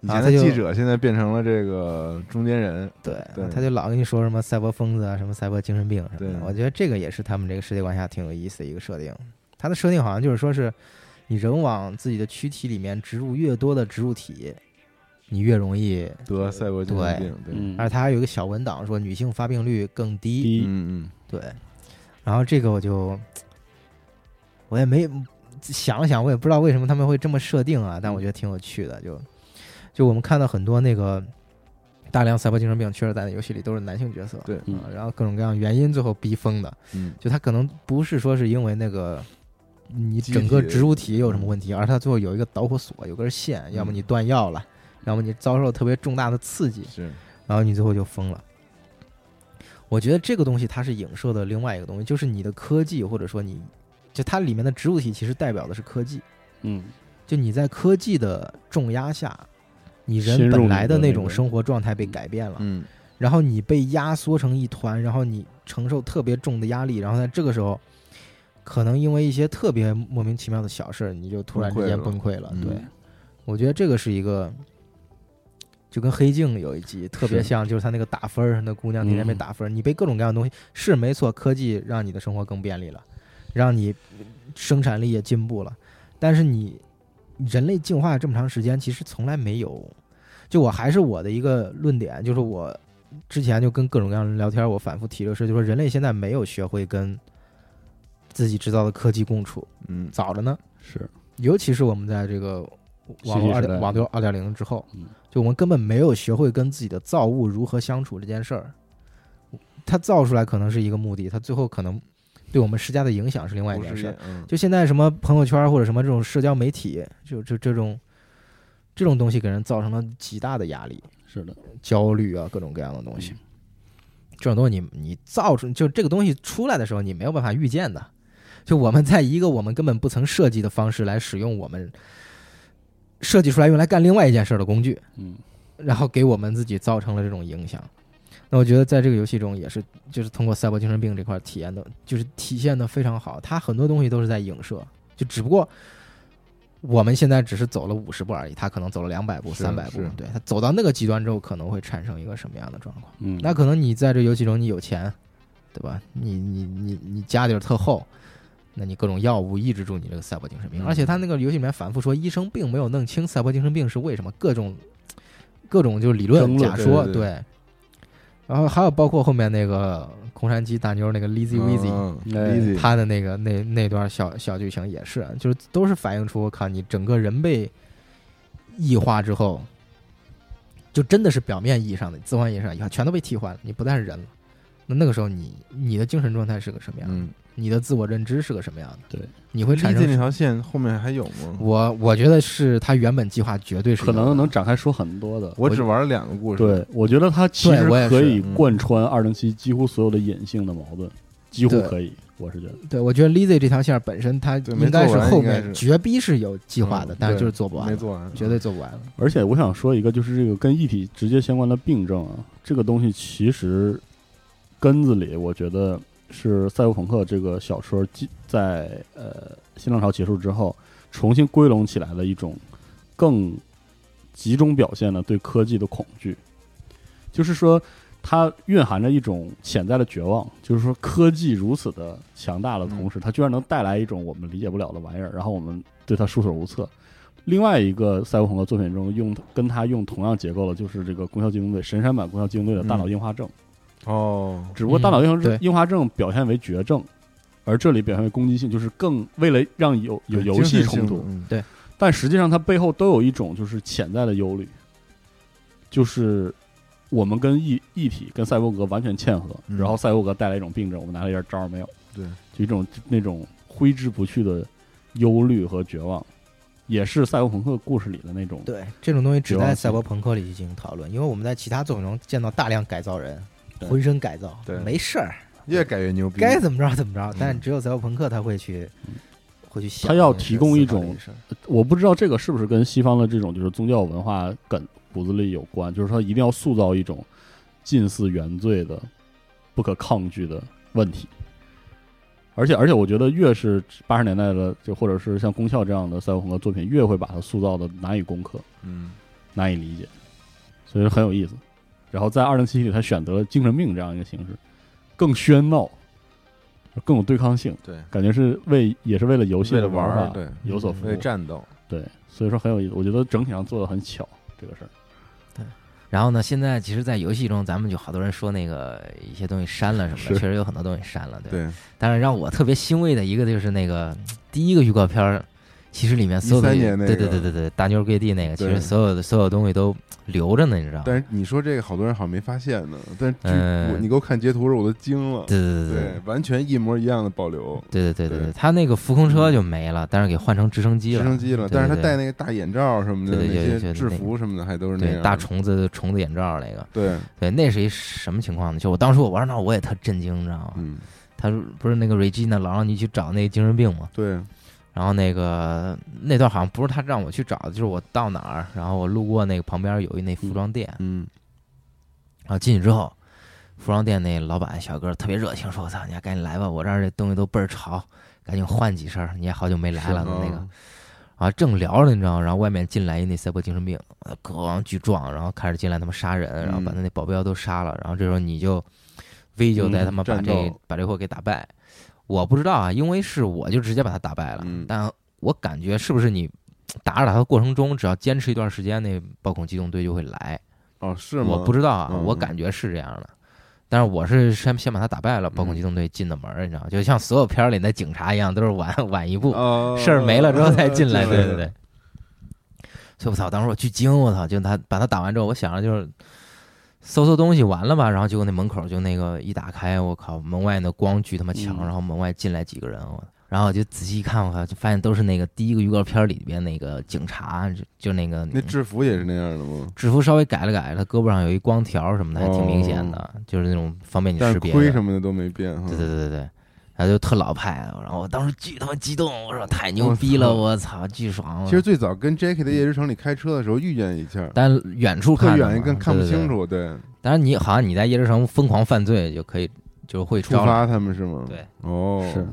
Speaker 2: 以前
Speaker 3: 啊他
Speaker 2: 的
Speaker 3: 就
Speaker 2: 记者现在变成了这个中间人。
Speaker 3: 对，
Speaker 2: 对
Speaker 3: 他就老跟你说什么赛博疯子啊，什么赛博精神病什么
Speaker 2: 对
Speaker 3: 的。我觉得这个也是他们这个世界观下挺有意思的一个设定。它的设定好像就是说是，你人往自己的躯体里面植入越多的植入体，你越容易。
Speaker 2: 得赛博精神病，对，
Speaker 4: 嗯，
Speaker 3: 而它还有一个小文档说女性发病率更低。
Speaker 4: 第一，
Speaker 2: 嗯嗯，
Speaker 3: 对，然后这个我就我也没想了想，我也不知道为什么他们会这么设定啊，
Speaker 2: 嗯
Speaker 3: 但我觉得挺有趣的。就就我们看到很多那个大量赛博精神病确实在游戏里都是男性角色，
Speaker 2: 对
Speaker 4: 嗯
Speaker 3: 啊然后各种各样原因最后逼疯的，
Speaker 2: 嗯，
Speaker 3: 就他可能不是说是因为那个。你
Speaker 2: 机嗯
Speaker 3: 整个
Speaker 2: 体
Speaker 3: 植入体有什么问题？而他最后有一个导火索，有根线，要么
Speaker 2: 嗯
Speaker 3: 你断药了，要么你遭受了特别重大的刺激，
Speaker 2: 是，
Speaker 3: 然后你最后就疯了。我觉得这个东西它是影射的另外一个东西，就是你的科技，或者说你就它里面的植物体其实代表的是科技，
Speaker 4: 嗯，
Speaker 3: 就你在科技的重压下，你
Speaker 4: 深
Speaker 3: 人
Speaker 4: 入
Speaker 3: 本
Speaker 4: 你
Speaker 3: 来
Speaker 4: 的
Speaker 3: 那
Speaker 4: 那
Speaker 3: 种
Speaker 4: 个
Speaker 3: 生活状态被改变了，
Speaker 2: 嗯
Speaker 3: 然后你被压缩成一团，然后你承受特别重的压力，然后在这个时候，可能因为一些特别莫名其妙的小事儿，你就突然之间崩
Speaker 2: 崩
Speaker 3: 溃了。
Speaker 2: 嗯
Speaker 3: 对，我觉得这个是一个，就跟《黑镜》有一集特别
Speaker 4: 是
Speaker 3: 像，就是他那个打分儿，那姑娘天天被
Speaker 4: 嗯
Speaker 3: 打分儿，你被各种各样的东西是没错，科技让你的生活更便利了，让你生产力也进步了，但是你人类进化这么长时间，其实从来没有。就我还是我的一个论点，就是我之前就跟各种各样的人聊天，我反复提这个事，就说人类现在没有学会跟自己制造的科技共处，
Speaker 2: 嗯
Speaker 3: 早着呢。
Speaker 4: 是，
Speaker 3: 尤其是我们在这个网络
Speaker 4: 信息
Speaker 3: 二
Speaker 4: 时代
Speaker 3: 网络二点零之后
Speaker 4: 嗯，
Speaker 3: 就我们根本没有学会跟自己的造物如何相处这件事儿。它造出来可能是一个目的，它最后可能对我们施加的影响是另外一件事儿。，
Speaker 2: 嗯，
Speaker 3: 就现在什么朋友圈或者什么这种社交媒体，就就这种这种东西给人造成了极大的压力、
Speaker 4: 是的，
Speaker 3: 焦虑啊，各种各样的东西。这种东西你你造出就这个东西出来的时候，你没有办法预见的。就我们在一个我们根本不曾设计的方式来使用我们设计出来用来干另外一件事儿的工具，
Speaker 4: 嗯，
Speaker 3: 然后给我们自己造成了这种影响。那我觉得在这个游戏中也是，就是通过赛博精神病这块体验的，就是体现的非常好。它很多东西都是在影射，就只不过我们现在只是走了五十步而已，它可能走了两百步、
Speaker 2: 是
Speaker 3: 三百步
Speaker 2: 是。
Speaker 3: 对，它走到那个极端之后，可能会产生一个什么样的状况？
Speaker 4: 嗯，
Speaker 3: 那可能你在这游戏中你有钱，对吧？你你你你家底儿特厚，那你各种药物抑制住你这个赛博精神病，
Speaker 2: 嗯
Speaker 3: 而且他那个游戏里面反复说，医生并没有弄清赛博精神病是为什么，各种各种就是理论
Speaker 4: 争论
Speaker 3: 假说，
Speaker 2: 对对
Speaker 3: 然后还有包括后面那个空山鸡大妞那个 Lazy Weezy，、
Speaker 2: 嗯 easy，
Speaker 3: 他的那个那那段小小剧情也是，啊就是都是反映出我靠你整个人被异化之后，就真的是表面意义上的自换意义上的异化，全都被替换了，你不再是人了。那那个时候你你的精神状态是个什么样？
Speaker 2: 嗯，
Speaker 3: 你的自我认知是个什么样的？
Speaker 4: 对，
Speaker 3: 你会产
Speaker 2: 理解那
Speaker 3: 生。
Speaker 2: 条线后面还有吗？
Speaker 3: 我我觉得是他原本计划绝对是
Speaker 4: 可
Speaker 3: 有的
Speaker 4: 能能展开说很多的。
Speaker 2: 我只玩了两个故事，
Speaker 4: 对，我觉得它其实
Speaker 3: 对我也是
Speaker 4: 可以
Speaker 2: 嗯
Speaker 4: 贯穿二零七几乎所有的隐性的矛盾，几乎
Speaker 3: 对
Speaker 4: 可以，我是觉得。
Speaker 3: 对，我觉得 Lizzy 这条线本身它
Speaker 2: 对
Speaker 3: 应
Speaker 2: 没
Speaker 3: 该
Speaker 2: 做
Speaker 3: 是
Speaker 2: 完
Speaker 3: 后
Speaker 2: 应该
Speaker 3: 面
Speaker 2: 是
Speaker 3: 绝逼是有计
Speaker 2: 嗯，
Speaker 3: 划的，但是
Speaker 2: 对
Speaker 3: 就是做不完
Speaker 2: 没
Speaker 3: 了，
Speaker 2: 做完，啊
Speaker 3: 绝对做不完了。
Speaker 4: 而且我想说一个，就是这个跟一体直接相关的病症啊，这个东西其实根子里，我觉得是赛博朋克这个小说继在呃新浪潮结束之后，重新归拢起来的一种更集中表现了对科技的恐惧，就是说它蕴含着一种潜在的绝望，就是说科技如此的强大的同时，它居然能带来一种我们理解不了的玩意儿，然后我们对它束手无策。另外一个赛博朋克作品中用跟它用同样结构的，就是这个《功效机动队》神山版《功效机动队》的大脑硬化症，
Speaker 2: 哦，
Speaker 4: 只不过大脑硬化
Speaker 3: 嗯对
Speaker 4: 症硬化症表现为绝症，而这里表现为攻击性，就是更为了让有有游戏冲突，
Speaker 2: 嗯
Speaker 4: 但实际上它背后都有一种就是潜在的忧虑，就是我们跟异异体跟赛博格完全嵌合，
Speaker 2: 嗯
Speaker 4: 然后赛博格带来一种病症，我们拿了一点招儿没有，
Speaker 2: 对，
Speaker 4: 就一种那种挥之不去的忧虑和绝望。也是赛博朋克故事里的那种。
Speaker 5: 对，这种东西只
Speaker 4: 流
Speaker 5: 在
Speaker 4: 浪
Speaker 5: 赛博朋克里进行讨论，因为我们在其他作品中见到大量改造人，
Speaker 4: 对
Speaker 5: 浑身改造
Speaker 2: 对，
Speaker 5: 没事儿，
Speaker 2: 越改越牛
Speaker 3: 嗯
Speaker 2: 逼。
Speaker 5: 该怎么着怎么着。但只有赛博朋克他会去，会去想，
Speaker 4: 他要提供一种
Speaker 5: 会去思考这个事儿
Speaker 4: 我不知道这个是不是跟西方的这种就是宗教文化梗骨子里有关，就是说一定要塑造一种近似原罪的、不可抗拒的问题。而且，而且，我觉得越是八十年代的，就或者是像《功效》这样的赛博朋克作品，越会把它塑造的难以攻克、
Speaker 2: 嗯，
Speaker 4: 难以理解，所以很有意思。然后在二零七七里，他选择了精神病这样一个形式，更喧闹，更有对抗性，
Speaker 2: 对，
Speaker 4: 感觉是为也是为了游戏
Speaker 2: 为
Speaker 4: 的
Speaker 2: 了玩
Speaker 4: 玩
Speaker 2: 儿，
Speaker 4: 法
Speaker 2: 对，
Speaker 4: 有所服
Speaker 2: 为
Speaker 4: 务
Speaker 2: 了。战斗，
Speaker 3: 嗯
Speaker 4: 对，所以说很有意思。我觉得整体上做的很巧，这个事儿。
Speaker 3: 然后呢，现在其实，在游戏中，咱们就好多人说那个一些东西删了什么的，
Speaker 4: 是
Speaker 3: 确实有很多东西删了，对吧。
Speaker 2: 对，
Speaker 3: 但是让我特别欣慰的一个就是那个第一个预告片儿，其实里面所有的
Speaker 2: 13年那个
Speaker 3: 对对对对对大妞跪地那个，其
Speaker 2: 对
Speaker 3: 实所有的所有东西都留着呢，你知道吗？
Speaker 2: 但是你说这个，好多人好像没发现呢。但是
Speaker 3: 嗯
Speaker 2: 据我你给我看截图时，候，我都惊了。
Speaker 3: 对对对
Speaker 2: 对，完全一模一样的保留
Speaker 3: 对对对对
Speaker 2: 对
Speaker 3: 对，他那个浮空车就没了，但是给换成直升机
Speaker 2: 直
Speaker 3: 了，
Speaker 2: 升机了，
Speaker 3: 对
Speaker 2: 但是他
Speaker 3: 对
Speaker 2: 戴那个大眼罩什么的，
Speaker 3: 对对对
Speaker 2: 那
Speaker 3: 对
Speaker 2: 些
Speaker 3: 对
Speaker 2: 制服什么的还都是那
Speaker 3: 对
Speaker 2: 样。
Speaker 3: 大，虫啊子虫子眼罩那个，
Speaker 2: 对，
Speaker 3: 对，那是一什么情况呢？就我当时我玩那我也特震惊，你知道吗？
Speaker 2: 嗯，
Speaker 3: 他说不是那个 Regina 老让你去找那个精神病吗？
Speaker 2: 对，
Speaker 3: 然后那个那段好像不是他让我去找的，就是我到哪儿，然后我路过那个旁边有一那服装店，
Speaker 2: 嗯，
Speaker 3: 然后进去之后，服装店那老板小哥特别热情，说：“我操，你还赶紧来吧，我这儿这东西都倍儿潮，赶紧换几身儿，你也好久没来了
Speaker 2: 是吗
Speaker 3: 那个。”啊，正聊着呢，你知道吗，然后外面进来一那赛博精神病，呃各王巨壮，然后开始进来他妈杀人，然后把
Speaker 2: 嗯
Speaker 3: 他那保镖都杀了，然后这时候你就 V 就带
Speaker 4: 嗯
Speaker 3: 他妈把
Speaker 2: 战
Speaker 3: 这、
Speaker 2: 斗
Speaker 3: 把这货给打败。我不知道啊，因为是我就直接把他打败了，
Speaker 2: 嗯
Speaker 3: 但我感觉是不是你打着打他的过程中，只要坚持一段时间，那暴恐机动队就会来。
Speaker 2: 哦，是吗？
Speaker 3: 我不知道啊，
Speaker 2: 嗯
Speaker 3: 我
Speaker 2: 嗯
Speaker 3: 感觉是这样的。但是我是先先把他打败了，
Speaker 2: 嗯
Speaker 3: 暴恐机动队进的门儿，你知道吗，就像所有片儿里那警察一样，都是晚晚一步，
Speaker 2: 哦，
Speaker 3: 事儿没了之后再进 来，
Speaker 2: 进
Speaker 3: 对对对。所以我操，当时我巨惊，我操，就他把他打完之后，我想着就是搜搜东西完了吧，然后结果那门口就那个一打开，我靠，门外那光巨他妈强，
Speaker 4: 嗯
Speaker 3: 然后门外进来几个人，我。然后我就仔细一看，我靠，就发现都是那个第一个预告片里边那个警察，就就那个
Speaker 2: 那制服也是那样的吗？
Speaker 3: 制服稍微改了改，他胳膊上有一光条什么的，还挺明显的，哦就是那种方便你
Speaker 2: 但
Speaker 3: 识
Speaker 2: 是
Speaker 3: 别
Speaker 2: 盔
Speaker 3: 的
Speaker 2: 什么的都没变哈。
Speaker 3: 对对对对对，然后就特老派，然后我当时巨他妈激动，我说太牛逼了，我操，巨爽。
Speaker 2: 其实，最早跟 Jackie 在夜之城里开车的时候遇见一下，
Speaker 3: 但远处
Speaker 2: 特
Speaker 3: 看着
Speaker 2: 远
Speaker 3: 嘛
Speaker 2: 跟看不
Speaker 3: 对对对
Speaker 2: 清楚，对，
Speaker 3: 当然，你好像你在夜之城疯狂犯罪就可以，就是会
Speaker 2: 触
Speaker 3: 招来，
Speaker 2: 发他们是吗？
Speaker 3: 对，
Speaker 2: 哦，
Speaker 4: 是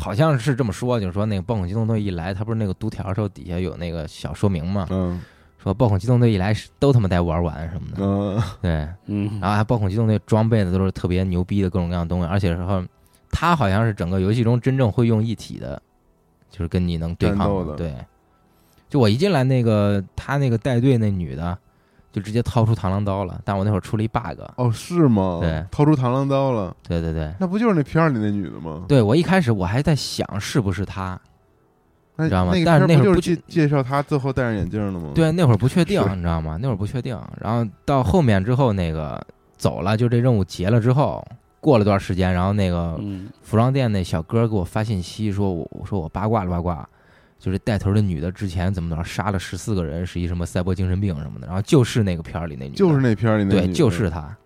Speaker 3: 好像是这么说，就是说那个暴恐机动队一来，他不是那个读条的时候底下有那个小说明嘛，
Speaker 2: 嗯
Speaker 3: 说暴恐机动队一来是都他妈带玩完什么的，
Speaker 2: 嗯，
Speaker 3: 对。
Speaker 4: 嗯，
Speaker 3: 然后还暴恐机动队装备的都是特别牛逼的各种各样的东西，而且是后他好像是整个游戏中真正会用一体的，就是跟你能对
Speaker 2: 战
Speaker 3: 抗
Speaker 2: 斗的
Speaker 3: 对，就我一进来那个他那个带队那女的，就直接掏出螳螂刀了，但我那会儿出了一 bug，
Speaker 2: 哦，是吗？
Speaker 3: 对
Speaker 2: 掏出螳螂刀了，
Speaker 3: 对对对。
Speaker 2: 那不就是那片儿里那女的吗？
Speaker 3: 对，我一开始我还在想是不是他，
Speaker 2: 那
Speaker 3: 知道吗
Speaker 2: 那个
Speaker 3: 但是
Speaker 2: 片儿
Speaker 3: 那会儿
Speaker 2: 不
Speaker 3: 不
Speaker 2: 就是介介绍他最后戴上眼镜了吗？，
Speaker 3: 对，那会儿不确定
Speaker 2: 嗯是，
Speaker 3: 你知道吗？那会儿不确定。然后到后面之后，那个走了，就这任务结了之后，过了段时间，然后那个
Speaker 4: 嗯，
Speaker 3: 服装店那小哥给我发信息说我，我说我八卦了八卦，就是带头的女的之前怎么怎么着杀了十四个人，是一什么赛博精神病什么的，然后就是那个片儿里那女的，
Speaker 2: 就是那片儿里那女
Speaker 3: 对，
Speaker 2: 的
Speaker 3: 就是她，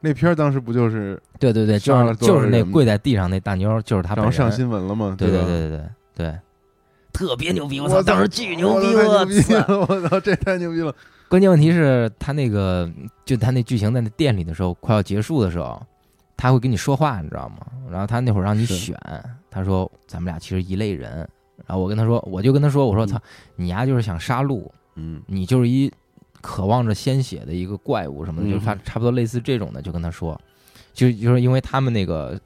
Speaker 2: 那片儿当时不就是
Speaker 3: 对对对，就
Speaker 2: 杀了
Speaker 3: 是
Speaker 2: 多少
Speaker 3: 就是那
Speaker 2: 人
Speaker 3: 跪在地上那大妞儿，就是
Speaker 2: 然
Speaker 3: 她本
Speaker 2: 后
Speaker 3: 人，
Speaker 2: 上新闻了吗？
Speaker 3: 对对
Speaker 2: 吧？
Speaker 3: 对对对对，特别牛逼，我
Speaker 2: 我
Speaker 3: 操，
Speaker 2: 操
Speaker 3: 当时巨牛逼，
Speaker 2: 我哦操太牛
Speaker 3: 我
Speaker 2: 逼
Speaker 3: 操！
Speaker 2: 了！我操，这太牛逼了！
Speaker 3: 关键问题是，他那个就他那剧情在那店里的时候，快要结束的时候，他会跟你说话，你知道吗？然后他那会儿让你
Speaker 4: 是
Speaker 3: 选，他说咱们俩其实一类人。然后我跟他说，我就跟他说，我说
Speaker 4: 嗯
Speaker 3: 操，你丫就是想杀戮，
Speaker 2: 嗯，
Speaker 3: 你就是一渴望着鲜血的一个怪物什么的，
Speaker 4: 嗯
Speaker 3: 就是差差不多类似这种的，就跟他说，就就是因为他们那个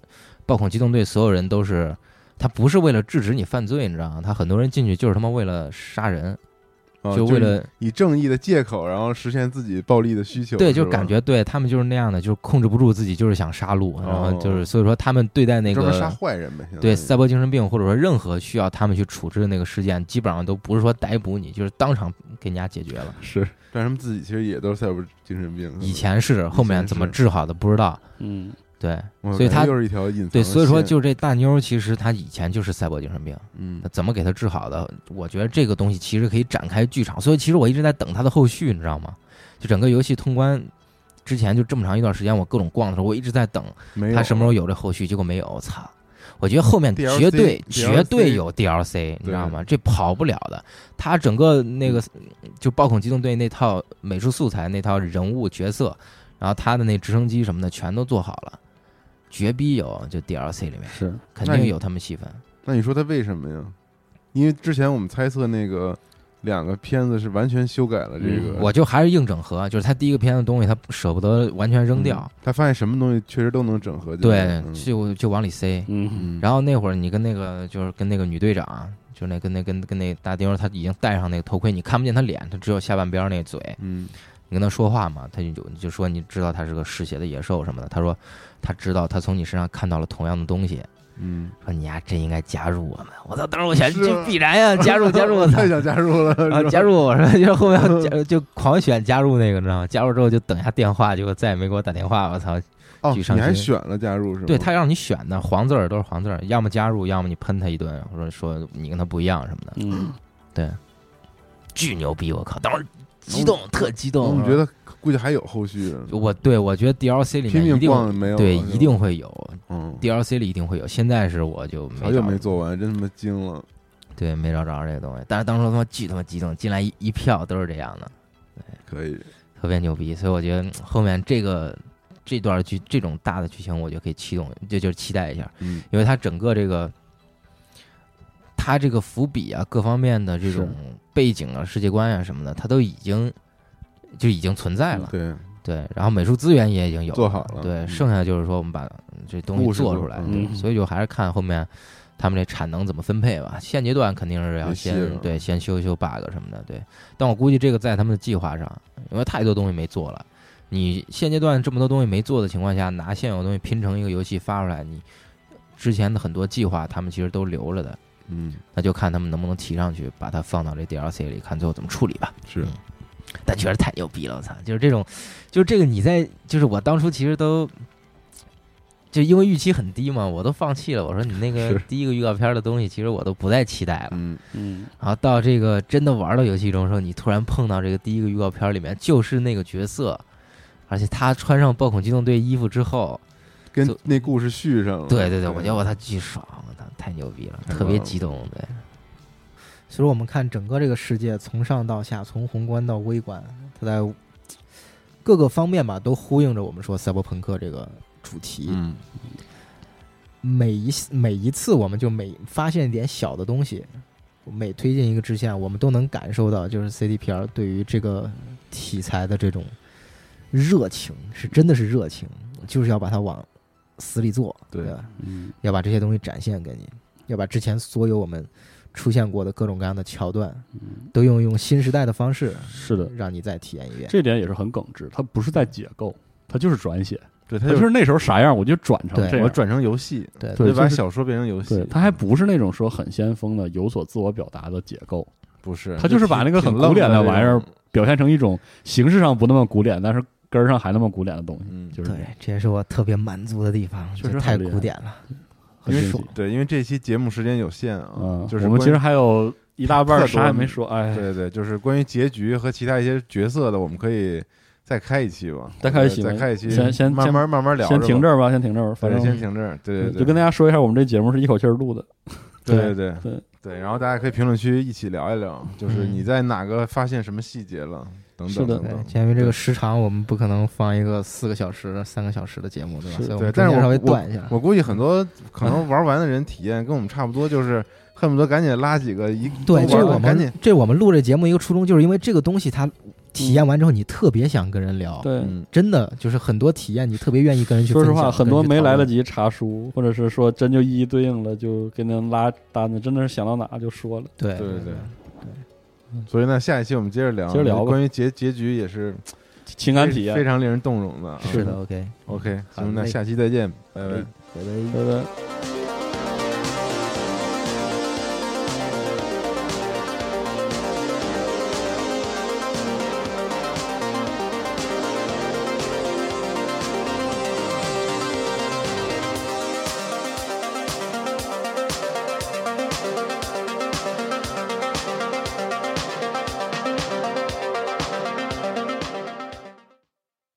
Speaker 3: 暴恐机动队所有人都是，他不是为了制止你犯罪，你知道吗？他很多人进去就是他妈为了杀人，
Speaker 4: 哦
Speaker 2: 啊
Speaker 3: 就为了。
Speaker 2: 以正义的借口，然后实现自己暴力的需求。
Speaker 3: 对，
Speaker 2: 是
Speaker 3: 就
Speaker 2: 吧
Speaker 3: 感觉对他们就是那样的，就是控制不住自己，就是想杀戮，然后就是、
Speaker 2: 哦
Speaker 3: 所以说他们对待那
Speaker 2: 专门杀嗯
Speaker 3: 个
Speaker 2: 坏人呗。相当于
Speaker 3: 对赛博精神病或者说任何需要他们去处置的那个事件，基本上都不是说逮捕你，就是当场给人家解决了。
Speaker 4: 是，
Speaker 2: 嗯但是他们自己其实也都是赛博精神病。
Speaker 3: 以前是，后面怎么治好的不知道，
Speaker 4: 嗯，
Speaker 3: 对，
Speaker 2: 我
Speaker 3: 所以
Speaker 2: 感觉
Speaker 3: 他
Speaker 2: 又是一条隐藏的
Speaker 3: 对，所以说
Speaker 2: 线
Speaker 3: 就是这大妞，其实她以前就是赛博精神病，
Speaker 2: 嗯
Speaker 3: 那怎么给她治好的？我觉得这个东西其实可以展开剧场，所以其实我一直在等它的后续，你知道吗？就整个游戏通关之前就这么长一段时间，我各种逛的时候，我一直在等
Speaker 2: 没有
Speaker 3: 它什么时候有这后续，结果没有，操！我觉得后面
Speaker 2: DLC
Speaker 3: 绝对
Speaker 2: DLC
Speaker 3: 绝对有 DLC，你知道吗？这跑不了的。它整个那个就《暴恐机动队》那套美术素材、那套人物角色，然后他的那直升机什么的全都做好了，绝逼有就 DLC 里面
Speaker 4: 是
Speaker 3: 肯
Speaker 2: 那
Speaker 3: 定
Speaker 2: 你
Speaker 3: 有他们戏份。
Speaker 2: 那你说他为什么呀？因为之前我们猜测那个两个片子是完全修改了这个，
Speaker 3: 我就还是硬整合，就是他第一个片子的东西，他舍不得完全扔掉
Speaker 2: 嗯，他发现什么东西确实都能整合进来，
Speaker 3: 对，
Speaker 2: 嗯
Speaker 3: 就就往里塞。
Speaker 4: 嗯，
Speaker 2: 嗯，
Speaker 3: 然后那会儿你跟那个就是跟那个女队长，就是那跟那跟跟那大丁儿，他已经戴上那个头盔，你看不见他脸，他只有下半边儿那嘴。
Speaker 2: 嗯
Speaker 3: 你跟他说话嘛，他就你就说你知道他是个嗜血的野兽什么的。他说他知道他从你身上看到了同样的东西，
Speaker 2: 嗯，
Speaker 3: 说你呀真应该加入我们。我操，当时我想
Speaker 2: 是
Speaker 3: 这
Speaker 2: 吗
Speaker 3: 必然呀， 加入加入，我操
Speaker 2: 太想加入了，
Speaker 3: 啊
Speaker 2: 是吧
Speaker 3: 加入我说就是后面要加 就狂选加入那个，你知道吗？加入之后就等一下电话，结果再也没给我打电话，我操！
Speaker 2: 哦，
Speaker 3: 举上
Speaker 2: 你还
Speaker 3: 心
Speaker 2: 选了加入是吗？
Speaker 3: 对他让你选的黄字儿都是黄字儿，要么加入，要么你喷他一顿，或者说你跟他不一样什么的，
Speaker 4: 嗯，
Speaker 3: 巨牛逼！我靠，当时激动，特激
Speaker 2: 我
Speaker 3: 动。
Speaker 2: 们哦觉得估计还有后续呢，
Speaker 3: 啊我对我觉得 DLC 里
Speaker 2: 拼
Speaker 3: 面一
Speaker 2: 命
Speaker 3: 定
Speaker 2: 逛没有了，
Speaker 3: 对
Speaker 2: 是吧
Speaker 3: 一定会有
Speaker 2: 嗯，
Speaker 3: DLC 里一定会有。现在是我就没
Speaker 2: 好
Speaker 3: 找
Speaker 2: 久没做完，真他妈惊了，
Speaker 3: 对没找着这个东西，但是当时他妈巨他妈激动，进来一一票都是这样的，
Speaker 2: 可以，
Speaker 3: 特别牛逼。所以我觉得嗯后面这个这段剧这种大的剧情，我就可以期动，就就是期待一下。
Speaker 2: 嗯，
Speaker 3: 因为它整个这个，它这个伏笔啊，各方面的这种背景啊、世界观啊什么的，它都已经就已经存在了。
Speaker 2: 对，
Speaker 3: 对，然后美术资源也已经有
Speaker 2: 做好了
Speaker 3: 对，
Speaker 2: 嗯
Speaker 3: 剩下就是说我们把嗯这东西
Speaker 2: 故事
Speaker 3: 做
Speaker 2: 做
Speaker 3: 出来。
Speaker 2: 嗯
Speaker 3: 对，所以就还是看后面他们这产能怎么分配吧。现阶段肯定是要
Speaker 2: 得歇
Speaker 3: 先
Speaker 2: 着
Speaker 3: 对先修一修 bug 什么的，对。但我估计这个在他们的计划上，因为太多东西没做了。你现阶段这么多东西没做的情况下，拿现有的东西拼成一个游戏发出来，你之前的很多计划他们其实都留着的，
Speaker 2: 嗯，
Speaker 3: 那就看他们能不能提上去，把它放到这 DLC 里，看最后怎么处理吧。
Speaker 2: 是
Speaker 3: 嗯但确实太牛逼了，我操！就是这种，就是这个你在，就是我当初其实都，就因为预期很低嘛，我都放弃了。我说你那个
Speaker 2: 是
Speaker 3: 第一个预告片的东西，其实我都不再期待了。
Speaker 2: 嗯，
Speaker 4: 嗯，
Speaker 3: 然后到这个真的玩到游戏中的时候，你突然碰到这个第一个预告片里面就是那个角色，而且他穿上暴恐机动队衣服之后，
Speaker 2: 跟
Speaker 3: 做
Speaker 2: 那故事续上了，
Speaker 3: 对对对，我觉得我他巨爽，我操，太牛逼了，
Speaker 2: 太
Speaker 3: 特别
Speaker 2: 棒了
Speaker 3: 激动，对。
Speaker 6: 所以说我们看整个这个世界，从上到下，从宏观到微观，它在各个方面吧，都呼应着我们说赛博朋克这个主题。
Speaker 2: 嗯，
Speaker 6: 每一每一次，我们就每发现一点小的东西，每推进一个支线，我们都能感受到，就是 CDPR 对于这个题材的这种热情，是真的是热情，就是要把它往死里做，
Speaker 2: 对
Speaker 6: 吧？
Speaker 4: 嗯，
Speaker 6: 要把这些东西展现给你，要把之前所有我们出现过的各种各样的桥段，都用用新时代的方式
Speaker 4: 是的，
Speaker 6: 让你再体验一遍。
Speaker 4: 这点也是很耿直，他不是在解构，他就是转写，
Speaker 2: 对，他就
Speaker 4: 他就是是那时候啥样，我就转成
Speaker 6: 对
Speaker 4: 这
Speaker 2: 嗯我
Speaker 4: 样。
Speaker 2: 转成游戏，
Speaker 6: 对
Speaker 4: 对
Speaker 2: 就把
Speaker 4: 就是
Speaker 2: 小说变成游戏
Speaker 4: 对，，他还不是那种说很先锋的、有所自我表达的解构，
Speaker 2: 不是，
Speaker 4: 他就是把那个
Speaker 2: 挺
Speaker 4: 很古典的玩意，儿
Speaker 2: 挺愣
Speaker 4: 表现成一种形式上不那么古典，但是根儿上还那么古典的东西，
Speaker 2: 嗯，
Speaker 4: 就是
Speaker 6: 对，这也是我特别满足的地方，
Speaker 4: 确实
Speaker 6: 这
Speaker 4: 很
Speaker 6: 太
Speaker 4: 厉害
Speaker 6: 古典了。
Speaker 4: 很
Speaker 2: 因为
Speaker 4: 神奇。
Speaker 2: 对，因为这期节目时间有限啊
Speaker 4: 嗯，，
Speaker 2: 就是
Speaker 4: 我们
Speaker 2: 关
Speaker 4: 其实还有一大半儿啥也没说，
Speaker 2: 对
Speaker 4: 哎，
Speaker 2: 对对，就是关于结局和其他一些角色的，我们可以再开一期吧，
Speaker 4: 再开一期吧
Speaker 2: 再开一期，
Speaker 4: 先先
Speaker 2: 慢慢慢慢聊，
Speaker 4: 先停这，儿吧，先停这儿吧，反
Speaker 2: 对，
Speaker 4: 正
Speaker 2: 先停这儿，对对对，
Speaker 4: 就跟大家说一下，我们这节目是一口气儿录的，
Speaker 2: 对对对
Speaker 4: 对嗯
Speaker 2: 对，然后大家可以评论区一起聊一聊，就是你在哪个发现什么细节了，等
Speaker 4: 是
Speaker 2: 等
Speaker 4: 的
Speaker 2: 等
Speaker 6: 对
Speaker 2: 等，。
Speaker 6: 鉴于这个时长，我们不可能放一个四个小时、三个小时的节目，对吧？
Speaker 4: 是
Speaker 6: 所以我
Speaker 2: 对，
Speaker 6: 们
Speaker 2: 但
Speaker 6: 中间
Speaker 2: 是我
Speaker 6: 稍微
Speaker 2: 我
Speaker 6: 断一
Speaker 4: 哎
Speaker 6: 下。
Speaker 2: 我估计很多可能玩完的人体验跟我们差不多，就是恨不得赶紧拉几个一
Speaker 6: 对，
Speaker 2: 都玩
Speaker 6: 这是
Speaker 2: 了
Speaker 6: 我
Speaker 2: 赶紧
Speaker 6: 们这我们录这节目一个初衷，就是因为这个东西它体验完之后，你特别想跟人聊，
Speaker 4: 对。
Speaker 2: 嗯
Speaker 6: 真的就是很多体验你特别愿意跟人去
Speaker 4: 说
Speaker 6: 分
Speaker 4: 实
Speaker 6: 享。
Speaker 4: 话，很多
Speaker 6: 跟人去
Speaker 4: 没
Speaker 6: 讨
Speaker 4: 来得
Speaker 6: 论
Speaker 4: 及查书，或者是说真就一一对应了，就跟人拉单子，真的是想到哪就说了。
Speaker 6: 对
Speaker 2: 对对对所以呢，下一期我们接着聊，
Speaker 4: 接着聊吧
Speaker 2: 关于结结局也是
Speaker 4: 情感体验
Speaker 2: 非，常令人动容的啊。
Speaker 6: 是的，OK。
Speaker 2: OK，
Speaker 6: 好
Speaker 2: 行，那
Speaker 6: 嘞
Speaker 2: 下期再见，拜拜。
Speaker 4: 对不对？
Speaker 6: 拜